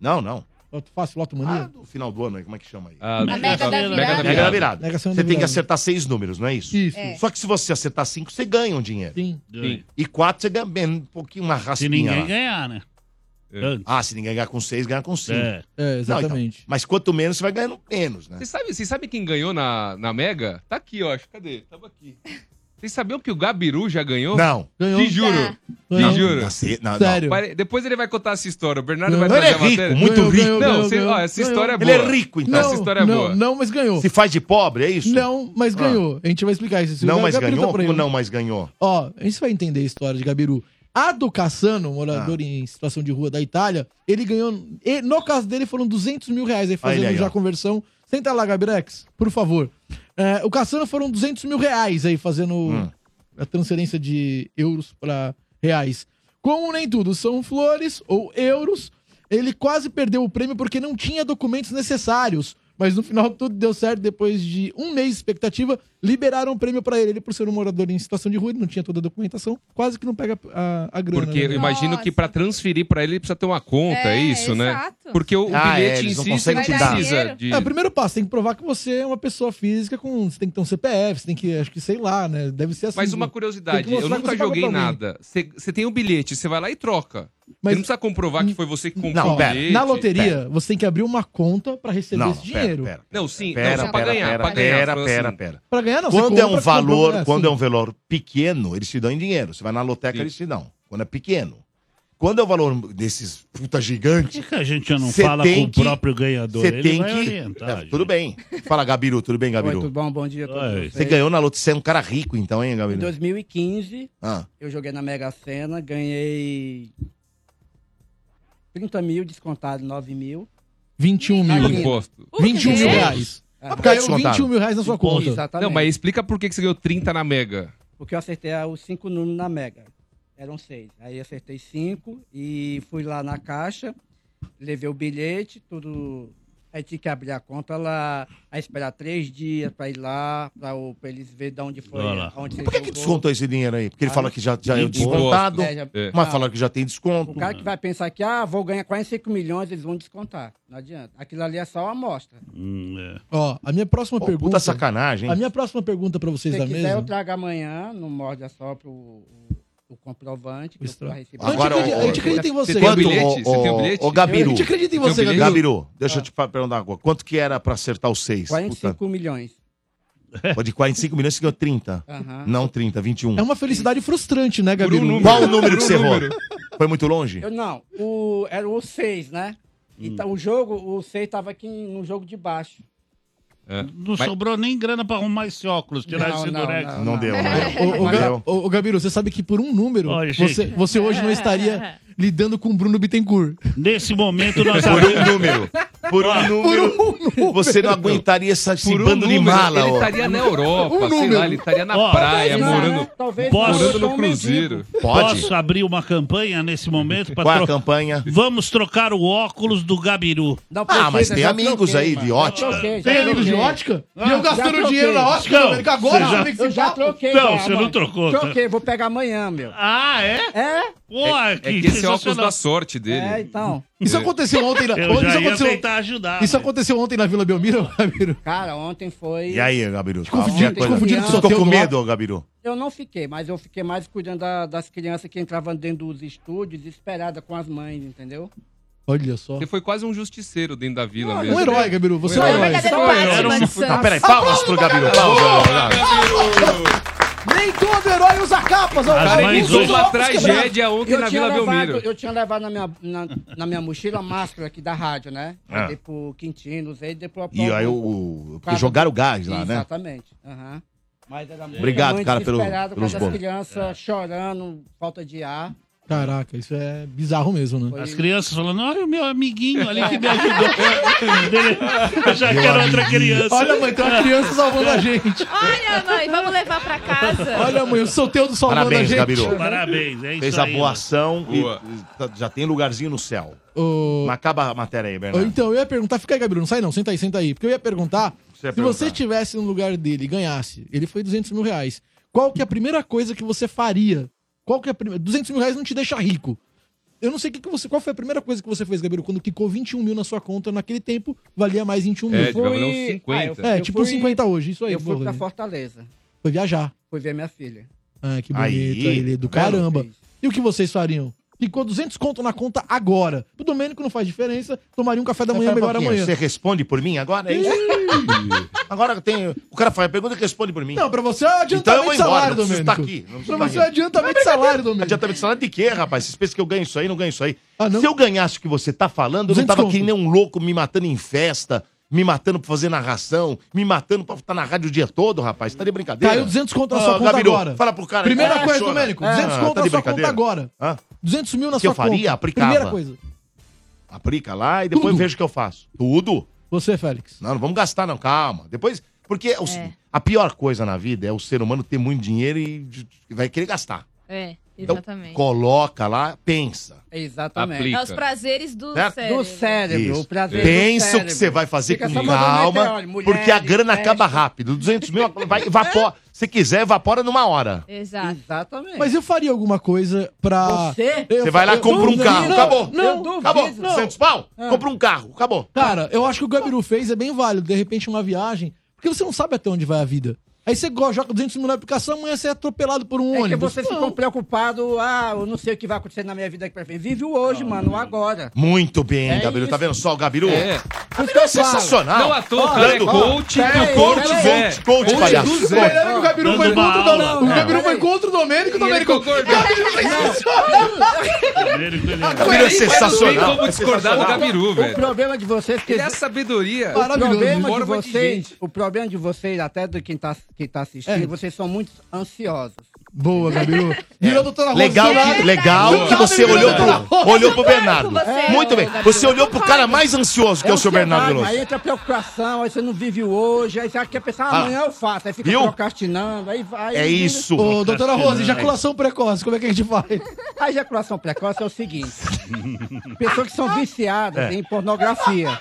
S2: Não, não.
S7: Loto fácil, Loto mania.
S2: No final do ano, aí, como é que chama aí?
S3: A
S7: Mega Mega da da Virada. Virada.
S2: Mega da Virada.
S7: Mega Sena
S2: Você
S7: da
S2: tem que
S7: Virada.
S2: acertar seis números, não é isso?
S7: Isso. É.
S2: Só que se você acertar cinco, você ganha um dinheiro.
S7: Sim.
S5: Sim.
S2: E quatro, você ganha bem, um pouquinho, uma raspinha
S5: Se ninguém
S2: lá.
S5: ganhar, né?
S2: Ah, se ninguém ganhar com seis, ganha com cinco.
S5: É.
S7: É,
S2: Não, então,
S7: exatamente.
S2: mas quanto menos, você vai ganhando menos, né?
S3: Vocês sabem você sabe quem ganhou na, na Mega? Tá aqui, ó. acho. Cadê? Tava aqui. Vocês sabiam que o Gabiru já ganhou?
S2: Não.
S7: Ganhou.
S3: Te juro.
S7: Tá.
S3: Te
S7: Ganhou.
S3: juro.
S2: Não, se- não, não.
S7: Sério.
S3: Pare- Depois ele vai contar essa história. O Bernardo vai
S2: Ele
S3: trazer
S2: é
S3: a matéria.
S2: rico, muito rico.
S3: não, você- ó, essa história é boa.
S2: Ele é rico, então.
S3: Essa história é
S7: não,
S3: boa.
S7: Não, mas ganhou.
S2: Se faz de pobre, é isso?
S7: Não, mas
S2: Ah.
S7: ganhou. A gente vai explicar isso.
S2: Não,
S7: O
S2: mas
S7: Gabiru tá
S2: ganhou?
S7: por aí,
S2: Como
S7: né?
S2: não, mas ganhou?
S7: Ó, a gente vai entender a história de Gabiru. A do Cassano, morador
S2: Ah.
S7: em situação de rua da Itália, ele ganhou. e no caso dele, foram 200 mil reais. Aí fazendo
S2: ele aí,
S7: já
S2: ó.
S7: a conversão. Senta lá, Gabirex, por favor. É, o Cassano foram 200 mil reais aí fazendo
S3: Hum.
S7: a transferência de euros para reais. Como nem tudo são flores ou euros, ele quase perdeu o prêmio porque não tinha documentos necessários. Mas no final tudo deu certo. Depois de um mês de expectativa, liberaram o prêmio para ele. Ele, por ser um morador em situação de rua, ele não tinha toda a documentação, quase que não pega a, a grana.
S3: Porque eu
S7: né?
S3: imagino que pra transferir pra ele, ele precisa ter uma conta, é, isso, né? Porque o, o
S2: Ah, é,
S3: bilhete em
S2: eles não
S3: si você
S2: conseguem
S3: não
S2: te dar.
S3: precisa de.
S7: É, o primeiro passo, tem que provar que você é uma pessoa física com. Você tem que ter um CPF, você tem que, acho que, sei lá, né? Deve ser assim.
S3: Mas uma
S7: né? Tem
S3: curiosidade,
S7: que
S3: eu
S7: mostrar que
S3: nunca
S7: você pagou
S3: joguei
S7: pra alguém.
S3: nada. Você você tem o bilhete, você vai lá e troca.
S7: Mas-
S3: Você não precisa comprovar que foi você que comprou
S7: Não,
S3: o
S7: pera.
S3: bilhete.
S7: Na loteria, você tem que abrir uma conta pra receber
S2: Não,
S7: esse
S2: pera,
S7: dinheiro.
S2: pera.
S3: Não, sim,
S2: Pera,
S3: não, só pra
S2: pera,
S3: ganhar.
S2: pera,
S3: pra ganhar,
S2: pera,
S3: falando
S2: pera,
S3: assim.
S2: pera.
S7: Pra ganhar, não. você
S2: Quando é um
S7: compra, compra,
S2: valor,
S7: né?
S2: quando
S7: Sim.
S2: é um valor pequeno, eles te dão em dinheiro. Você vai na loteca, eles te dão. Quando é pequeno. Quando é o valor desses puta gigante.
S5: Por que a gente já não
S2: cê
S5: fala
S2: tem
S5: com o próprio ganhador?
S2: Você
S5: Ele
S2: tem
S5: vai
S2: que.
S5: orientar,
S2: É, tudo bem. Fala, Gabiru, tudo bem,
S16: Oi,
S2: Gabiru?
S16: tudo bom? Bom dia a todos vocês.
S2: Você ganhou na loteca, você é um cara rico, então, hein,
S16: Em
S2: Gabiru?
S16: 2015,
S2: Ah.
S16: eu joguei na Mega Sena, ganhei 30 mil, descontado 9 mil.
S7: 21 mil.
S16: Imagina.
S3: Imposto.
S16: O
S7: 21 mil
S16: quê?
S7: reais.
S2: Ah,
S16: É.
S7: Mas Caiu 21 mil reais na sua conta.
S16: Exatamente.
S3: Não, mas explica por que que você ganhou 30 na Mega.
S16: Porque eu acertei ah, os cinco números na Mega. Eram seis. Aí eu acertei cinco e fui lá na caixa, levei o bilhete, tudo Aí tinha que abrir a conta lá, aí esperar três dias pra ir lá, pra, o- pra eles verem de onde foi.
S2: Olha lá.
S16: Aonde
S2: Por que, que descontou esse dinheiro aí?
S3: Ah,
S2: Porque ele fala que já, já é
S16: Imposto.
S2: descontado,
S16: É, já- é.
S2: mas fala que já tem desconto.
S16: O cara que vai pensar que, ah, vou ganhar 45 milhões, eles vão descontar. Não adianta. Aquilo ali é só uma amostra.
S3: Hum, é.
S7: Ó, a minha próxima
S2: Pô,
S7: pergunta.
S2: puta sacanagem, hein?
S7: A minha próxima pergunta pra vocês
S16: Se
S7: da
S16: quiser,
S7: mesa.
S16: eu trago amanhã, no Morde a Só, pro o, o comprovante. Que eu receber.
S2: Agora,
S16: Não, a gente
S2: ô, um
S16: acredita- a gente acredita em você. um
S2: Quanto, ô, ô, Ô, Gabiru.
S16: A gente acredita em você,
S2: Gabiru.
S16: Gabiru.
S2: deixa eu te pa- perguntar uma coisa. Quanto que era pra acertar os seis?
S16: 45 milhões.
S2: Puta, pô, de 45 milhões, você ganhou 30.
S16: Aham.
S2: Não 30, 21.
S7: É uma felicidade frustrante, né, Gabiru?
S2: Qual o um. número que você errou? Foi muito longe?
S16: Eu não, o, era o 6, né? Então o jogo, o 6 tava aqui no jogo de baixo.
S5: Não sobrou nem grana pra arrumar esse óculos, tirar
S16: Não,
S5: esse
S16: não,
S5: durex.
S16: não, É. Não não. deu,
S7: Ô, ô, Ga- ô, ô, Gabiru, você sabe que por um número
S5: Olha, gente.
S7: você, você hoje não estaria lidando com o Bruno Bittencourt.
S5: Nesse momento nós
S2: Por um número. Por um número. Você não aguentaria essa, esse
S3: Por um
S2: bando de
S3: número,
S2: mala, Um
S3: ele
S2: ó.
S3: estaria na Europa, sei lá, ele estaria na
S5: Um Ó,
S3: praia,
S5: talvez não,
S3: morando,
S5: né? Talvez não, eu
S3: morando
S5: sou
S3: no
S5: um
S3: Cruzeiro.
S5: Posso abrir uma campanha nesse momento? Pra
S2: Qual é a
S5: campanha? Vamos trocar o óculos do Gabiru.
S16: Não,
S2: Ah, mas tem amigos aí de
S5: Tá
S2: ótica.
S7: Tem amigos de ótica? E eu gastando dinheiro na ótica, Domênico, agora?
S16: Não,
S7: você vem que
S16: eu
S7: se
S16: já
S7: fala?
S16: troquei.
S7: Não,
S16: já,
S7: você não
S16: mano.
S7: trocou, tá?
S16: Troquei, vou pegar amanhã, meu.
S5: Ah, é?
S16: É?
S3: é, é que esse é o óculos da sorte dele.
S16: É, então.
S7: Isso aconteceu ontem. Na...
S16: Eu já
S7: isso
S16: ia
S7: aconteceu...
S16: tentar ajudar,
S7: Isso aconteceu ontem na Vila Belmiro, Gabiru?
S16: Cara, ontem foi...
S2: E aí, Gabiru? Qual
S16: confundiram-
S2: é a coisa?
S16: confundiram com
S2: Ficou com
S16: sorteio do
S2: medo, Gabiru?
S16: Eu não fiquei, mas eu fiquei mais cuidando da- das crianças que entravam dentro dos estúdios, desesperada com as mães, entendeu?
S7: Olha só.
S3: Você foi quase um justiceiro dentro da vila
S16: Ah,
S7: um
S3: mesmo.
S7: herói, Gabiru, você é um herói.
S3: Você
S7: Você
S3: foi
S7: é um
S3: herói.
S7: Batman Santos.
S3: Ah, peraí,
S2: palmas pro Gabiru. Palmas,
S7: Nem todo herói usa capas, ó.
S3: As
S7: cara.
S3: mães
S7: Usa
S3: hoje-
S7: óculos
S3: Uma
S7: quebrados.
S3: tragédia ontem
S16: Eu
S3: na
S16: tinha
S3: Vila
S16: levado-
S3: Belmiro.
S16: Eu tinha levado na minha, na, na minha mochila a máscara aqui da rádio, né?
S2: Ah.
S16: Eu dei pro Quintino, usei, dei pro
S2: E aí, o, o- porque jogaram o gás lá, né?
S16: Exatamente. aham. Mas era muito
S2: Obrigado,
S16: muito
S2: cara, pelo-
S16: desesperado,
S2: pelos
S16: com as
S2: bons.
S16: crianças
S3: É.
S16: chorando, falta de ar.
S7: Caraca, isso é bizarro mesmo, né?
S5: As crianças falando, olha o meu amiguinho um ali que me ajudou. Eu já
S7: Meu
S5: quero outra
S7: amiguinho.
S5: criança.
S7: Olha, mãe, tem uma criança salvando a gente.
S4: Olha, mãe, vamos levar pra casa.
S7: Olha, mãe, o solteiro salvando a
S2: Parabéns,
S7: gente.
S2: Gabiru.
S5: Parabéns, é isso
S2: Fez a
S5: aí,
S2: boa
S5: ó.
S2: ação e-
S5: Boa.
S2: e tá- já tem lugarzinho no céu.
S7: Ô,
S2: Mas acaba a matéria aí,
S7: Ou
S2: Bernardo.
S7: Então, eu ia perguntar, fica aí, Gabriel, não sai não, senta aí, senta aí. Porque eu ia perguntar,
S2: Você ia
S7: se
S2: perguntar.
S7: você estivesse no lugar dele e ganhasse, ele foi 200 mil reais, qual que é a primeira coisa que você faria? Qual que é a primeira... 200 mil reais não te deixa rico. Eu não sei o que, que você... Qual foi a primeira coisa que você fez, Gabriel, quando quicou 21 mil na sua conta, naquele tempo, valia mais 21 mil.
S3: É, devia valer uns 50.
S16: Ah, eu-
S7: É,
S16: eu
S7: tipo
S16: fui-
S7: 50 hoje, isso aí.
S16: Eu fui
S7: porra.
S16: pra Fortaleza,
S7: Foi viajar.
S16: fui ver minha filha.
S7: Ah, que bonito,
S2: Aí,
S7: aí, ele é do
S2: tá vendo?
S7: caramba. E o que vocês fariam? Ficou 200 conto na conta agora. O Domênico não faz diferença, tomaria um café da manhã
S2: Pera um
S7: melhor
S2: pouquinho,
S7: amanhã.
S2: Você responde por mim agora? É isso? agora tem. O cara faz a pergunta e responde por mim.
S7: Não, pra você é um adiantamento
S2: Então eu vou embora,
S7: salário,
S2: não preciso
S7: Domênico.
S2: tá aqui. Não preciso
S7: pra
S2: tá
S7: você é
S2: aqui.
S7: adiantamento de salário, Domênico.
S2: Adiantamento de salário de quê, rapaz? Vocês pensam que eu ganho isso aí, não ganho isso aí. Se eu ganhasse o que você tá falando, eu não
S7: 200
S2: tava
S7: conto.
S2: que nem um louco me matando em festa, me matando pra fazer narração, me matando pra estar na rádio o dia todo, rapaz. Tá de brincadeira.
S7: Caiu 200 conto na sua
S2: Ah,
S7: conta
S2: Gabiru,
S7: agora.
S2: Fala pro cara. aí,
S7: Primeira
S2: cara,
S7: coisa,
S2: funciona.
S7: Domênico, 200
S2: Ah,
S7: conto
S2: tá
S7: na
S2: de
S7: sua conta
S2: brincadeira.
S7: agora.
S2: Hã?
S7: 200 mil na
S2: O que
S7: sua
S2: eu faria?
S7: conta.
S2: Aplicava.
S7: Primeira coisa.
S2: Aplica lá e depois
S7: Tudo.
S2: vejo o que eu faço. Tudo.
S7: Você, Félix.
S2: Não, não vamos gastar, não. Calma. Depois. Porque é o seguinte, a pior coisa na vida é o ser humano ter muito dinheiro e vai querer gastar.
S4: É,
S2: Então,
S4: exatamente.
S2: coloca lá, pensa.
S16: Exatamente.
S2: Aplica.
S4: É os prazeres do
S2: Certo?
S4: cérebro.
S16: cérebro,
S2: Isso.
S16: o prazer do
S2: Pensa o
S16: cérebro.
S2: que você vai fazer
S16: Fica
S2: com
S16: só mandando
S2: calma,
S16: meteoro, né? mulheres,
S2: porque a grana
S16: festa.
S2: acaba rápido. 200 mil, vai, evapora. Se quiser, evapora numa hora.
S4: Exato.
S16: Exatamente.
S7: Mas eu faria alguma coisa pra...
S16: Você?
S7: Eu
S2: Você vai lá,
S7: fa- eu
S2: compra um
S7: duvido.
S2: carro,
S7: Não,
S2: acabou.
S7: Não,
S2: acabou. 200 pau, compra um carro, acabou.
S7: Cara, eu acho que o Gabiru fez é bem válido. De repente, uma viagem. Porque você não sabe até onde vai a vida. Aí você go- joga 200 mil na aplicação, amanhã você é atropelado por um
S16: É que
S7: ônibus.
S16: você
S7: Não.
S16: ficou preocupado, ah, eu não sei o que vai acontecer na minha vida aqui pra frente. Vive o hoje, mano, o agora.
S2: Muito bem,
S16: É
S2: Gabiru. Tá
S16: isso.
S2: vendo só o Gabiru?
S16: É.
S2: O Gabiru é sensacional.
S16: Não à toa, cara, é
S2: Dando-
S16: coach
S7: Ah,
S2: Pera
S16: do
S2: aí,
S16: coach,
S2: coach,
S16: é.
S2: coach, coach,
S16: Coach do
S2: palhaço.
S16: Zé.
S2: Coach.
S7: Caralho, o Gabiru
S2: Dando
S7: foi contra o
S2: uma
S7: Domênico.
S2: aula.
S7: O Gabiru foi contra o Domênico. O Domênico. O Gabiru foi Ah,
S2: O
S7: tá
S2: Gabiru é sensacional.
S3: como
S2: É
S3: discordar do
S2: sensacional.
S3: Gabiru,
S16: O
S3: velho.
S16: problema de vocês que
S3: Ele é a sabedoria.
S16: o problema de
S3: Forma
S16: vocês,
S3: gente.
S16: o problema de vocês até do quem tá quem tá assistindo,
S7: É.
S16: vocês são muito ansiosos. É. tá
S7: Boa, Gabiru. Virou a doutora
S2: Legal
S7: Rosana.
S2: que, legal que você
S7: Virou a
S2: olhou
S7: doutora
S2: pro,
S7: Rosa.
S2: olhou pro Bernardo.
S16: você,
S2: Muito bem.
S16: Gabiru.
S2: Você olhou pro cara mais ansioso, que é o seu Bernardo
S16: ansiedade,
S2: Veloso.
S16: Aí entra a preocupação, aí você não vive o hoje, aí você quer pensar,
S2: Ah.
S16: amanhã eu faço, aí fica
S2: Viu?
S16: procrastinando, aí vai.
S2: É isso.
S7: Ô, doutora Rosa, ejaculação precoce, como é que a é gente faz?
S16: A ejaculação precoce é o seguinte: Pessoas que são viciadas
S13: É.
S16: em pornografia.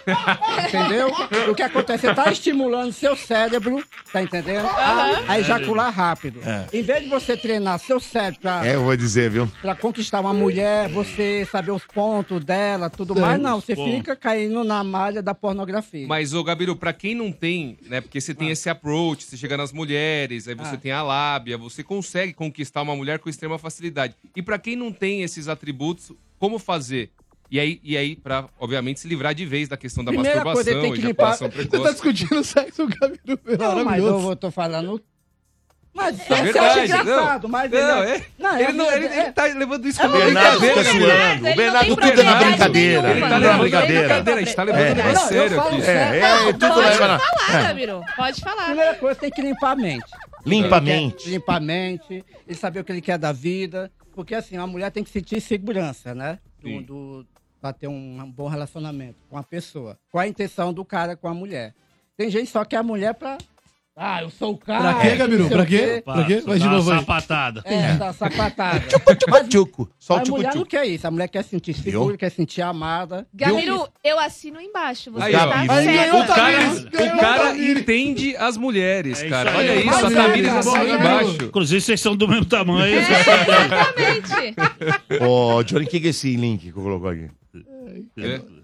S16: entendeu? O que acontece? Você está estimulando seu cérebro, tá entendendo?
S13: Aham.
S16: A, a ejacular rápido.
S2: É.
S16: Em vez de você treinar seu cérebro pra,
S2: É, eu vou dizer, viu?
S16: pra conquistar uma mulher, você saber os pontos dela, tudo
S3: Sim.
S16: mais, não. Você
S3: Bom.
S16: fica caindo na malha da pornografia.
S3: Mas, ô, Gabiru, pra quem não tem, né? Porque você tem esse approach, você chega nas mulheres, aí você
S16: Ah.
S3: tem a lábia, você consegue conquistar uma mulher com extrema facilidade. E pra quem não tem esses atributos, como fazer? E aí, e aí pra, obviamente, se livrar de vez da questão da
S16: Primeira coisa,
S3: masturbação,
S16: tem que limpar-
S3: ejaculação
S16: Você tá
S3: precoce.
S7: discutindo sexo, Gabiru.
S16: Não, mas eu
S7: Maravilhoso.
S16: vou- tô falando. Mas
S7: É
S16: você
S7: verdade,
S16: acha engraçado,
S7: não.
S16: mas
S7: Não,
S16: ele
S7: é- ele não- ele-
S12: é-
S7: ele
S3: tá levando isso
S2: como
S12: né?
S2: brincadeira, Bernardo. O Bernardo tudo é na brincadeira.
S3: nenhuma.
S2: Tudo
S7: é
S3: Ele tá
S2: na brincadeira.
S3: levando brincadeira, a gente tá levando
S2: É.
S3: mais Não, eu sério falo aqui. sério.
S2: É, é, é, tudo
S16: Pode
S2: leva na-
S16: falar,
S2: É.
S16: Gabiru, pode falar. Primeira coisa, tem que limpar a mente.
S2: Limpa a
S16: Ele quer
S2: mente.
S16: Limpar a mente e saber o que ele quer da vida. Porque assim, a mulher tem que sentir segurança, né? Do,
S13: Sim.
S16: do, pra ter um bom relacionamento com a pessoa. Qual a intenção do cara com a mulher? Tem gente que só que a mulher pra. Ah, eu sou o cara.
S7: Pra quê, Gabiru?
S16: não sei
S7: Pra
S16: o
S7: quê? Pra quê? Vai de
S5: Dá uma
S7: novo aí.
S5: sapatada.
S16: É, da sapatada.
S2: Tchuco, só o
S16: a mulher não
S2: tchuco-tchuco.
S16: quer isso. A mulher quer sentir segura, quer sentir amada.
S4: Gabiru, eu assino embaixo. Você
S3: Aí, ó.
S4: tá
S3: Aí,
S4: certo.
S3: o cara, o cara entende as mulheres, cara. Olha isso, a Tamires
S5: um
S3: assina embaixo.
S5: Inclusive, vocês são do mesmo tamanho.
S2: É, Ô, Johnny, o que que é esse link que colocou aqui?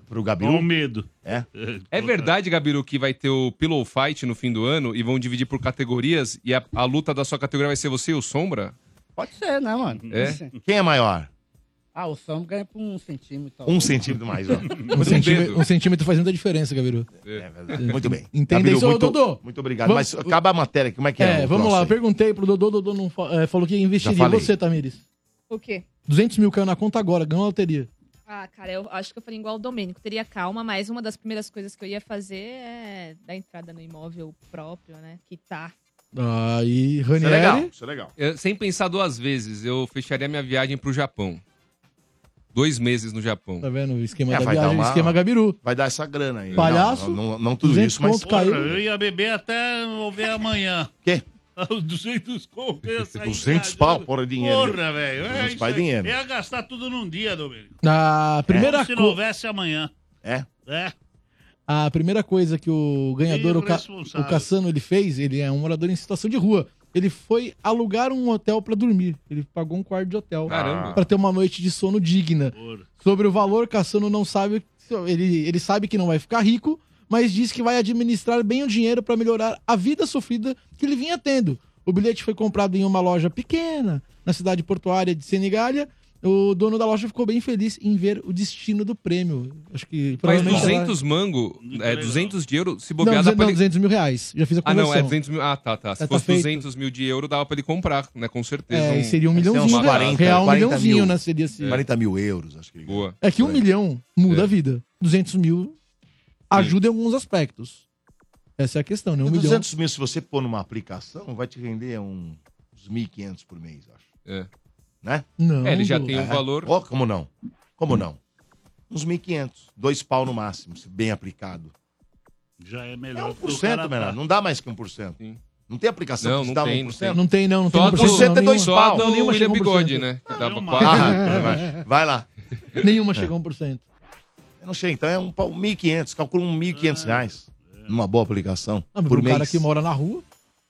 S2: Pro Gabiru?
S3: Olha o
S5: medo.
S2: É?
S3: É verdade, Gabiru, que vai ter o Pillow Fight no fim do ano e vão dividir por categorias e a, a luta da sua categoria vai ser você e o Sombra?
S16: Pode ser, né, mano?
S3: É?
S2: Quem é maior?
S16: Ah, o Sam ganha por um centímetro.
S2: Um centímetro mais, ó.
S7: Um centímetro, um centímetro faz muita diferença, Gabiru. Hum.
S2: É verdade. Muito bem.
S7: Entenda
S2: Gabiru,
S7: isso, ô,
S2: muito,
S7: Dodô.
S2: Muito obrigado.
S7: Vamos-
S2: Mas acaba a matéria, como é que é?
S7: É,
S2: o
S7: vamos
S2: troço
S7: lá. Eu
S2: aí?
S7: perguntei pro Dodô, Dodô não, fa- eh, falou que ia investir
S2: Já
S7: em
S2: falei.
S7: você, Tamires.
S4: O quê?
S7: 200 mil caiu na conta agora, ganhou a loteria.
S4: Ah, cara, eu acho que eu falei igual o Domênico. Teria calma, mas uma das primeiras coisas que eu ia fazer é dar entrada no imóvel próprio, né? Quitar.
S7: Aí, Ranieri.
S2: isso é legal.
S3: sem pensar duas vezes, eu fecharia minha viagem pro Japão. Dois meses no Japão.
S7: Tá vendo? O esquema
S2: É,
S7: da
S2: vai dar
S7: viagem,
S2: uma-
S7: esquema Gabiru.
S2: Vai dar essa grana aí.
S7: Palhaço,
S2: Não, não, não tudo
S7: 200
S2: isso, mas...
S7: conto caiu.
S5: Eu ia beber até não ver amanhã.
S2: Quê?
S5: Os 200 conto. ia sair
S2: 200
S5: de casa.
S2: pau, porra, dinheiro.
S5: Porra, velho. É
S2: 200
S5: isso
S2: pau é
S5: aí.
S2: dinheiro.
S5: Ia gastar tudo num dia, Domenico.
S7: A primeira,
S5: Como se não
S7: co-
S5: houvesse amanhã.
S2: É?
S5: É.
S7: a primeira coisa que o ganhador, o, Ca-
S5: Irresponsável.
S7: o Cassano, ele fez, ele é um morador em situação de rua. Ele foi alugar um hotel pra dormir. Ele pagou um quarto de hotel
S13: Caramba.
S7: pra ter uma noite de sono digna. Sobre o valor, Cassano não sabe. Ele, ele sabe que não vai ficar rico, mas diz que vai administrar bem o dinheiro para melhorar a vida sofrida que ele vinha tendo. O bilhete foi comprado em uma loja pequena, na cidade portuária de Senigalha. O dono da loja ficou bem feliz em ver o destino do prêmio. Acho que
S3: Mas
S7: provavelmente. sei lá.
S3: 200 mango, é, 200 de euro, se
S7: Não,
S3: bobear, dá
S7: 200,
S3: pra
S7: não,
S3: ele...
S7: 200 mil reais. Já fiz a
S3: Ah,
S7: conversão.
S3: não, é 200 mil. Ah, tá, tá. Se
S7: Já tá
S3: fosse
S7: feito.
S3: 200 mil de euro, dava pra ele comprar, né? Com certeza.
S7: É, e seria um milhãozinho, né? Real, um milhãozinho, né? Seria assim.
S2: 40 mil euros, acho que.
S3: Boa.
S7: É que um milhão muda a vida. 200 mil ajuda em alguns aspectos. Essa é a questão, né? Um milhão.
S2: 200 mil, se você pôr numa aplicação, vai te render um- uns 1.500 por mês, acho.
S3: É.
S2: Né?
S7: Não,
S3: É, ele já tem um
S2: É.
S3: valor.
S2: Ó, como não? Como não? Uns 1.500. Dois pau no máximo, se bem aplicado.
S5: Já é
S2: É
S5: melhor. pro
S2: 1%,
S5: cara- tá.
S2: Bernardo. Não dá mais que 1%. Não tem aplicação
S3: Não,
S2: que
S3: não
S2: dá
S3: tem,
S2: 1%.
S7: Não tem, não. Não tem
S3: Só do-
S7: 1%, não,
S3: só
S7: nenhuma.
S3: do Eduardo
S7: Não, nenhuma
S3: William
S7: chegou um a 1%.
S3: Bigode, né? Que dava
S2: um Ah,
S3: quatro.
S2: vai, vai lá. É,
S7: Nenhuma chegou um a 1%.
S2: Eu não sei, então é um pau, 1.500. Calcula um 1.500 reais numa boa aplicação
S7: Ah, É. mas
S2: por
S7: pro
S2: mês.
S7: cara que mora na rua.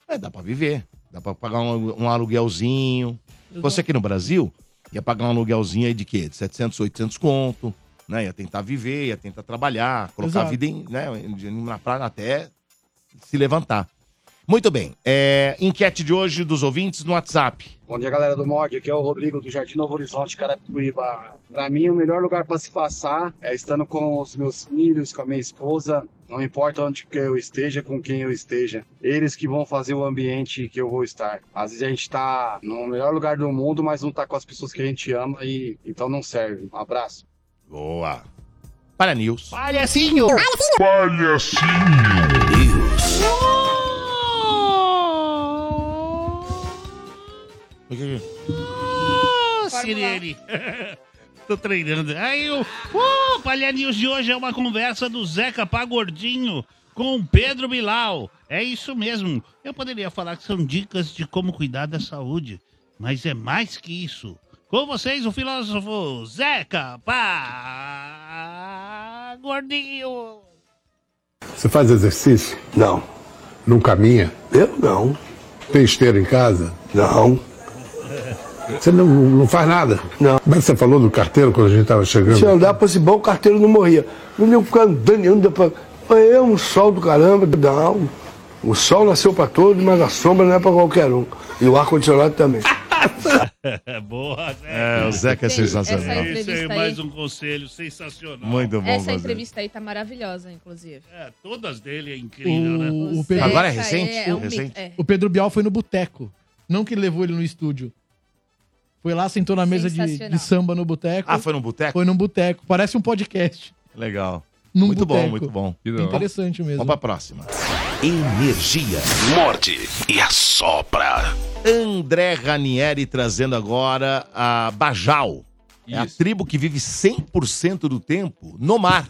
S2: É, dá pra viver. Dá pra pagar um, alu- um aluguelzinho. Você aqui no Brasil ia pagar um aluguelzinho aí de quê? De 700, 800 conto, né? Ia tentar viver, ia tentar trabalhar, colocar
S7: Exato.
S2: a vida em, né, em- na praia até se levantar. Muito bem. É, enquete de hoje dos ouvintes no WhatsApp.
S17: Bom dia, galera do MOG. Aqui é o Rodrigo do Jardim Novo Horizonte, Carapicuíba. Pra mim, o melhor lugar pra se passar é estando com os meus filhos, com a minha esposa. Não importa onde que eu esteja, com quem eu esteja. Eles que vão fazer o ambiente que eu vou estar. Às vezes a gente tá no melhor lugar do mundo, mas não tá com as pessoas que a gente ama e então não serve. Um abraço.
S2: Boa. Para News.
S17: Palhacinho!
S2: Palhacinho. News.
S5: Oh!
S10: é
S2: O que que-
S5: Ô, Oh, Sirene. Tô treinando. Aí o o Palha News de hoje é uma conversa do Zeca Pagordinho com o Pedro Bilal. É isso mesmo. Eu poderia falar que são dicas de como cuidar da saúde, mas é mais que isso. Com vocês, o filósofo Zeca Pá... Gordinho.
S10: Você faz exercício? Não. Não caminha? Eu não. Tem esteira em casa? Não. Você não, não faz nada? Não. Mas você falou do carteiro quando a gente estava chegando?
S9: Se eu andar pra esse bom, o carteiro não morria. Não ia ficar andando, anda pra... É um sol do caramba, não. O sol nasceu pra todos, mas a sombra não é pra qualquer um. E o ar-condicionado também.
S5: Boa, Zeca.
S2: É, o Zeca é
S4: Gente,
S2: sensacional.
S4: essa entrevista
S5: Isso aí,
S4: aí-
S5: mais um conselho sensacional.
S2: Muito bom,
S4: Essa
S2: Vander.
S4: entrevista aí tá maravilhosa, inclusive.
S5: É, todas dele é
S7: O-
S5: incrível, né?
S7: o Pedro-
S2: Agora é recente?
S4: É, é um
S2: Recente?
S4: mito, é.
S7: O Pedro Bial foi no boteco. Não que ele levou ele no estúdio. Foi lá, sentou na mesa de,
S4: Sensacional.
S7: de samba no boteco.
S2: Ah, foi num boteco?
S7: Foi num boteco. Parece um podcast.
S2: Legal.
S7: Num
S2: muito bom,
S7: boteco.
S2: muito bom.
S7: Interessante mesmo.
S2: Vamos pra próxima. Energia. Morde e assopra. André Ranieri trazendo agora a Bajal. É a tribo que vive 100% do tempo no mar.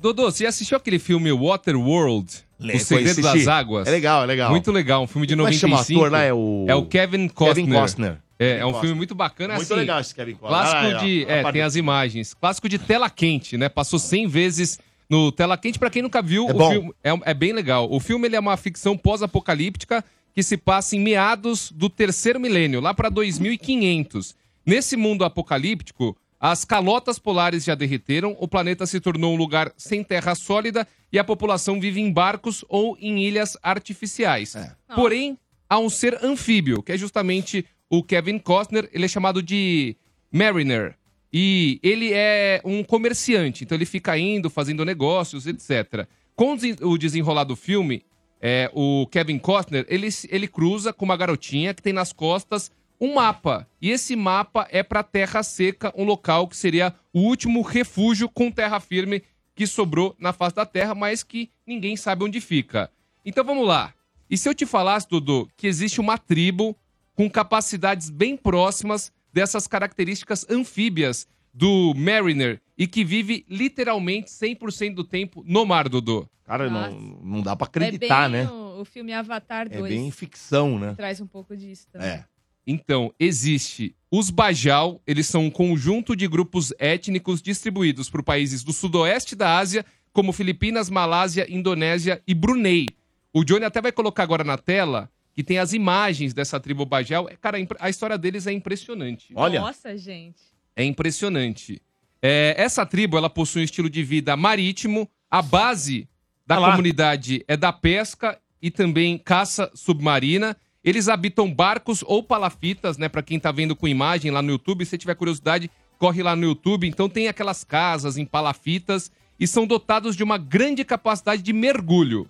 S3: Dodô, você já assistiu aquele filme Waterworld?
S2: Le-
S3: o Segredo
S2: assisti.
S3: das Águas?
S2: É legal, é legal.
S3: Muito legal, um filme de
S2: Como é que chama o
S3: 95.
S2: ator lá? É o-
S3: É Kevin Costner.
S2: Kevin Costner.
S3: É,
S2: Kevin
S3: é um
S2: Costner.
S3: filme muito bacana.
S2: Muito
S3: assim,
S2: legal esse Kevin Costner. Ah, lá,
S3: Clássico de...
S2: ó, a
S3: É,
S2: parte
S3: tem
S2: do-
S3: as imagens. Clássico de tela quente, né? Passou 100 vezes no tela quente. Pra quem nunca viu,
S2: É
S3: o
S2: bom.
S3: filme... É, um- é bem legal. O filme ele é uma ficção pós-apocalíptica que se passa em meados do terceiro milênio, lá para 2500. Nesse mundo apocalíptico, as calotas polares já derreteram, o planeta se tornou um lugar sem terra sólida e a população vive em barcos ou em ilhas artificiais. Porém, há um ser anfíbio, que é justamente o Kevin Costner, ele é chamado de Mariner. E ele é um comerciante, então ele fica indo, fazendo negócios, etc. Com o desen- o desenrolar do filme, é, o Kevin Costner, ele, se- ele cruza com uma garotinha que tem nas costas um mapa. E esse mapa é para Terra Seca, um local que seria o último refúgio com terra firme que sobrou na face da Terra, mas que ninguém sabe onde fica. Então vamos lá. E se eu te falasse, Dudu, que existe uma tribo com capacidades bem próximas dessas características anfíbias do Mariner e que vive literalmente 100% do tempo no mar, Dudu?
S2: Cara,
S4: não-
S2: não dá pra acreditar,
S4: é bem
S2: né?
S4: O, o filme Avatar 2.
S3: É bem ficção, né?
S4: Traz um pouco disso também.
S2: É.
S3: Então, existe. Os Bajau, eles são um conjunto de grupos étnicos distribuídos por países do sudoeste da Ásia, como Filipinas, Malásia, Indonésia e Brunei. O Johnny até vai colocar agora na tela que tem as imagens dessa tribo Bajau. É, Cara, a impre- a história deles é impressionante.
S4: Nossa, gente.
S3: É impressionante. É, essa tribo ela possui um estilo de vida marítimo. A base da comunidade é da pesca e também caça submarina. Eles habitam barcos ou palafitas, né? Para quem tá vendo com imagem lá no YouTube, se tiver curiosidade, corre lá no YouTube. Então tem aquelas casas em palafitas e são dotados de uma grande capacidade de mergulho.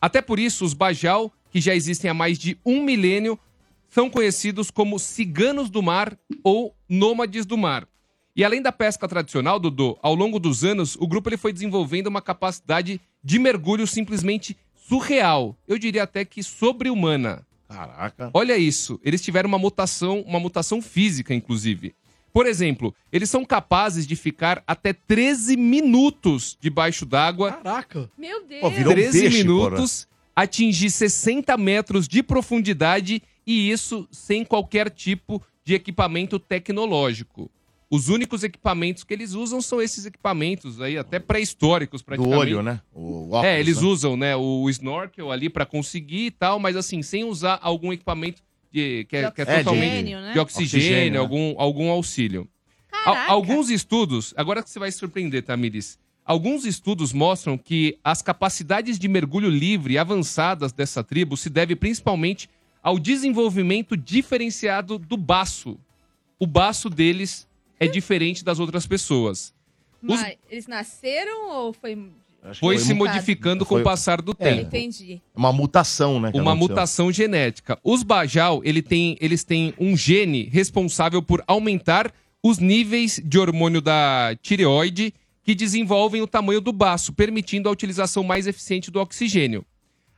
S3: Até por isso, os Bajau, que já existem há mais de um milênio, são conhecidos como ciganos do mar ou nômades do mar. E além da pesca tradicional, Dodô, ao longo dos anos, o grupo ele foi desenvolvendo uma capacidade de mergulho simplesmente surreal. Eu diria até que sobre-humana.
S2: Caraca.
S3: Olha isso, eles tiveram uma mutação, uma mutação física, inclusive. Por exemplo, eles são capazes de ficar até 13 minutos debaixo d'água.
S7: Caraca!
S4: Meu Deus.
S3: Pô, 13 minutos, atingir 60 metros de profundidade e isso sem qualquer tipo de equipamento tecnológico. Os únicos equipamentos que eles usam são esses equipamentos aí, até pré-históricos,
S2: Do
S3: praticamente.
S2: olho, né? O óculos,
S3: é, eles
S2: né?
S3: usam, né, o snorkel ali pra conseguir e tal, mas assim, sem usar algum equipamento de, que, é, que é
S2: De oxigênio,
S3: totalmente
S2: né?
S3: de oxigênio,
S2: Oxigênio, né?
S3: algum, algum auxílio. Al- alguns estudos, agora que você vai se surpreender, Tamiris, alguns estudos mostram que as capacidades de mergulho livre avançadas dessa tribo se deve principalmente ao desenvolvimento diferenciado do baço. O baço deles é
S2: Hum.
S3: diferente das outras pessoas. Os
S4: Mas eles nasceram ou foi.
S3: foi se
S4: mutado?
S3: modificando com
S2: Foi- é,
S3: o passar do tempo.
S4: Entendi.
S2: Uma mutação, né? que
S3: Uma
S2: aconteceu.
S3: mutação genética. Os Bajau, ele tem, eles têm um gene responsável por aumentar os níveis de hormônio da tireoide que desenvolvem o tamanho do baço, permitindo a utilização mais eficiente do oxigênio.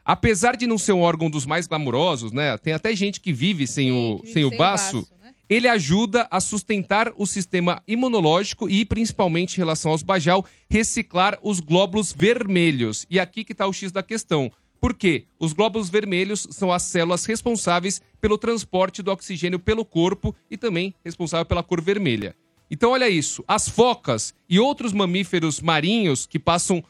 S3: Apesar de não ser um órgão dos mais glamurosos, né? Tem até gente que vive sem o, sem o baço. né? Ele ajuda a sustentar o sistema imunológico e, principalmente em relação aos Bajau, reciclar os glóbulos vermelhos. E aqui que está o tá X da questão. Por quê? Os glóbulos vermelhos são as células responsáveis pelo transporte do oxigênio pelo corpo e também responsável pela cor vermelha. Então, olha isso. As focas e outros mamíferos marinhos que passam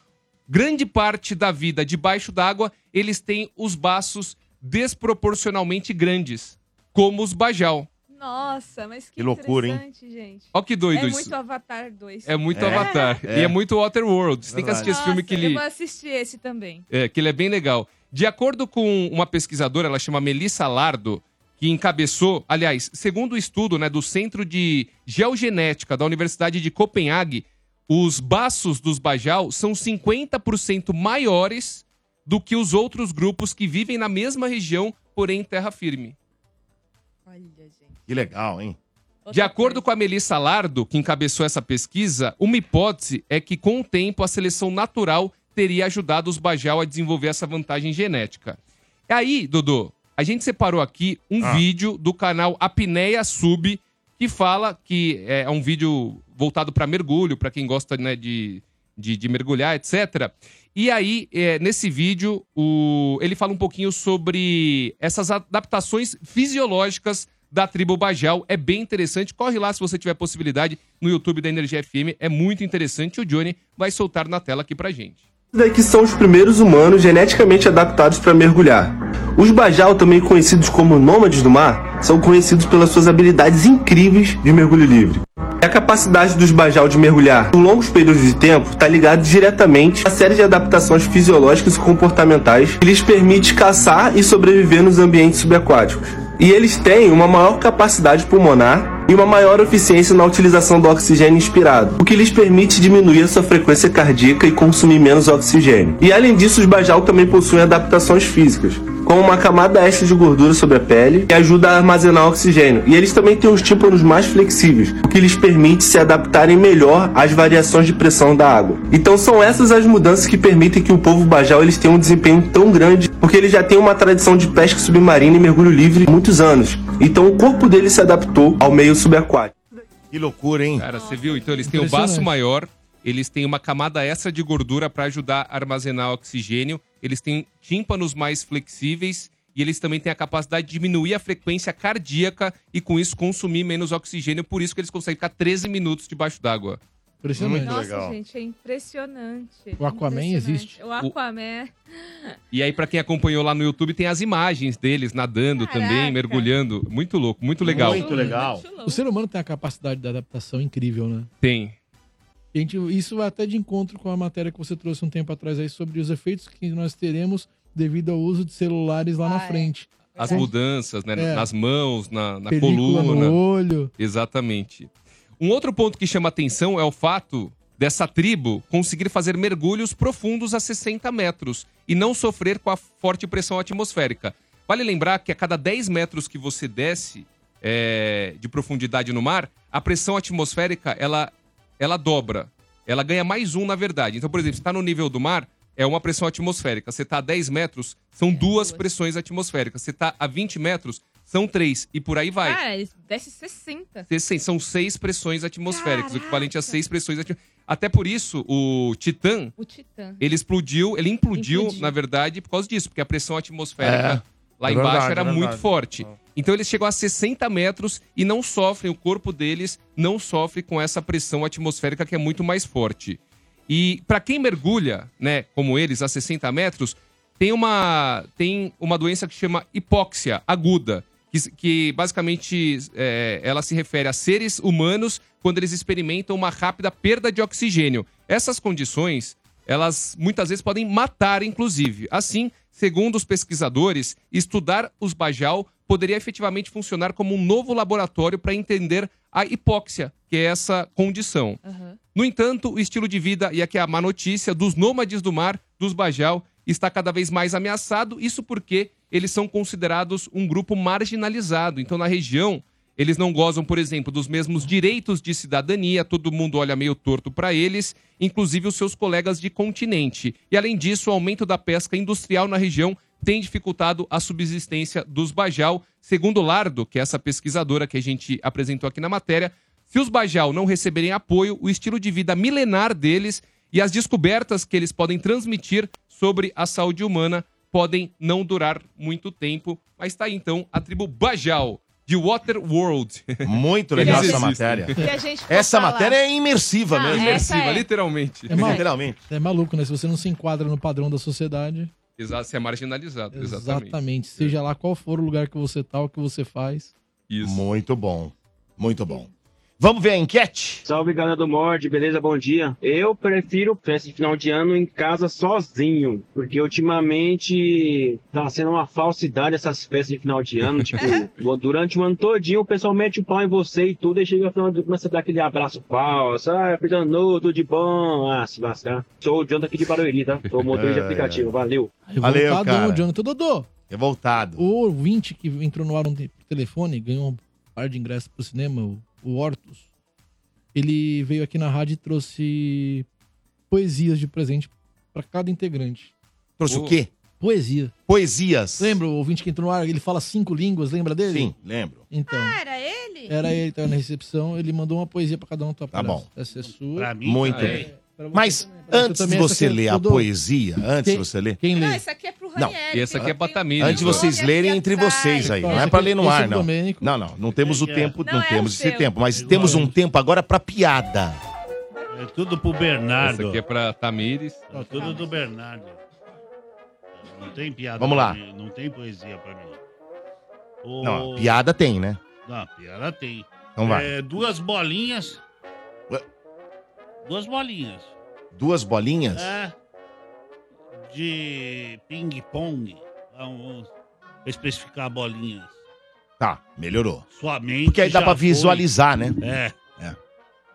S3: grande parte da vida debaixo d'água, eles têm os baços desproporcionalmente grandes, como os bajal.
S4: Nossa, mas que,
S3: Que loucura, hein?
S4: interessante, gente.
S3: Ó que doido
S4: é
S3: isso.
S4: muito Avatar 2.
S3: É muito Avatar. E é muito Waterworld. Você tem que assistir esse filme
S4: Nossa,
S3: que ele...
S4: Eu vou assistir esse também.
S3: É, que ele é bem legal. De acordo com uma pesquisadora, ela chama Melissa Lardo, que encabeçou, aliás, segundo o estudo né, do Centro de Geogenética da Universidade de Copenhague, os baços dos Bajau são 50% maiores do que os outros grupos que vivem na mesma região, porém em terra firme.
S2: Que legal, hein?
S3: De acordo com a Melissa Lardo, que encabeçou essa pesquisa, uma hipótese é que com o tempo a seleção natural teria ajudado os Bajau a desenvolver essa vantagem genética. E aí, Dodô, a gente separou aqui um
S2: Ah.
S3: vídeo do canal Apneia Sub, que fala que é um vídeo voltado para mergulho, para quem gosta né, de, de, de mergulhar, etc. E aí, é, nesse vídeo, o- ele fala um pouquinho sobre essas adaptações fisiológicas da tribo Bajau. É bem interessante. Corre lá se você tiver possibilidade no YouTube da Energia FM. É muito interessante. O Johnny vai soltar na tela aqui pra gente.
S18: Daí é que são os primeiros humanos geneticamente adaptados para mergulhar. Os Bajau, também conhecidos como nômades do mar, são conhecidos pelas suas habilidades incríveis de mergulho livre. E a capacidade dos Bajau de mergulhar por longos períodos de tempo está ligada diretamente à série de adaptações fisiológicas e comportamentais que lhes permite caçar e sobreviver nos ambientes subaquáticos. E eles têm uma maior capacidade pulmonar e uma maior eficiência na utilização do oxigênio inspirado, o que lhes permite diminuir a sua frequência cardíaca e consumir menos oxigênio. E além disso, os bajau também possuem adaptações físicas, como uma camada extra de gordura sobre a pele que ajuda a armazenar oxigênio. E eles também têm os tímpanos mais flexíveis, o que lhes permite se adaptarem melhor às variações de pressão da água. Então são essas as mudanças que permitem que o povo bajau eles tenham um desempenho tão grande, porque eles já têm uma tradição de pesca submarina e mergulho livre há muitos anos. Então o corpo deles se adaptou ao meio subaquático.
S2: Que loucura, hein?
S3: Cara, você viu? Então eles têm o baço maior, eles têm uma camada extra de gordura para ajudar a armazenar oxigênio, eles têm tímpanos mais flexíveis e eles também têm a capacidade de diminuir a frequência cardíaca e com isso consumir menos oxigênio, por isso que eles conseguem ficar 13 minutos debaixo d'água.
S7: Impressionante.
S4: Nossa, gente, é impressionante.
S3: O Aquaman
S4: Impressionante.
S3: existe.
S4: O Aquaman. é-
S3: E aí, pra quem acompanhou lá no YouTube, tem as imagens deles nadando também, mergulhando. Muito louco, muito legal.
S7: O ser humano tem a capacidade de adaptação incrível, né?
S3: Tem.
S7: Gente, isso vai até de encontro com a matéria que você trouxe um tempo atrás aí sobre os efeitos que nós teremos devido ao uso de celulares lá na
S4: Ah, é.
S7: frente.
S3: As
S7: Com-
S3: mudanças, né?
S7: É.
S3: Nas mãos, na, na
S7: Película
S3: coluna.
S7: no olho.
S3: Exatamente. Um outro ponto que chama atenção é o fato dessa tribo conseguir fazer mergulhos profundos a 60 metros e não sofrer com a forte pressão atmosférica. Vale lembrar que a cada 10 metros que você desce é, de profundidade no mar, a pressão atmosférica ela, ela dobra. Ela ganha mais um, na verdade. Então, por exemplo, você está no nível do mar, é uma pressão atmosférica. Você está a 10 metros, são duas, pressões atmosféricas. Você está a 20 metros, são três. E por aí vai.
S4: Cara, ele desce 60.
S3: Ter seis- São seis pressões atmosféricas, o equivalente a seis pressões atmosféricas. Até por isso, o Titã,
S4: O Titã.
S3: ele explodiu, ele implodiu,
S4: Implodiu.
S3: na verdade, por causa disso, porque a pressão
S2: É,
S3: atmosférica lá
S2: é
S3: embaixo
S2: verdade,
S3: era
S2: é
S3: muito
S2: verdade.
S3: forte. Então eles chegam a 60 metros e não sofrem, o corpo deles não sofre com essa pressão atmosférica que é muito mais forte. E para quem mergulha, né, como eles, a 60 metros, tem uma, tem uma doença que chama hipóxia aguda, que, s- que basicamente é, ela se refere a seres humanos quando eles experimentam uma rápida perda de oxigênio. Essas condições elas muitas vezes podem matar, inclusive. Assim, segundo os pesquisadores, estudar os Bajau poderia efetivamente funcionar como um novo laboratório para entender a hipóxia, que é essa condição. No entanto, o estilo de vida, e aqui é a má notícia, dos nômades do mar, dos Bajau, está cada vez mais ameaçado, isso porque eles são considerados um grupo marginalizado. Então, na região, eles não gozam, por exemplo, dos mesmos direitos de cidadania, todo mundo olha meio torto para eles, inclusive os seus colegas de continente. E além disso, o aumento da pesca industrial na região tem dificultado a subsistência dos Bajau. Segundo Lardo, que é essa pesquisadora que a gente apresentou aqui na matéria, se os Bajau não receberem apoio, o estilo de vida milenar deles e as descobertas que eles podem transmitir sobre a saúde humana podem não durar muito tempo. Mas tá aí, então, a tribo Bajal, de Water World.
S2: Muito legal essa matéria.
S4: Que a gente for
S2: Essa
S4: falar.
S2: matéria é imersiva
S4: Ah,
S2: mesmo.
S4: essa Imersiva, é.
S3: né? literalmente.
S7: É maluco.
S2: literalmente.
S7: É maluco, né? Se você não se enquadra no padrão da sociedade,
S3: Exato, você é marginalizado,
S7: exatamente.
S3: exatamente.
S7: Seja lá qual for o lugar que você tá, o que você faz.
S2: Muito bom. Muito bom. Vamos ver a enquete?
S19: Salve, galera do Mord, beleza? Bom dia. Eu prefiro festa de final de ano em casa sozinho, porque ultimamente tá sendo uma falsidade essas festas de final de ano. Tipo, durante o ano todinho o pessoal mete o pau em você Tipo, e tudo, e chega no final do ano começa a dar aquele abraço falso. Ah, feliz ano novo, tudo de bom. Ah, se lascar. Sou o Jonathan aqui de Barueri, tá? Sou motorista de
S2: Ai,
S19: aplicativo, valeu.
S2: Valeu, cara.
S7: um Jonathan Dodô.
S2: Revoltado.
S7: O ouvinte que entrou no ar ontem por telefone, ganhou um par de ingressos pro cinema, o- o Hortus. Ele veio aqui na rádio e trouxe poesias de presente pra cada integrante.
S2: Trouxe o quê?
S7: Poesia.
S2: Poesias.
S7: Lembra o ouvinte que entrou no ar? Ele fala cinco línguas, lembra dele?
S2: Sim, lembro.
S7: Então.
S4: Era ele?
S7: Era ele, tava na recepção, ele mandou uma poesia pra cada um. Tá
S2: bom.
S7: Essa é sua.
S2: Muito
S7: É,
S2: bem.
S7: pra você
S2: Mas
S7: também, pra
S2: antes de
S7: também, essa
S2: você
S7: aqui é
S2: ler a
S7: Dodô.
S2: poesia, antes de
S7: Quem-
S2: você ler.
S7: quem lê?
S4: Não, essa aqui é pro
S2: Não.
S4: Ranieri.
S3: E essa aqui é pra Tamires.
S2: Antes de vocês lerem entre vocês aí. Não é pra ler no ar, não. Não, não. Não temos o
S7: é
S2: tempo,
S4: é
S2: não temos esse tempo. Mas temos um tempo agora pra piada.
S5: É tudo pro Bernardo.
S3: Essa aqui é pra Tamires.
S2: é
S5: Não, tudo do Bernardo. Não tem piada.
S2: Vamos
S5: pra
S2: lá.
S5: mim, Não tem poesia pra mim. O-
S2: Não, piada tem, né?
S5: Não, piada tem.
S2: Então vai.
S5: É, duas bolinhas. Duas bolinhas.
S2: Duas bolinhas?
S5: É. De ping-pong. Vamos especificar bolinhas.
S2: Tá, melhorou.
S5: Sua mente.
S2: Porque aí dá
S5: já
S2: pra
S5: foi.
S2: visualizar, né?
S5: É.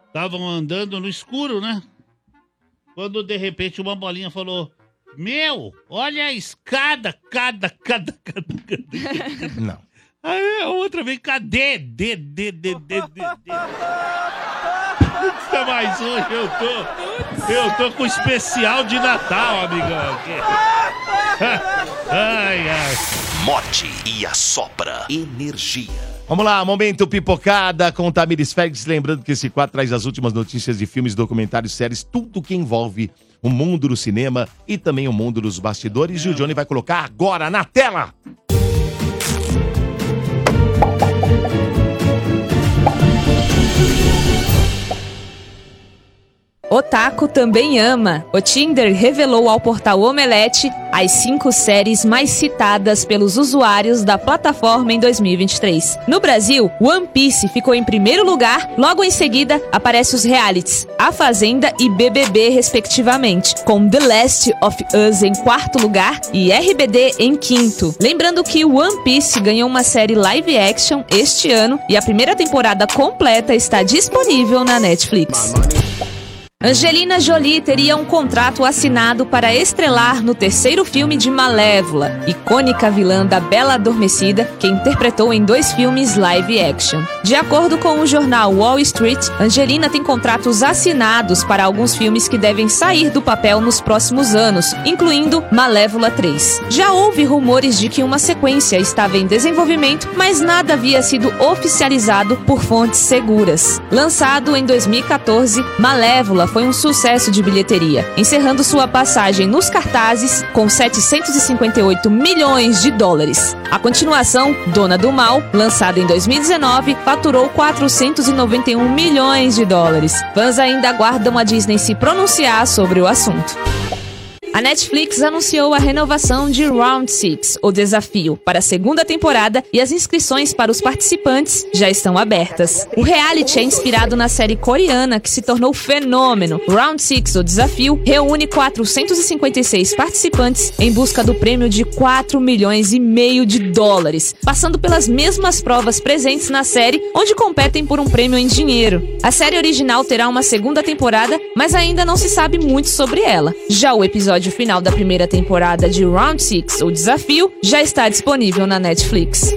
S5: Estavam andando no escuro, né? Quando de repente uma bolinha falou: Meu, olha a escada, cada, cada, cada, cada.
S2: Não.
S5: Aí a outra vem: Cadê? D, D, D, D, D, D. Puta, mas hoje eu tô. Eu tô com especial de Natal, amigão. ai, ai.
S1: Morte e a sopra energia.
S2: Vamos lá, momento pipocada com Tamires Félix. Lembrando que esse quadro traz as últimas notícias de filmes, documentários, séries, tudo que envolve o mundo do cinema e também o mundo dos bastidores. E o Johnny vai colocar agora na tela.
S4: Otaku também ama. O Tinder revelou ao portal Omelete as cinco séries mais citadas pelos usuários da plataforma em 2023. No Brasil, One Piece ficou em primeiro lugar, logo em seguida aparecem os realities A Fazenda e BBB, respectivamente, com The Last of Us em quarto lugar e RBD em quinto. Lembrando que One Piece ganhou uma série live action este ano e a primeira temporada completa está disponível na Netflix. Angelina Jolie teria um contrato assinado para estrelar no terceiro filme de Malévola, icônica vilã da Bela Adormecida, que interpretou em dois filmes live action. De acordo com o jornal Wall Street, Angelina tem contratos assinados para alguns filmes que devem sair do papel nos próximos anos, incluindo Malévola 3. Já houve rumores de que uma sequência estava em desenvolvimento, mas nada havia sido oficializado por fontes seguras. Lançado em 2014, Malévola foi um sucesso de bilheteria, encerrando sua passagem nos cartazes com 758 milhões de dólares. A continuação, Dona do Mal, lançada em 2019, faturou 491 milhões de dólares. Fãs ainda aguardam a Disney se pronunciar sobre o assunto. A Netflix anunciou a renovação de Round 6, o desafio, para a segunda temporada e as inscrições para os participantes já estão abertas. O reality é inspirado na série coreana que se tornou fenômeno. Round 6, o desafio, reúne 456 participantes em busca do prêmio de 4 milhões e meio de dólares, passando pelas mesmas provas presentes na série, onde competem por um prêmio em dinheiro. A série original terá uma segunda temporada, mas ainda não se sabe muito sobre ela. Já o episódio final da primeira temporada de Round 6, o desafio, já está disponível na Netflix.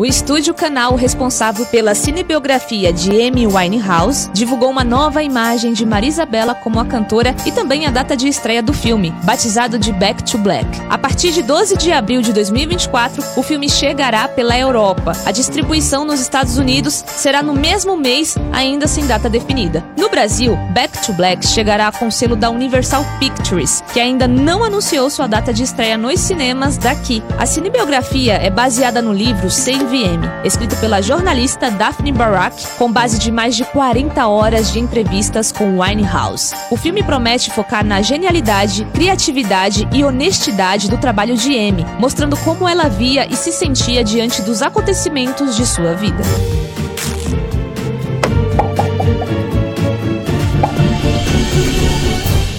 S4: O estúdio canal responsável pela cinebiografia de Amy Winehouse divulgou uma nova imagem de Marisabela como a cantora e também a data de estreia do filme, batizado de Back to Black. A partir de 12 de abril de 2024, o filme chegará pela Europa. A distribuição nos Estados Unidos será no mesmo mês, ainda sem data definida. No Brasil, Back to Black chegará com o selo da Universal Pictures, que ainda não anunciou sua data de estreia nos cinemas daqui. A cinebiografia é baseada no livro Sem VM, escrito pela jornalista Daphne Barak, com base de mais de 40 horas de entrevistas com Winehouse. O filme promete focar na genialidade, criatividade e honestidade do trabalho de Amy, mostrando como ela via e se sentia diante dos acontecimentos de sua vida.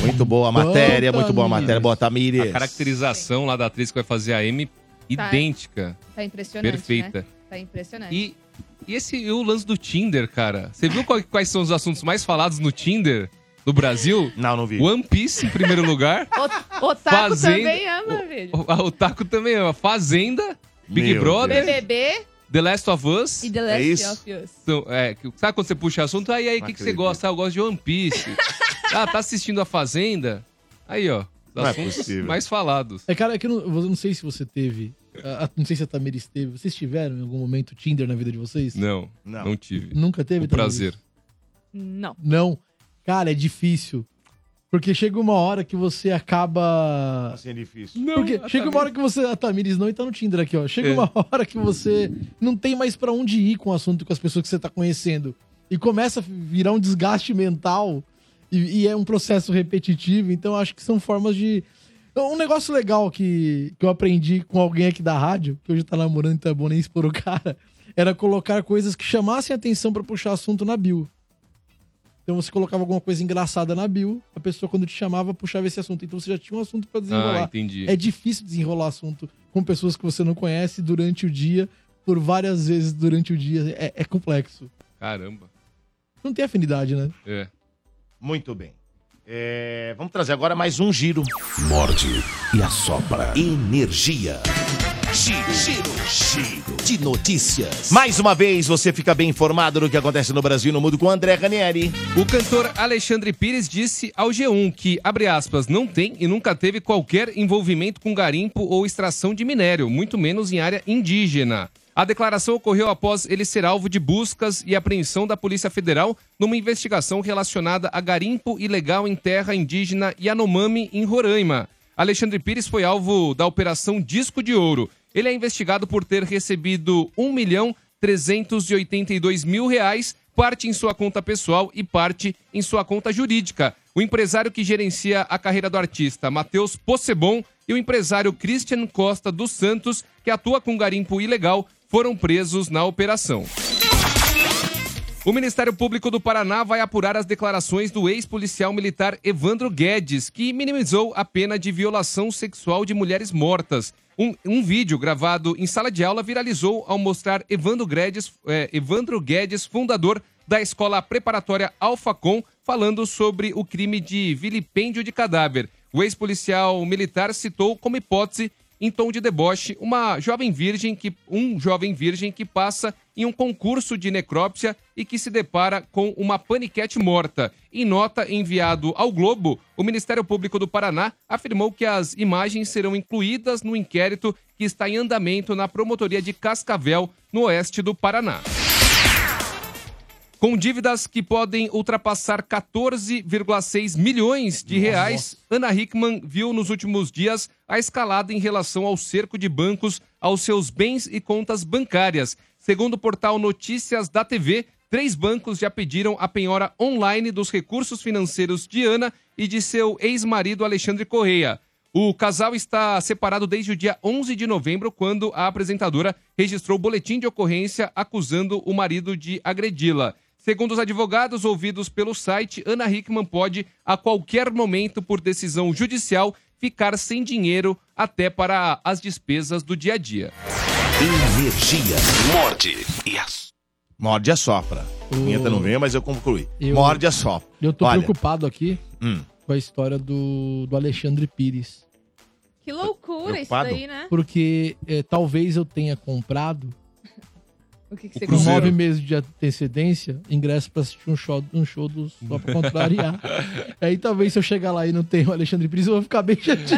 S2: Muito boa a matéria, muito boa a matéria. Boa,
S3: A
S2: Tamires.
S3: caracterização lá da atriz que vai fazer a M, idêntica.
S4: Tá impressionante,
S3: Perfeita.
S4: né? Tá impressionante.
S3: E, e esse e o lance do Tinder, cara? Você viu qual- quais são os assuntos mais falados no Tinder no Brasil?
S2: Não, não vi.
S3: One Piece em primeiro lugar.
S4: O, Otaku
S3: Fazenda-
S4: também ama, velho.
S3: O, a- o Taco também ama. Fazenda, Big
S2: Meu
S3: Brother,
S4: BBB
S3: The Last of Us.
S4: e The Last
S3: é isso?
S4: of Us.
S3: Então, é, que- sabe quando você puxa assunto? Aí, aí, o que, que você gosta? Ah, eu gosto de One Piece. ah, tá assistindo a Fazenda? Aí, ó. Os
S2: Não é
S3: assuntos
S2: possível.
S3: mais falados.
S7: É, cara, é que eu não, eu não sei se você teve. a- a- não sei se a Tamiris teve. Vocês tiveram em algum momento Tinder na vida de vocês?
S3: Não, não, tive.
S7: Nunca teve,
S3: O
S7: Tamiris?
S3: prazer.
S4: Não.
S7: Não. Cara, é difícil. Porque chega uma hora que você acaba.
S2: Assim é difícil.
S7: Porque chega uma hora que você. A Tamires não e tá no Tinder aqui, ó. Chega
S2: É.
S7: uma hora que você não tem mais pra onde ir com o assunto e com as pessoas que você tá conhecendo. E começa a virar um desgaste mental. E, e é um processo repetitivo. Então acho que são formas de. Um negócio legal que, que eu aprendi com alguém aqui da rádio, que hoje tá namorando, então é bom nem expor o cara, era colocar coisas que chamassem atenção pra puxar assunto na bio. Então você colocava alguma coisa engraçada na bio, a pessoa quando te chamava puxava esse assunto. Então você já tinha um assunto pra desenrolar.
S3: Ah, entendi.
S7: É difícil desenrolar assunto com pessoas que você não conhece durante o dia, por várias vezes durante o dia. É, é complexo.
S3: Caramba.
S7: Não tem afinidade, né?
S3: É.
S2: Muito bem. É, vamos trazer agora mais um giro.
S1: Morde e assopra. Energia. Giro, giro, giro de notícias.
S2: Mais uma vez, você fica bem informado do que acontece no Brasil e no mundo com o André Ranieri.
S3: O cantor Alexandre Pires disse ao G1 que, abre aspas, não tem e nunca teve qualquer envolvimento com garimpo ou extração de minério, muito menos em área indígena. A declaração ocorreu após ele ser alvo de buscas e apreensão da Polícia Federal numa investigação relacionada a garimpo ilegal em terra indígena Yanomami, em Roraima. Alexandre Pires foi alvo da Operação Disco de Ouro. Ele é investigado por ter recebido 1 milhão 382 mil reais, parte em sua conta pessoal e parte em sua conta jurídica. O empresário que gerencia a carreira do artista, Matheus Possebon, e o empresário Christian Costa dos Santos, que atua com garimpo ilegal, foram presos na operação. O Ministério Público do Paraná vai apurar as declarações do ex-policial militar Evandro Guedes, que minimizou a pena de violação sexual de mulheres mortas. Um, um vídeo gravado em sala de aula viralizou ao mostrar Evandro Guedes, eh, Evandro Guedes fundador da escola preparatória Alfacom, falando sobre o crime de vilipêndio de cadáver. O ex-policial militar citou como hipótese em tom de deboche, uma jovem virgem que um jovem virgem que passa em um concurso de necrópsia e que se depara com uma paniquete morta. Em nota enviado ao Globo, o Ministério Público do Paraná afirmou que as imagens serão incluídas no inquérito que está em andamento na promotoria de Cascavel, no oeste do Paraná. Com dívidas que podem ultrapassar 14,6 milhões de reais, Ana Hickman viu nos últimos dias a escalada em relação ao cerco de bancos aos seus bens e contas bancárias. Segundo o portal Notícias da TV, três bancos já pediram a penhora online dos recursos financeiros de Ana e de seu ex-marido Alexandre Correia. O casal está separado desde o dia 11 de novembro, quando a apresentadora registrou boletim de ocorrência acusando o marido de agredi-la. Segundo os advogados ouvidos pelo site, Ana Hickman pode, a qualquer momento, por decisão judicial, ficar sem dinheiro até para as despesas do dia a dia.
S1: Energia. Morde e assopra.
S2: Morde a sopra. Vinheta não veio, mas eu concluí.
S7: Eu-
S2: Morde a sopra.
S7: Eu tô
S2: Olha,
S7: preocupado aqui
S2: Hum.
S7: com a história do, do Alexandre Pires.
S4: Que loucura isso
S7: Preocupado?
S4: daí, né?
S7: eh, Porque é, talvez eu tenha comprado
S4: O que, que
S7: Com
S4: você comprou?
S7: nove meses de antecedência, ingresso pra assistir um show, um show do, só pra contrariar. Aí talvez se eu chegar lá e não ter o Alexandre Pires, eu vou ficar bem chateado.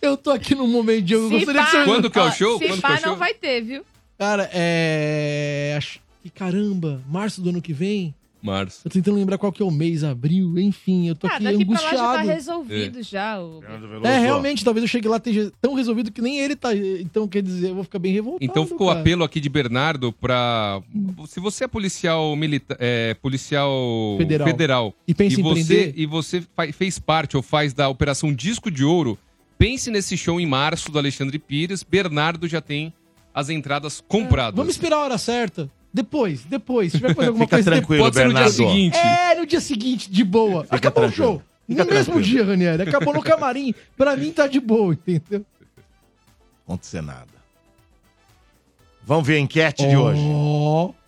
S7: eu tô aqui num momento de... Eu
S4: Se
S7: gostaria que é
S4: pá- é
S7: você...
S4: Ó, Se pá, não vai ter, viu?
S7: Cara, é... Acho que caramba, março do ano que vem...
S3: Março.
S7: Eu tô tentando lembrar qual que é o mês, abril, enfim, eu tô
S4: ah,
S7: aqui
S4: daqui pra lá
S7: angustiado.
S4: já tá resolvido já. O...
S7: É, realmente, talvez eu chegue lá e esteja tão resolvido que nem ele tá. Então, quer dizer, eu vou ficar bem revoltado.
S3: Então ficou o
S7: cara.
S3: apelo aqui de Bernardo pra. Se você é policial militar, é, policial
S7: Federal.
S3: federal,
S7: E pensa em
S3: você
S7: prender?
S3: e você fa- fez parte ou faz da operação Disco de Ouro, pense nesse show em março do Alexandre Pires. Bernardo já tem as entradas compradas.
S7: É, Vamos esperar a hora certa. Depois, depois. Se tiver que fazer alguma
S3: Fica
S7: coisa
S3: tranquilo,
S7: depois.
S3: Bernardo. seguinte.
S7: É, no dia seguinte, de boa. Acabou o show.
S2: Fica
S7: no mesmo
S2: tranquilo.
S7: dia, Ranieri. Acabou no camarim. Pra mim tá de boa, entendeu?
S2: acontecer nada. Vamos ver a enquete de hoje.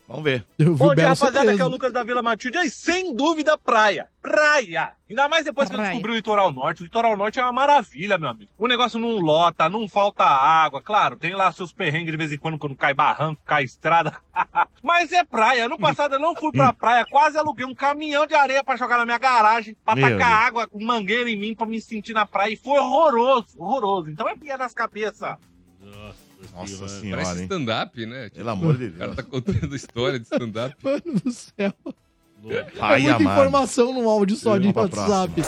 S2: Vamos ver.
S20: Bom dia, rapaziada, que é o Lucas da Vila Matilde. E sem dúvida, praia. Praia! Ainda mais depois que eu descobri o litoral norte. O litoral norte é uma maravilha, meu amigo. O negócio não lota, não falta água. Claro, tem lá seus perrengues de vez em quando, quando cai barranco, cai estrada. Mas é praia. Ano passado eu não fui pra praia, quase aluguei um caminhão de areia pra jogar na minha garagem, pra
S21: Meu
S20: tacar água com mangueira em mim, pra me sentir na praia. E foi horroroso, horroroso. Então é pia nas cabeças.
S2: Nossa
S3: Parece
S2: senhora, hein?
S3: stand-up, né?
S2: Pelo amor de
S3: O cara tá contando história de stand-up.
S7: Mano do céu. é
S3: Ai,
S7: muita
S3: amado.
S7: informação num áudio só de
S2: Vamos pra
S7: WhatsApp.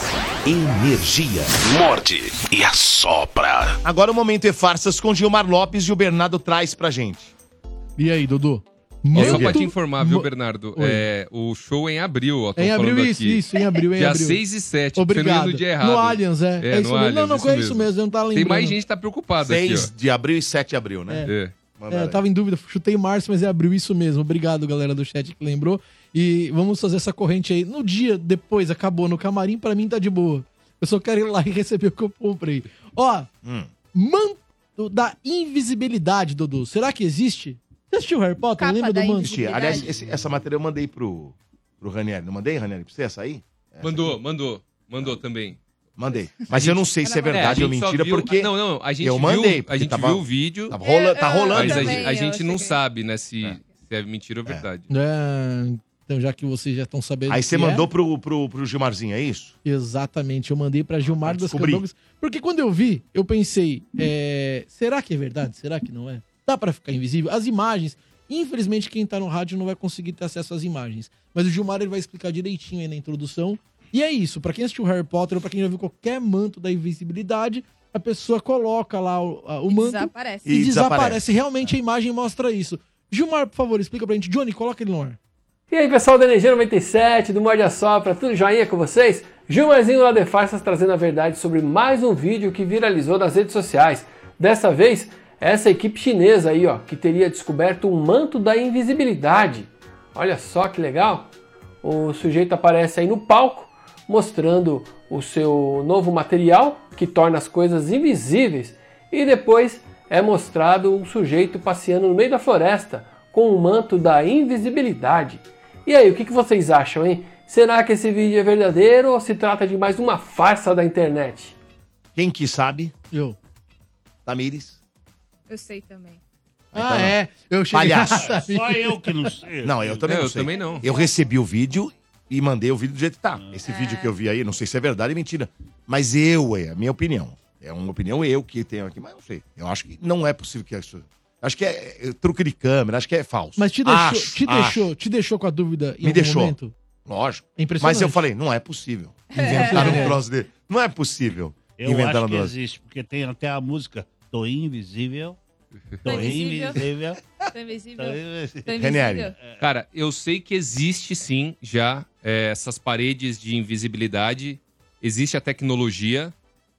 S2: Energia. Morde e assopra. Agora o momento é farsas com Gilmar Lopes e o Bernardo traz pra gente.
S7: E aí, Dudu?
S3: Ó, só pra
S7: Neto-
S3: te informar, viu,
S7: Mo-
S3: Bernardo?
S7: Oi.
S3: É, o show é em abril, ó. tão
S7: Em abril,
S3: falando
S7: isso,
S3: aqui.
S7: isso, em abril, em
S3: dia
S7: abril.
S3: 6 e 7. Você não
S7: Obrigado.
S3: ia no dia errado.
S7: No Allianz, é. É isso mesmo.
S3: Allianz,
S7: Não, não, é isso mesmo, eu não tava
S3: Tem
S7: lembrando.
S3: mais gente que tá preocupada aqui,
S2: 6 de abril e 7 de abril, né?
S3: É.
S2: Manda
S7: É, eu
S20: tá
S2: aí.
S7: tava em dúvida, chutei março, mas é abril, isso mesmo. Obrigado, galera do chat que lembrou. E vamos fazer essa corrente aí. No dia depois, acabou no camarim, pra mim tá de boa. Eu só quero ir lá e receber o que eu comprei. Ó,
S2: Hum.
S7: manto da invisibilidade, Dudu. Será que existe? Você assistiu Harry Potter? Lembra do manto?
S2: Assistir. Aliás, esse- essa matéria eu mandei pro, pro Ranieri. Não mandei, Ranieri, pra você essa aí?
S3: Mandou, mandou. Mandou também.
S2: Mandei. Mas eu não sei se é verdade
S3: a
S2: ou
S3: gente só
S2: mentira,
S3: viu- Ah,
S2: porque
S3: Não, não, a gente
S2: eu
S3: viu-
S2: mandei,
S3: a
S2: porque
S3: gente
S2: tava-
S3: viu o vídeo.
S2: tava
S7: É,
S2: rola- tá Eu- eu rolando.
S3: Mas a
S2: também,
S3: gente, a
S2: eu
S3: gente não
S2: cheguei.
S3: sabe, né, se, se é mentira ou verdade.
S7: É, então, já que vocês já estão sabendo.
S2: Aí
S7: que
S2: você
S7: é,
S2: mandou pro, pro, pro Gilmarzinho, é isso?
S7: Exatamente, eu mandei pra Gilmar das
S2: descobri.
S7: Candongas. Porque quando eu vi, eu pensei, é, será que é verdade? Será que não é? Dá pra ficar invisível? As imagens, infelizmente quem tá no rádio não vai conseguir ter acesso às imagens. Mas o Gilmar ele vai explicar direitinho aí na introdução. E é isso, pra quem assistiu Harry Potter ou pra quem já viu qualquer manto da invisibilidade, a pessoa coloca lá o, a- o manto
S4: desaparece.
S7: e desaparece.
S4: E desaparece.
S7: Realmente a imagem mostra isso. Gilmar, por favor, explica pra gente. Johnny, coloca ele no ar.
S22: E aí, pessoal da Energia 97, do Morde a Sopra, tudo joinha com vocês? Gilmarzinho lá de Farsas trazendo a verdade sobre mais um vídeo que viralizou nas redes sociais. Dessa vez, essa equipe chinesa aí, ó, que teria descoberto o manto da invisibilidade. Olha só que legal! O sujeito aparece aí no palco mostrando o seu novo material que torna as coisas invisíveis e depois é mostrado um sujeito passeando no meio da floresta com o manto da invisibilidade. E aí, o que que vocês acham, hein? Será que esse vídeo é verdadeiro ou se trata de mais uma farsa da internet?
S2: Quem que sabe?
S7: Eu.
S2: Tamires? Então
S4: Eu sei também.
S7: Ah, é. Eu
S2: cheguei- Tá Palhaço.
S5: Só eu que não sei.
S2: Não, eu também
S5: É,
S2: não
S5: eu
S2: sei.
S5: também não.
S2: Eu recebi o vídeo e mandei o vídeo do jeito que tá.
S5: Ah.
S2: Esse vídeo que eu vi aí, não sei se é verdade ou mentira. Mas eu, é a minha opinião. É uma opinião eu que tenho aqui, mas não sei. Eu acho que não é possível que isso... Acho que é, é truque de câmera, acho que é falso.
S7: Mas te deixou,
S2: Acho,
S7: te
S2: acho.
S7: deixou, te deixou com a dúvida em
S2: Me
S7: algum
S2: deixou.
S7: momento?
S2: Lógico.
S7: É impressionante.
S2: Mas eu falei, não é possível. Inventaram um troço dele. Não é possível.
S5: Eu
S2: Inventaram
S5: acho que
S2: um troço.
S5: existe, porque tem até a música Tô Invisível. Tô
S4: invisível.
S5: Invisível.
S4: Tô invisível.
S5: Tô invisível.
S4: Tô invisível.
S2: É.
S3: Cara, eu sei que existe sim já é, essas paredes de invisibilidade. Existe a tecnologia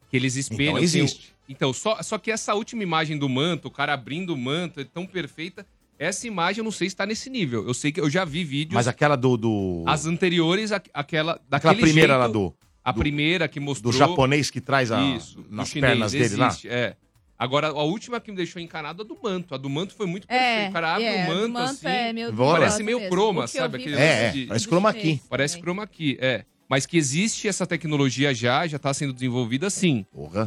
S3: que eles espelham.
S2: Então,
S3: tem o-
S2: existe.
S3: Então, só, só que essa última imagem do manto, o cara abrindo o manto, é tão perfeita. Essa imagem eu não sei se tá nesse nível. Eu sei que eu já vi vídeos.
S2: Mas aquela do... do...
S3: As anteriores, a- aquela.
S2: Aquela
S3: Daquele
S2: primeira
S3: jeito,
S2: lá do-
S3: A
S2: do-
S3: primeira que mostrou.
S2: do japonês que traz a-
S3: do
S2: nas
S3: chinês,
S2: pernas dele lá?
S3: existe, É. Agora, a última que me deixou encanado é a do manto. A do manto foi muito
S4: É,
S3: perfeita. O cara abre
S4: é,
S3: o manto,
S4: do manto
S3: assim.
S4: é meio
S3: parece
S4: doloroso
S3: meio
S4: mesmo. O
S3: croma,
S4: que eu
S3: sabe?
S4: vi
S3: Aquele
S4: foi
S3: lance
S4: É, é,
S3: de-
S4: parece chroma key.
S3: Parece chroma key, é. Mas que existe essa tecnologia já, já está sendo desenvolvida sim.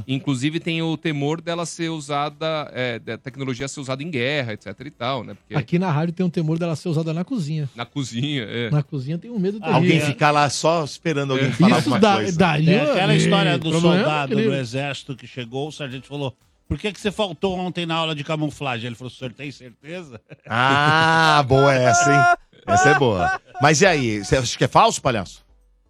S3: Inclusive tem o temor dela ser usada, é, da tecnologia ser usada em guerra, etc e tal, né? Porque
S7: Aqui na rádio tem um temor dela ser usada na cozinha.
S3: na cozinha, é.
S7: Na cozinha tem um medo terrível.
S2: Alguém ficar lá só esperando alguém falar
S7: Isso
S2: alguma
S7: dá-
S2: coisa.
S7: daria-
S5: É aquela história do
S2: é
S7: Problema, é
S5: soldado
S7: querido.
S5: do exército que chegou, o sargento falou: Por que, que você faltou ontem na aula de camuflagem? Ele falou: O senhor tem certeza?
S2: Ah, boa essa, hein? Essa é boa. Mas e aí, você acha que é falso, palhaço?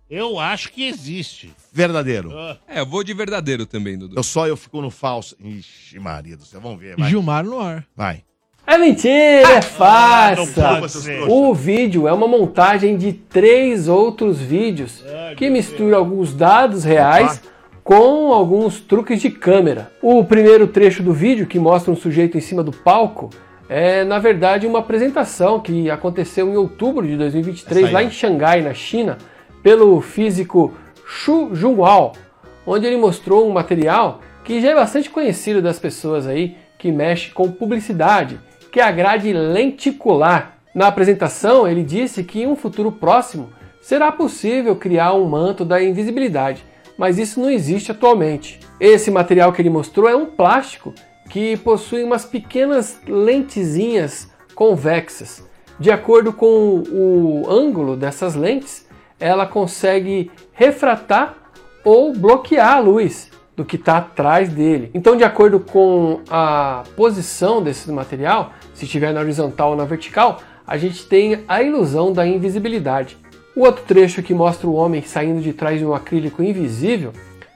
S5: Eu acho que existe.
S2: Verdadeiro.
S3: É, eu vou de verdadeiro também, Dudu.
S2: Eu só eu fico no falso. Ixi, Maria do céu, vamos ver. Vai.
S7: Gilmar no ar.
S2: Vai.
S22: É mentira, é
S2: Ah, não
S22: farsa.
S2: pode, seus
S22: O vídeo é uma montagem de três outros vídeos que mistura alguns dados reais com alguns truques de câmera. O primeiro trecho do vídeo, que mostra um sujeito em cima do palco, é na verdade uma apresentação que aconteceu em outubro de 2023
S8: Essa aí,
S22: lá
S8: ó.
S22: em Xangai, na China, pelo físico Xu Zhonghao, onde ele mostrou um material que já é bastante conhecido das pessoas aí que mexe com publicidade, que é a grade lenticular. Na apresentação, ele disse que em um futuro próximo será possível criar um manto da invisibilidade, mas isso não existe atualmente. Esse material que ele mostrou é um plástico que possui umas pequenas lentezinhas convexas. De acordo com o ângulo dessas lentes, ela consegue refratar ou bloquear a luz do que está atrás dele. Então, de acordo com a posição desse material, se estiver na horizontal ou na vertical, a gente tem a ilusão da invisibilidade. O outro trecho que mostra o homem saindo de trás de um acrílico invisível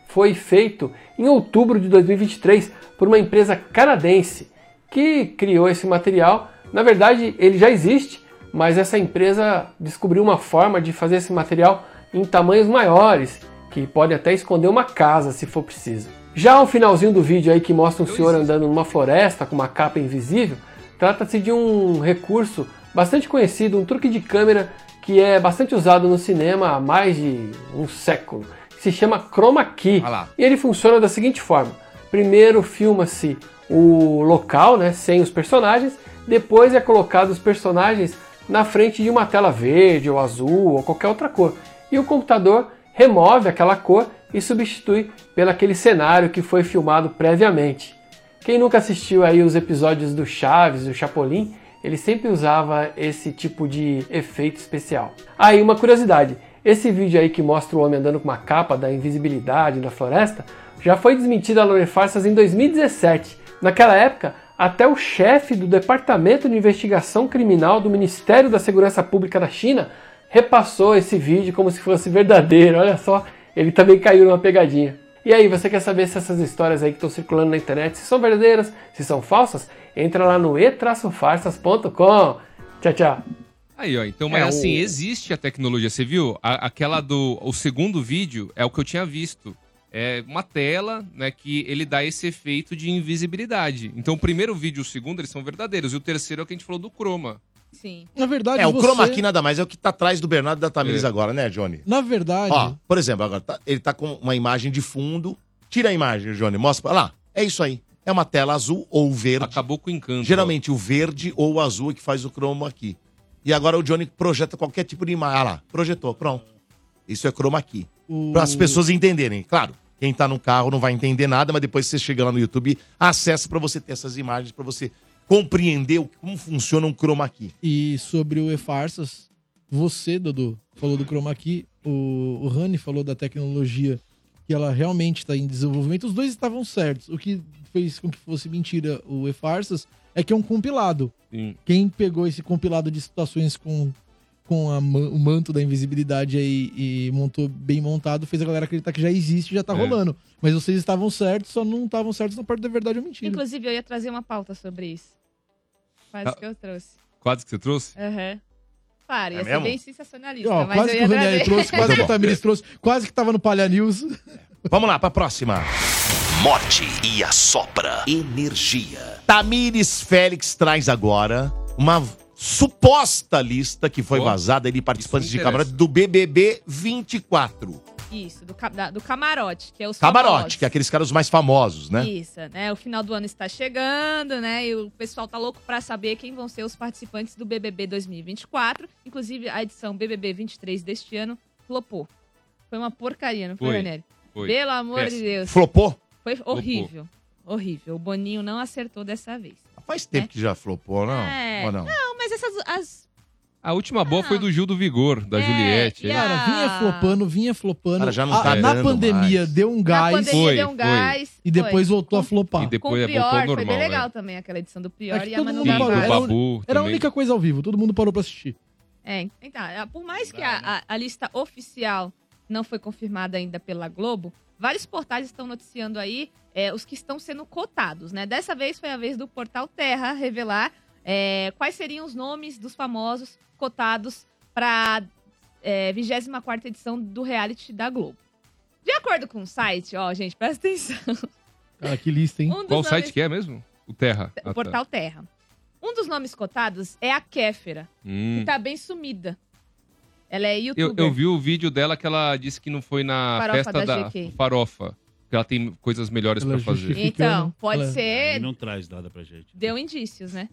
S22: foi feito em outubro de 2023 por uma empresa canadense que criou esse material. Na verdade, ele já existe, mas essa empresa descobriu uma forma de fazer esse material em tamanhos maiores, que pode até esconder uma casa se for preciso. Já o finalzinho do vídeo aí que mostra um senhor andando numa floresta com uma capa invisível, trata-se de um recurso bastante conhecido, um truque de câmera que é bastante usado no cinema há mais de um século. que Se chama chroma key. E ele funciona da seguinte forma: Primeiro filma-se o local, né, sem os personagens, depois é colocado os personagens na frente de uma tela verde ou azul ou qualquer outra cor. E o computador remove aquela cor e substitui pelo aquele cenário que foi filmado previamente. Quem nunca assistiu aí os episódios do Chaves, do Chapolin, ele sempre usava esse tipo de efeito especial. Aí uma curiosidade, esse vídeo aí que mostra o homem andando com uma capa da invisibilidade na floresta, já foi desmentido a Lore Farsas em 2017. Naquela época, até o chefe do Departamento de Investigação Criminal do Ministério da Segurança Pública da China repassou esse vídeo como se fosse verdadeiro. Olha só, ele também caiu numa pegadinha. E aí, você quer saber se essas histórias aí que estão circulando na internet se são verdadeiras, se são falsas? Entra lá no e-farsas.com. Tchau, tchau.
S3: Aí, ó, então, mas
S22: É, o-
S3: assim, existe a tecnologia, você viu? A- aquela do. O segundo vídeo é o que eu tinha visto. É uma tela, né, que ele dá esse efeito de invisibilidade. Então, o primeiro vídeo e o segundo, eles são verdadeiros. E o terceiro é o que a gente falou do chroma.
S4: Sim.
S7: Na verdade,
S2: É, o
S7: você-
S2: chroma key nada mais é o que tá atrás do Bernardo e da
S3: É.
S2: Tamires agora, né, Johnny?
S7: Na verdade,
S2: Ó, por exemplo, agora tá- ele tá com uma imagem de fundo. Tira a imagem, Johnny, mostra pra lá. É isso aí. É uma tela azul ou verde.
S3: Acabou com o encanto.
S2: Geralmente o verde ou o azul é que faz o cromo aqui. E agora o Johnny projeta qualquer tipo de imagem. Ah lá, projetou, pronto. Isso é chroma aqui.
S7: O-
S2: Para as pessoas entenderem. Claro, quem tá no carro não vai entender nada, mas depois você chega lá no YouTube, acessa para você ter essas imagens, para você compreender o- como funciona um chroma aqui.
S7: E sobre o E-Farsas, você, Dudu, falou do Chroma Key, o, o Rani falou da tecnologia que ela realmente está em desenvolvimento. Os dois estavam certos. O que fez com que fosse mentira o E-Farsas é que é um compilado.
S3: Sim.
S7: Quem pegou esse compilado de situações com, com a man- o manto da invisibilidade aí e montou bem montado, fez a galera acreditar que já existe e já tá
S4: É.
S7: rolando. Mas vocês estavam certos, só não estavam certos na parte da verdade ou mentira.
S4: Inclusive, eu ia trazer uma pauta sobre isso. Quase
S7: Tá.
S4: que eu trouxe.
S3: Quase que você trouxe?
S4: Aham. Claro,
S7: É
S4: ia ser
S7: mesmo?
S4: bem sensacionalista,
S7: Ó,
S4: mas
S7: quase
S4: eu
S7: que
S4: ia
S7: o Ranieri
S4: trazer.
S7: trouxe, quase
S2: Muito
S7: que o
S2: bom.
S7: Tamiris trouxe, quase que tava no Palha News.
S2: Vamos lá, para próxima.
S1: Morte e a sopra energia.
S2: Tamires Félix traz agora uma suposta lista que foi vazada de participantes de
S4: interessa.
S2: camarote do BBB 24.
S4: Isso, do, ca- da- do camarote, que é os famosos.
S2: Camarote, que é aqueles caras mais famosos, né?
S4: Isso, né? O final do ano está chegando, né? E o pessoal tá louco pra saber quem vão ser os participantes do BBB 2024. Inclusive, a edição BBB 23 deste ano flopou. Foi uma porcaria, não foi,
S2: Foi,
S4: Ranieri?
S2: foi.
S4: Pelo amor de
S2: Péssimo.
S4: Deus.
S2: Flopou?
S4: Foi
S2: Flopou.
S4: horrível. Horrível. O Boninho não acertou dessa vez.
S2: Ah,
S4: né?
S2: Faz tempo que já flopou, não?
S4: É.
S2: Ou não?
S4: mas essas. As...
S3: A última boa foi do Gil do Vigor, da Juliette.
S4: É, e
S3: hein?
S4: a-
S7: Cara, vinha flopando, vinha flopando.
S3: Cara, já não
S7: A-
S3: tá
S7: na
S3: dando
S7: pandemia deu um gás.
S4: pandemia Foi, deu um foi. gás,
S7: E depois
S4: foi.
S7: voltou a flopar.
S3: E
S4: Com o pior, foi bem legal também aquela edição do pior
S7: É que
S4: e a
S7: todo
S4: Manu
S7: mundo parou.
S4: Gavassi.
S7: Era, a un-
S3: né? Babu
S7: era a
S3: também.
S7: única coisa ao vivo, todo mundo parou pra assistir.
S4: É, então, é, por mais que a, a- a lista oficial não foi confirmada ainda pela Globo, vários portais estão noticiando aí é, os que estão sendo cotados, né? Dessa vez foi a vez do Portal Terra revelar é, quais seriam os nomes dos famosos cotados para é, 24ª edição do reality da Globo. De acordo com o site, ó, gente, presta atenção.
S7: Cara, que lista, hein?
S4: Um dos
S3: Qual
S4: nomes-
S3: site que é mesmo? O Terra. Ah,
S4: O
S3: tá.
S4: Portal Terra. Um dos nomes cotados é a Kéfera,
S3: Hum.
S4: que tá bem sumida. Ela é
S3: Eu,
S4: youtuber.
S3: eu vi o vídeo dela que ela disse que não foi na
S4: Farofa
S3: festa
S4: da
S3: da,
S4: GK.
S3: farofa. Que ela tem coisas melhores pra fazer.
S4: Então,
S7: né?
S4: pode ser.
S5: Ele não traz nada pra gente.
S4: Deu indícios, né?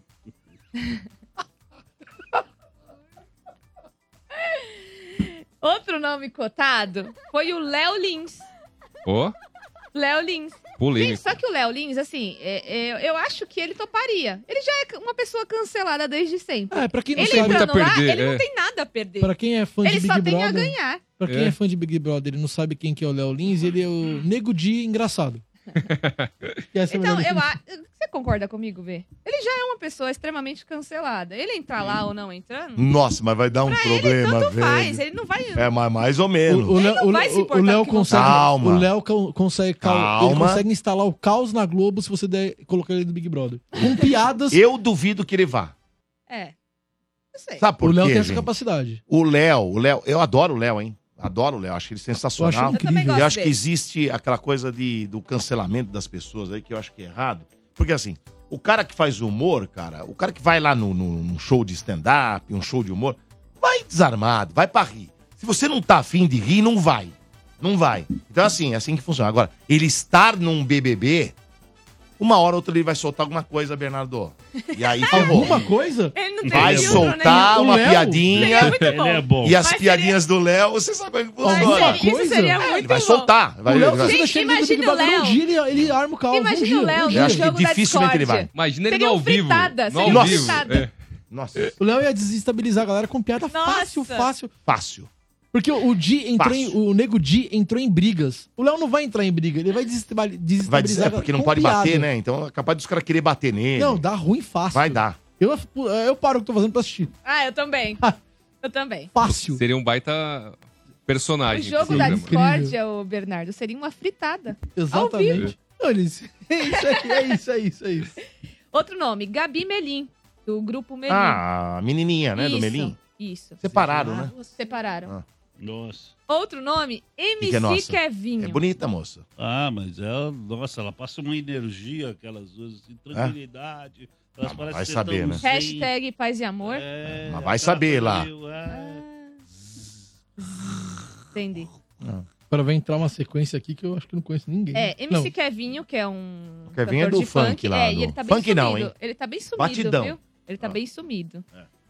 S4: Outro nome cotado foi o Léo Lins.
S3: Ó,
S4: Léo Lins.
S3: Polêmico.
S4: Gente, só que o Léo Lins, assim, é- é- eu acho que ele toparia. Ele já é ca- uma pessoa cancelada desde sempre.
S7: É, pra quem não
S4: ele
S7: sabe-
S4: entrando
S7: Muito a
S4: lá,
S7: perder,
S4: ele
S7: é.
S4: não tem nada a perder.
S7: Pra quem é fã
S4: ele
S7: de Big
S4: só
S7: Brother.
S4: tem a ganhar.
S7: Pra quem é. fã de Big Brother e não sabe quem que é o Léo Lins, ele é o Nego Di engraçado. E essa é a
S4: Então,
S7: melhor
S4: eu
S7: definição.
S4: a... você concorda comigo, Vê? Ele já é uma pessoa extremamente cancelada. Ele entrar lá ou não entrando,
S2: Nossa, mas vai dar um
S4: pra ele
S2: problema,
S4: tanto
S2: velho.
S4: faz. Ele não vai
S2: É, mas mais ou menos.
S7: O Léo, o, Léo- o Léo consegue,
S2: Calma.
S7: o Léo co- consegue, cal- ele
S2: Calma.
S7: consegue instalar o caos na Globo se você der, colocar ele do Big Brother. Com piadas.
S2: Eu duvido que ele vá.
S4: É. Não sei.
S2: Sabe por
S7: O Léo
S2: quê,
S7: tem essa
S2: gente?
S7: capacidade.
S2: O Léo, o Léo, eu adoro o Léo, hein? Adoro o Léo, acho ele sensacional.
S7: Eu acho incrível. Eu também gosto
S2: acho que
S7: dele.
S2: existe aquela coisa de, do cancelamento das pessoas aí, que eu acho que é errado. Porque assim, o cara que faz humor, cara, o cara que vai lá no, no- num show de stand-up, um show de humor, vai desarmado, vai pra rir. Se você não tá afim de rir, não vai. Não vai. Então assim, é assim que funciona. Agora, ele estar num BBB, uma hora ou outra ele vai soltar alguma coisa, Bernardo. E aí ferrou.
S7: Alguma coisa?
S4: Ele não né?
S2: Vai soltar uma piadinha.
S4: é
S2: E as piadinhas do Léo, você sabe como é que
S4: Mas
S2: funciona.
S4: seria- isso seria muito
S2: Ele vai
S4: bom.
S2: soltar.
S7: O
S2: Vai,
S7: Léo,
S2: vai-
S7: se você deixar ele dentro do Big
S4: imagina o
S7: Brother um
S4: Léo.
S7: dia, ele, ele arma o caos.
S4: Imagina
S7: um dia,
S4: o Léo
S7: um
S4: no
S7: dia.
S2: Eu acho que dificilmente ele vai.
S3: Imagina ele
S4: Seria
S3: no ao
S4: um
S3: vivo.
S4: fritada,
S3: no
S4: seria
S3: ao
S4: um
S3: vivo.
S4: fritada.
S3: é.
S2: Nossa.
S7: O Léo ia desestabilizar a galera com piada fácil, fácil.
S2: Fácil.
S7: Porque o Di entrou em- o Nego Di entrou em brigas. O Léo não vai entrar em briga, ele vai desestabili- desestabilizar.
S2: Vai dizer,
S7: a
S2: é
S7: galera
S2: porque não
S7: com
S2: pode
S7: piada.
S2: bater, né? Então é capaz dos caras querer bater nele.
S7: Não, dá ruim fácil.
S2: Vai dar.
S7: Eu, eu paro o que eu tô fazendo pra assistir.
S4: Ah, eu também. Eu também.
S7: Fácil.
S3: Seria um baita
S4: O
S3: personagem.
S4: jogo
S3: esse
S2: é
S4: da
S3: programa.
S4: discórdia, o Bernardo, seria uma fritada. Ao vivo.
S7: Exatamente. Não, eles- é isso, aí, é isso, é isso, é isso.
S4: Outro nome, Gabi Melim, do grupo Melim.
S2: Ah, a menininha, né? Do
S4: Isso,
S2: Melim.
S4: Isso.
S2: Separaram, né?
S4: Separaram.
S2: Ah.
S5: Nossa.
S4: Outro nome,
S5: Que que é
S4: MC
S5: nossa?
S4: Kevinho.
S2: bonita, moça.
S5: Ah, mas ela, nossa, ela passa uma energia, aquelas duas, assim,
S2: É.
S5: tranquilidade. Elas parecem
S2: vai
S5: que
S2: saber,
S5: estão
S2: né?
S5: zen.
S4: Hashtag paz e amor. Ah.
S2: Mas vai saber lá.
S4: Entendi.
S7: Agora vai entrar uma sequência aqui que eu acho que eu não conheço ninguém.
S4: É, MC
S7: Uhum. Não.
S4: Kevinho, que é um.
S7: O Kevinho é
S4: cantor
S7: do
S4: de
S7: funk lá,
S4: É,
S7: do-
S4: e ele tá bem
S7: funk
S4: sumido.
S7: não, hein?
S4: Ele tá bem sumido,
S7: Batidão. Ah. É.
S4: viu? Ele tá bem sumido.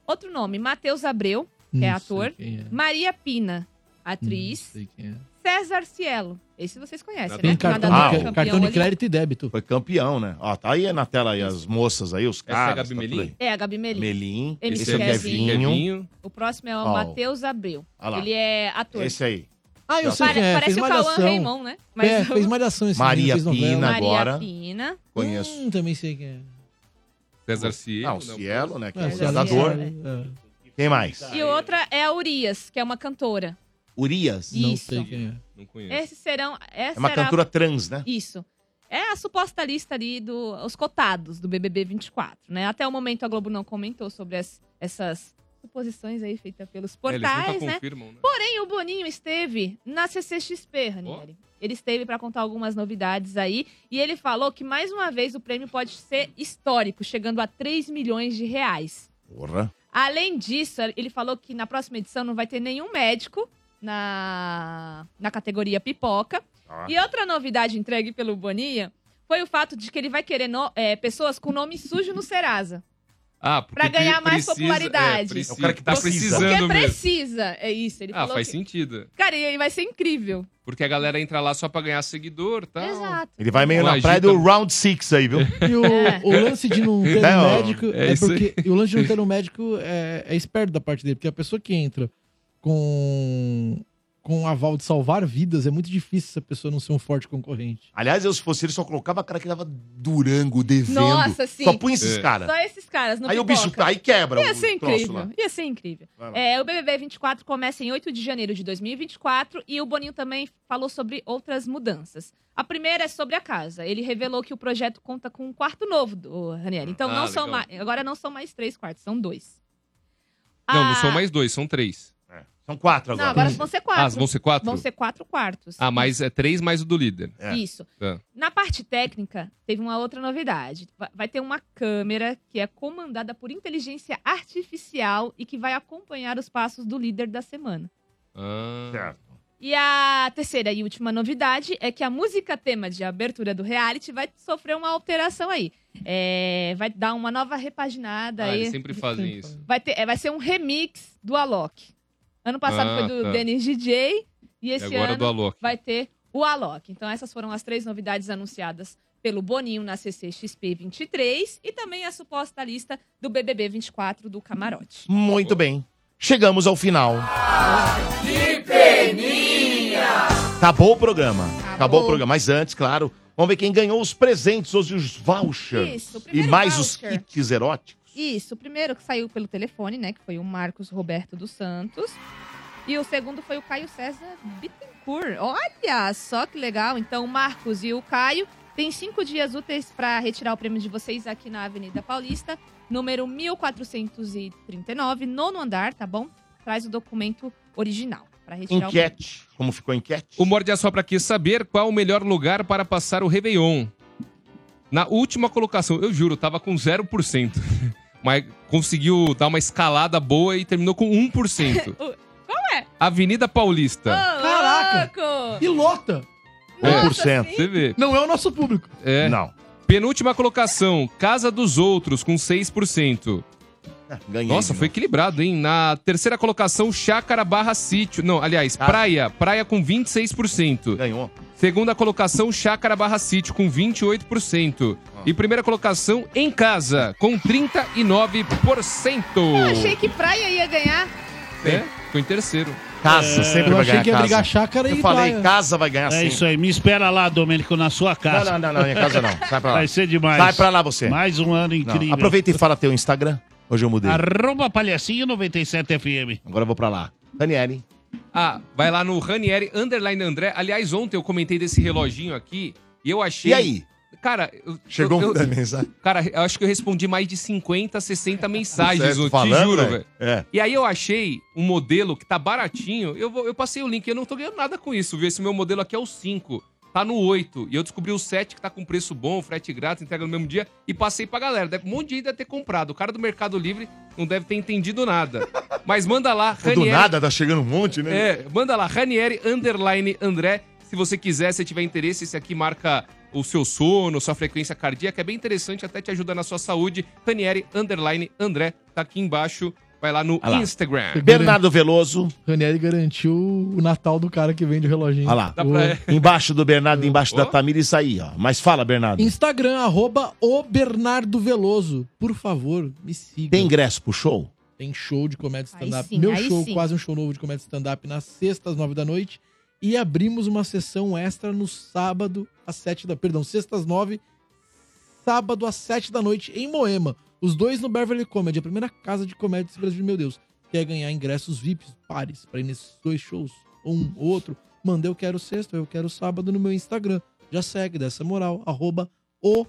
S4: Outro nome, Matheus Abreu, que
S7: Não
S4: é
S7: sei
S4: ator.
S7: quem é.
S4: Maria Pina, atriz.
S7: Não sei quem é.
S4: César Cielo. Esse vocês conhecem, né?
S7: Tem cartão,
S4: Nadador
S7: de,
S4: campeão
S7: cartão de
S4: olímpico.
S7: crédito e débito.
S2: Foi campeão, né? Ó, tá aí na tela aí as moças aí, os
S3: é a
S2: caras.
S3: Gabi
S2: tá tudo
S3: Melim?
S2: aí.
S4: É, a Gabi Melim.
S2: Melim.
S4: MC
S2: Esse é o
S4: Kevinho.
S2: Kevinho.
S4: O próximo é o
S2: Ó.
S4: Matheus Abreu.
S2: Olha lá.
S4: Ele é ator.
S2: Esse aí.
S7: Ah, eu sei
S4: Pare-
S7: quem é.
S4: Parece
S7: fez
S4: o Cauã
S7: malhação.
S4: Raymond, né?
S7: É,
S4: o-
S7: fez malhação esse menino,
S2: Maria
S7: fez novela.
S2: Pina agora.
S4: Maria Pina.
S2: Conheço.
S7: Hum, também sei quem é.
S3: Hum. César Cielo.
S2: Ah, o Cielo, né? Que é,
S7: É,
S2: o
S7: Cielo,
S2: nadador.
S7: Cielo, é.
S2: Quem mais?
S4: E outra é a Urias, que é uma cantora.
S2: Urias?
S4: Não Isso. sei
S7: quem é.
S3: Não conheço.
S4: Esses serão.
S2: É
S4: Essa
S2: uma
S4: será-
S2: cantora trans, né?
S4: Isso. É a suposta lista ali dos os cotados do BBB 24, né? Até o momento a Globo não comentou sobre as- essas suposições aí feitas pelos
S3: É,
S4: portais,
S3: eles nunca
S4: né?
S3: confirmam, né?
S4: Porém, o Boninho esteve na CCXP, Ranieri. Ele esteve para contar algumas novidades aí. E ele falou que, mais uma vez, o prêmio pode ser histórico, chegando a 3 milhões de reais.
S2: Porra.
S4: Além disso, ele falou que na próxima edição não vai ter nenhum médico na, na categoria pipoca.
S2: Ah.
S4: E outra novidade entregue é, pelo Boninho foi o fato de que ele vai querer no- eh, pessoas com nome sujo no Serasa.
S3: Ah, porque
S4: Pra ganhar
S3: pre-
S4: mais
S3: precisa-
S4: popularidade.
S3: É, precisa, o cara que tá
S4: Porque
S3: precisando mesmo.
S4: precisa. É isso, ele
S3: Ah,
S4: falou
S3: faz
S4: que-
S3: sentido.
S4: Cara, e vai ser incrível.
S3: Porque a galera entra lá só pra ganhar seguidor, tá? Então
S4: Exato.
S2: Ele vai meio
S3: Não
S2: na
S3: agita.
S2: praia do round six aí, viu?
S7: E o,
S4: É.
S7: o lance de não ter
S2: Não,
S7: um médico
S2: é
S7: é,
S2: isso
S7: porque.
S2: aí.
S7: E o lance de não ter um médico é, é esperto da parte dele, porque a pessoa que entra com. Com o aval de salvar vidas, é muito difícil essa pessoa não ser um forte concorrente.
S2: Aliás, eu se fosse ele só colocava cara que dava Durango devendo.
S4: Nossa, sim.
S2: Só punha esses
S4: É.
S2: caras.
S4: Só esses caras. não
S2: Aí o
S4: pipoca.
S2: bicho tá- aí quebra
S4: Ia
S2: o
S4: ser
S2: troço
S4: incrível.
S2: lá.
S4: Ia ser incrível.
S2: Vai lá.
S4: É, o BBB 24 começa em 8 de janeiro de 2024 e o Boninho também falou sobre outras mudanças. A primeira é sobre a casa. Ele revelou que o projeto conta com um quarto novo, do Ranieri. Então
S3: Ah,
S4: não são
S3: legal.
S4: mais, agora não são mais três quartos, são dois.
S3: Não, não
S4: Ah,
S3: são mais dois, são três.
S2: São quatro
S4: Não, agora vão ser quatro.
S3: Ah, vão ser quatro?
S4: Vão ser quatro quartos.
S3: Ah, mas é três mais o do líder.
S2: É.
S4: Isso.
S3: Tá.
S4: Na parte técnica, teve uma outra novidade. Va- Vai ter uma câmera que é comandada por inteligência artificial e que vai acompanhar os passos do líder da semana.
S3: Ah.
S2: Certo.
S4: E a terceira e última novidade é que a música tema de abertura do reality vai sofrer uma alteração aí. É, vai dar uma nova repaginada
S3: Ah,
S4: aí.
S3: eles sempre fazem isso.
S4: Vai, ter, é, vai ser um remix do Alok. Ano passado
S3: Ah,
S4: foi do
S3: tá.
S4: Dennis DJ e esse
S3: agora é
S4: ano
S3: do Alok.
S4: vai ter o Alok. Então essas foram as três novidades anunciadas pelo Boninho na CCXP 23 e também a suposta lista do BBB 24 do Camarote.
S2: Muito bem. Chegamos ao final.
S13: Que peninha!
S2: Acabou o programa. Acabou. o programa. Mas antes, claro, vamos ver quem ganhou os presentes, hoje os vouchers.
S4: Isso, o
S2: e
S4: primeiro
S2: mais os
S4: voucher.
S2: kits eróticos.
S4: Isso, o primeiro que saiu pelo telefone, né, que foi o Marcos Roberto dos Santos. E o segundo foi o Caio César Bittencourt. Olha só que legal. Então, o Marcos e o Caio têm cinco dias úteis para retirar o prêmio de vocês aqui na Avenida Paulista, número 1439, nono andar, tá bom? Traz o documento original para retirar o prêmio.
S2: Enquete. Como ficou a enquete?
S3: O Morde a Sopra quis saber qual o melhor lugar para passar o Réveillon. Na última colocação, eu juro, tava com 0%. Mas conseguiu dar uma escalada boa e terminou com 1%.
S4: O- Qual é?
S3: Avenida
S7: Ah,
S3: Paulista.
S4: Caraca!
S7: E lota!
S3: É. Você vê.
S7: Não é o nosso público.
S3: É.
S2: Não.
S3: Penúltima colocação, Casa dos Outros, com 6%.
S2: Ah,
S3: Nossa, foi equilibrado, hein? Na terceira colocação, Chácara barra Sítio. Não, aliás, Praia. Praia com 26%.
S2: Ganhou.
S3: Segunda colocação, Chácara barra Sítio, com 28%.
S2: Ah.
S3: E primeira colocação, Em Casa, com 39%.
S4: Eu achei que praia ia ganhar.
S3: É, ficou em terceiro.
S2: Casa,
S7: É,
S2: sempre
S7: Eu
S2: vai
S7: achei
S2: ganhar
S7: que ia
S2: casa.
S7: brigar chácara
S2: Eu
S7: e
S2: falei,
S7: praia.
S2: casa vai ganhar
S5: É
S2: sempre.
S5: isso aí, me espera lá, Domênico, na sua casa.
S2: assim. Não, não, não, não, minha casa não. Sai pra lá.
S5: Vai ser demais.
S2: Sai pra lá você.
S5: Mais um ano
S2: Não,
S5: incrível.
S2: Aproveita e fala teu Instagram. Hoje eu mudei.
S5: Arroba Palhacinho 97FM.
S2: Agora eu vou pra lá. Daniele.
S3: Ah, vai lá no Ranieri Underline André. Aliás, ontem eu comentei desse reloginho aqui e eu achei.
S2: E aí?
S3: Cara, eu,
S2: Chegou
S3: eu,
S2: um da
S3: eu,
S2: mensagem?
S3: Cara, eu acho que eu respondi mais de 50, 60 mensagens,
S2: Tá Certo,
S3: eu te
S2: falando,
S3: juro,
S2: velho.
S3: velho.
S2: É.
S3: E aí eu achei um modelo que tá baratinho. Eu, vou- eu passei o link, eu não tô ganhando nada com isso. Viu? Esse meu modelo aqui é o 5. Tá no 8. E eu descobri o 7 que tá com preço bom, frete grátis, entrega no mesmo dia. E passei pra galera. Deve, um monte de gente deve ter comprado. O cara do Mercado Livre não deve ter entendido nada. Mas manda lá,
S2: Do
S3: Ranieri-
S2: nada tá chegando um monte, né?
S3: é, manda lá, Ranieri Underline André. Se você quiser, se tiver interesse, esse aqui marca o seu sono, sua frequência cardíaca. É bem interessante, até te ajuda na sua saúde. Ranieri Underline André, tá aqui embaixo. Vai lá no
S2: Olha lá.
S3: Instagram.
S2: Bernardo Veloso.
S7: Ranieri garantiu o Natal do cara que vende o reloginho.
S2: Olha lá.
S7: O
S2: Embaixo do Bernardo, embaixo da Tamira, isso aí, ó. Mas fala, Bernardo.
S7: Instagram, arroba o Bernardo Veloso. Por favor, me siga.
S2: Tem ingresso pro show?
S7: Tem show de comédia
S2: Aí
S7: stand-up.
S2: sim,
S7: Meu
S2: aí
S7: show,
S2: sim.
S7: quase um show novo de comédia stand-up, nas sextas, às nove da noite. E abrimos uma sessão extra no sábado, às sete da... Perdão, sextas, nove. Sábado, às sete da noite, em Moema. Os dois no Beverly Comedy, a primeira casa de comédia desse Brasil, meu Deus. Quer ganhar ingressos VIPs, pares, pra ir nesses dois shows, ou um ou outro. Manda eu quero sexta, eu quero sábado no meu Instagram. Já segue, dessa moral, arroba o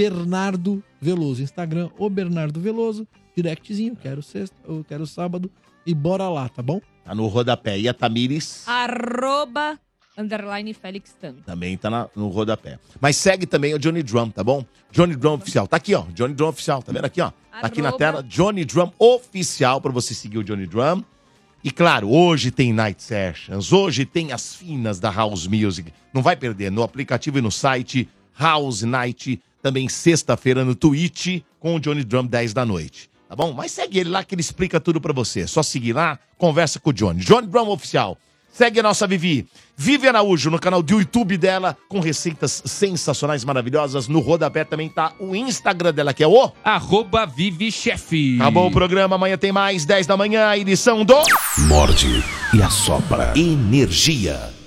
S7: Bernardo Veloso. Instagram, o Bernardo Veloso. Directzinho, quero sexta, eu quero sábado. E bora lá, tá bom?
S2: Tá no rodapé. E a Tamires
S4: Arroba underline Félix Tanque.
S2: também tá na- no rodapé. Mas segue também o Johnny Drum, tá bom? Johnny Drum Oficial. Tá aqui, ó. Johnny Drum Oficial. Tá vendo aqui, ó? Tá aqui na
S4: Arroba.
S2: tela. Johnny Drum Oficial pra você seguir o Johnny Drum. E claro, hoje tem Night Sessions. Hoje tem as finas da House Music. Não vai perder. No aplicativo e no site House Night. Também sexta-feira no Twitch com o Johnny Drum 10 da noite. Tá bom? Mas segue ele lá que ele explica tudo pra você. É Só seguir lá, conversa com o Johnny. Johnny Brown Oficial. Segue a nossa Vivi. Vivi Araújo no canal do YouTube dela, com receitas sensacionais, maravilhosas. No rodapé também tá o Instagram dela, que é o...
S3: Arroba Vivi Chefe.
S2: Acabou o programa, amanhã tem mais, 10 da manhã, a edição do...
S1: Morde e assopra. Energia.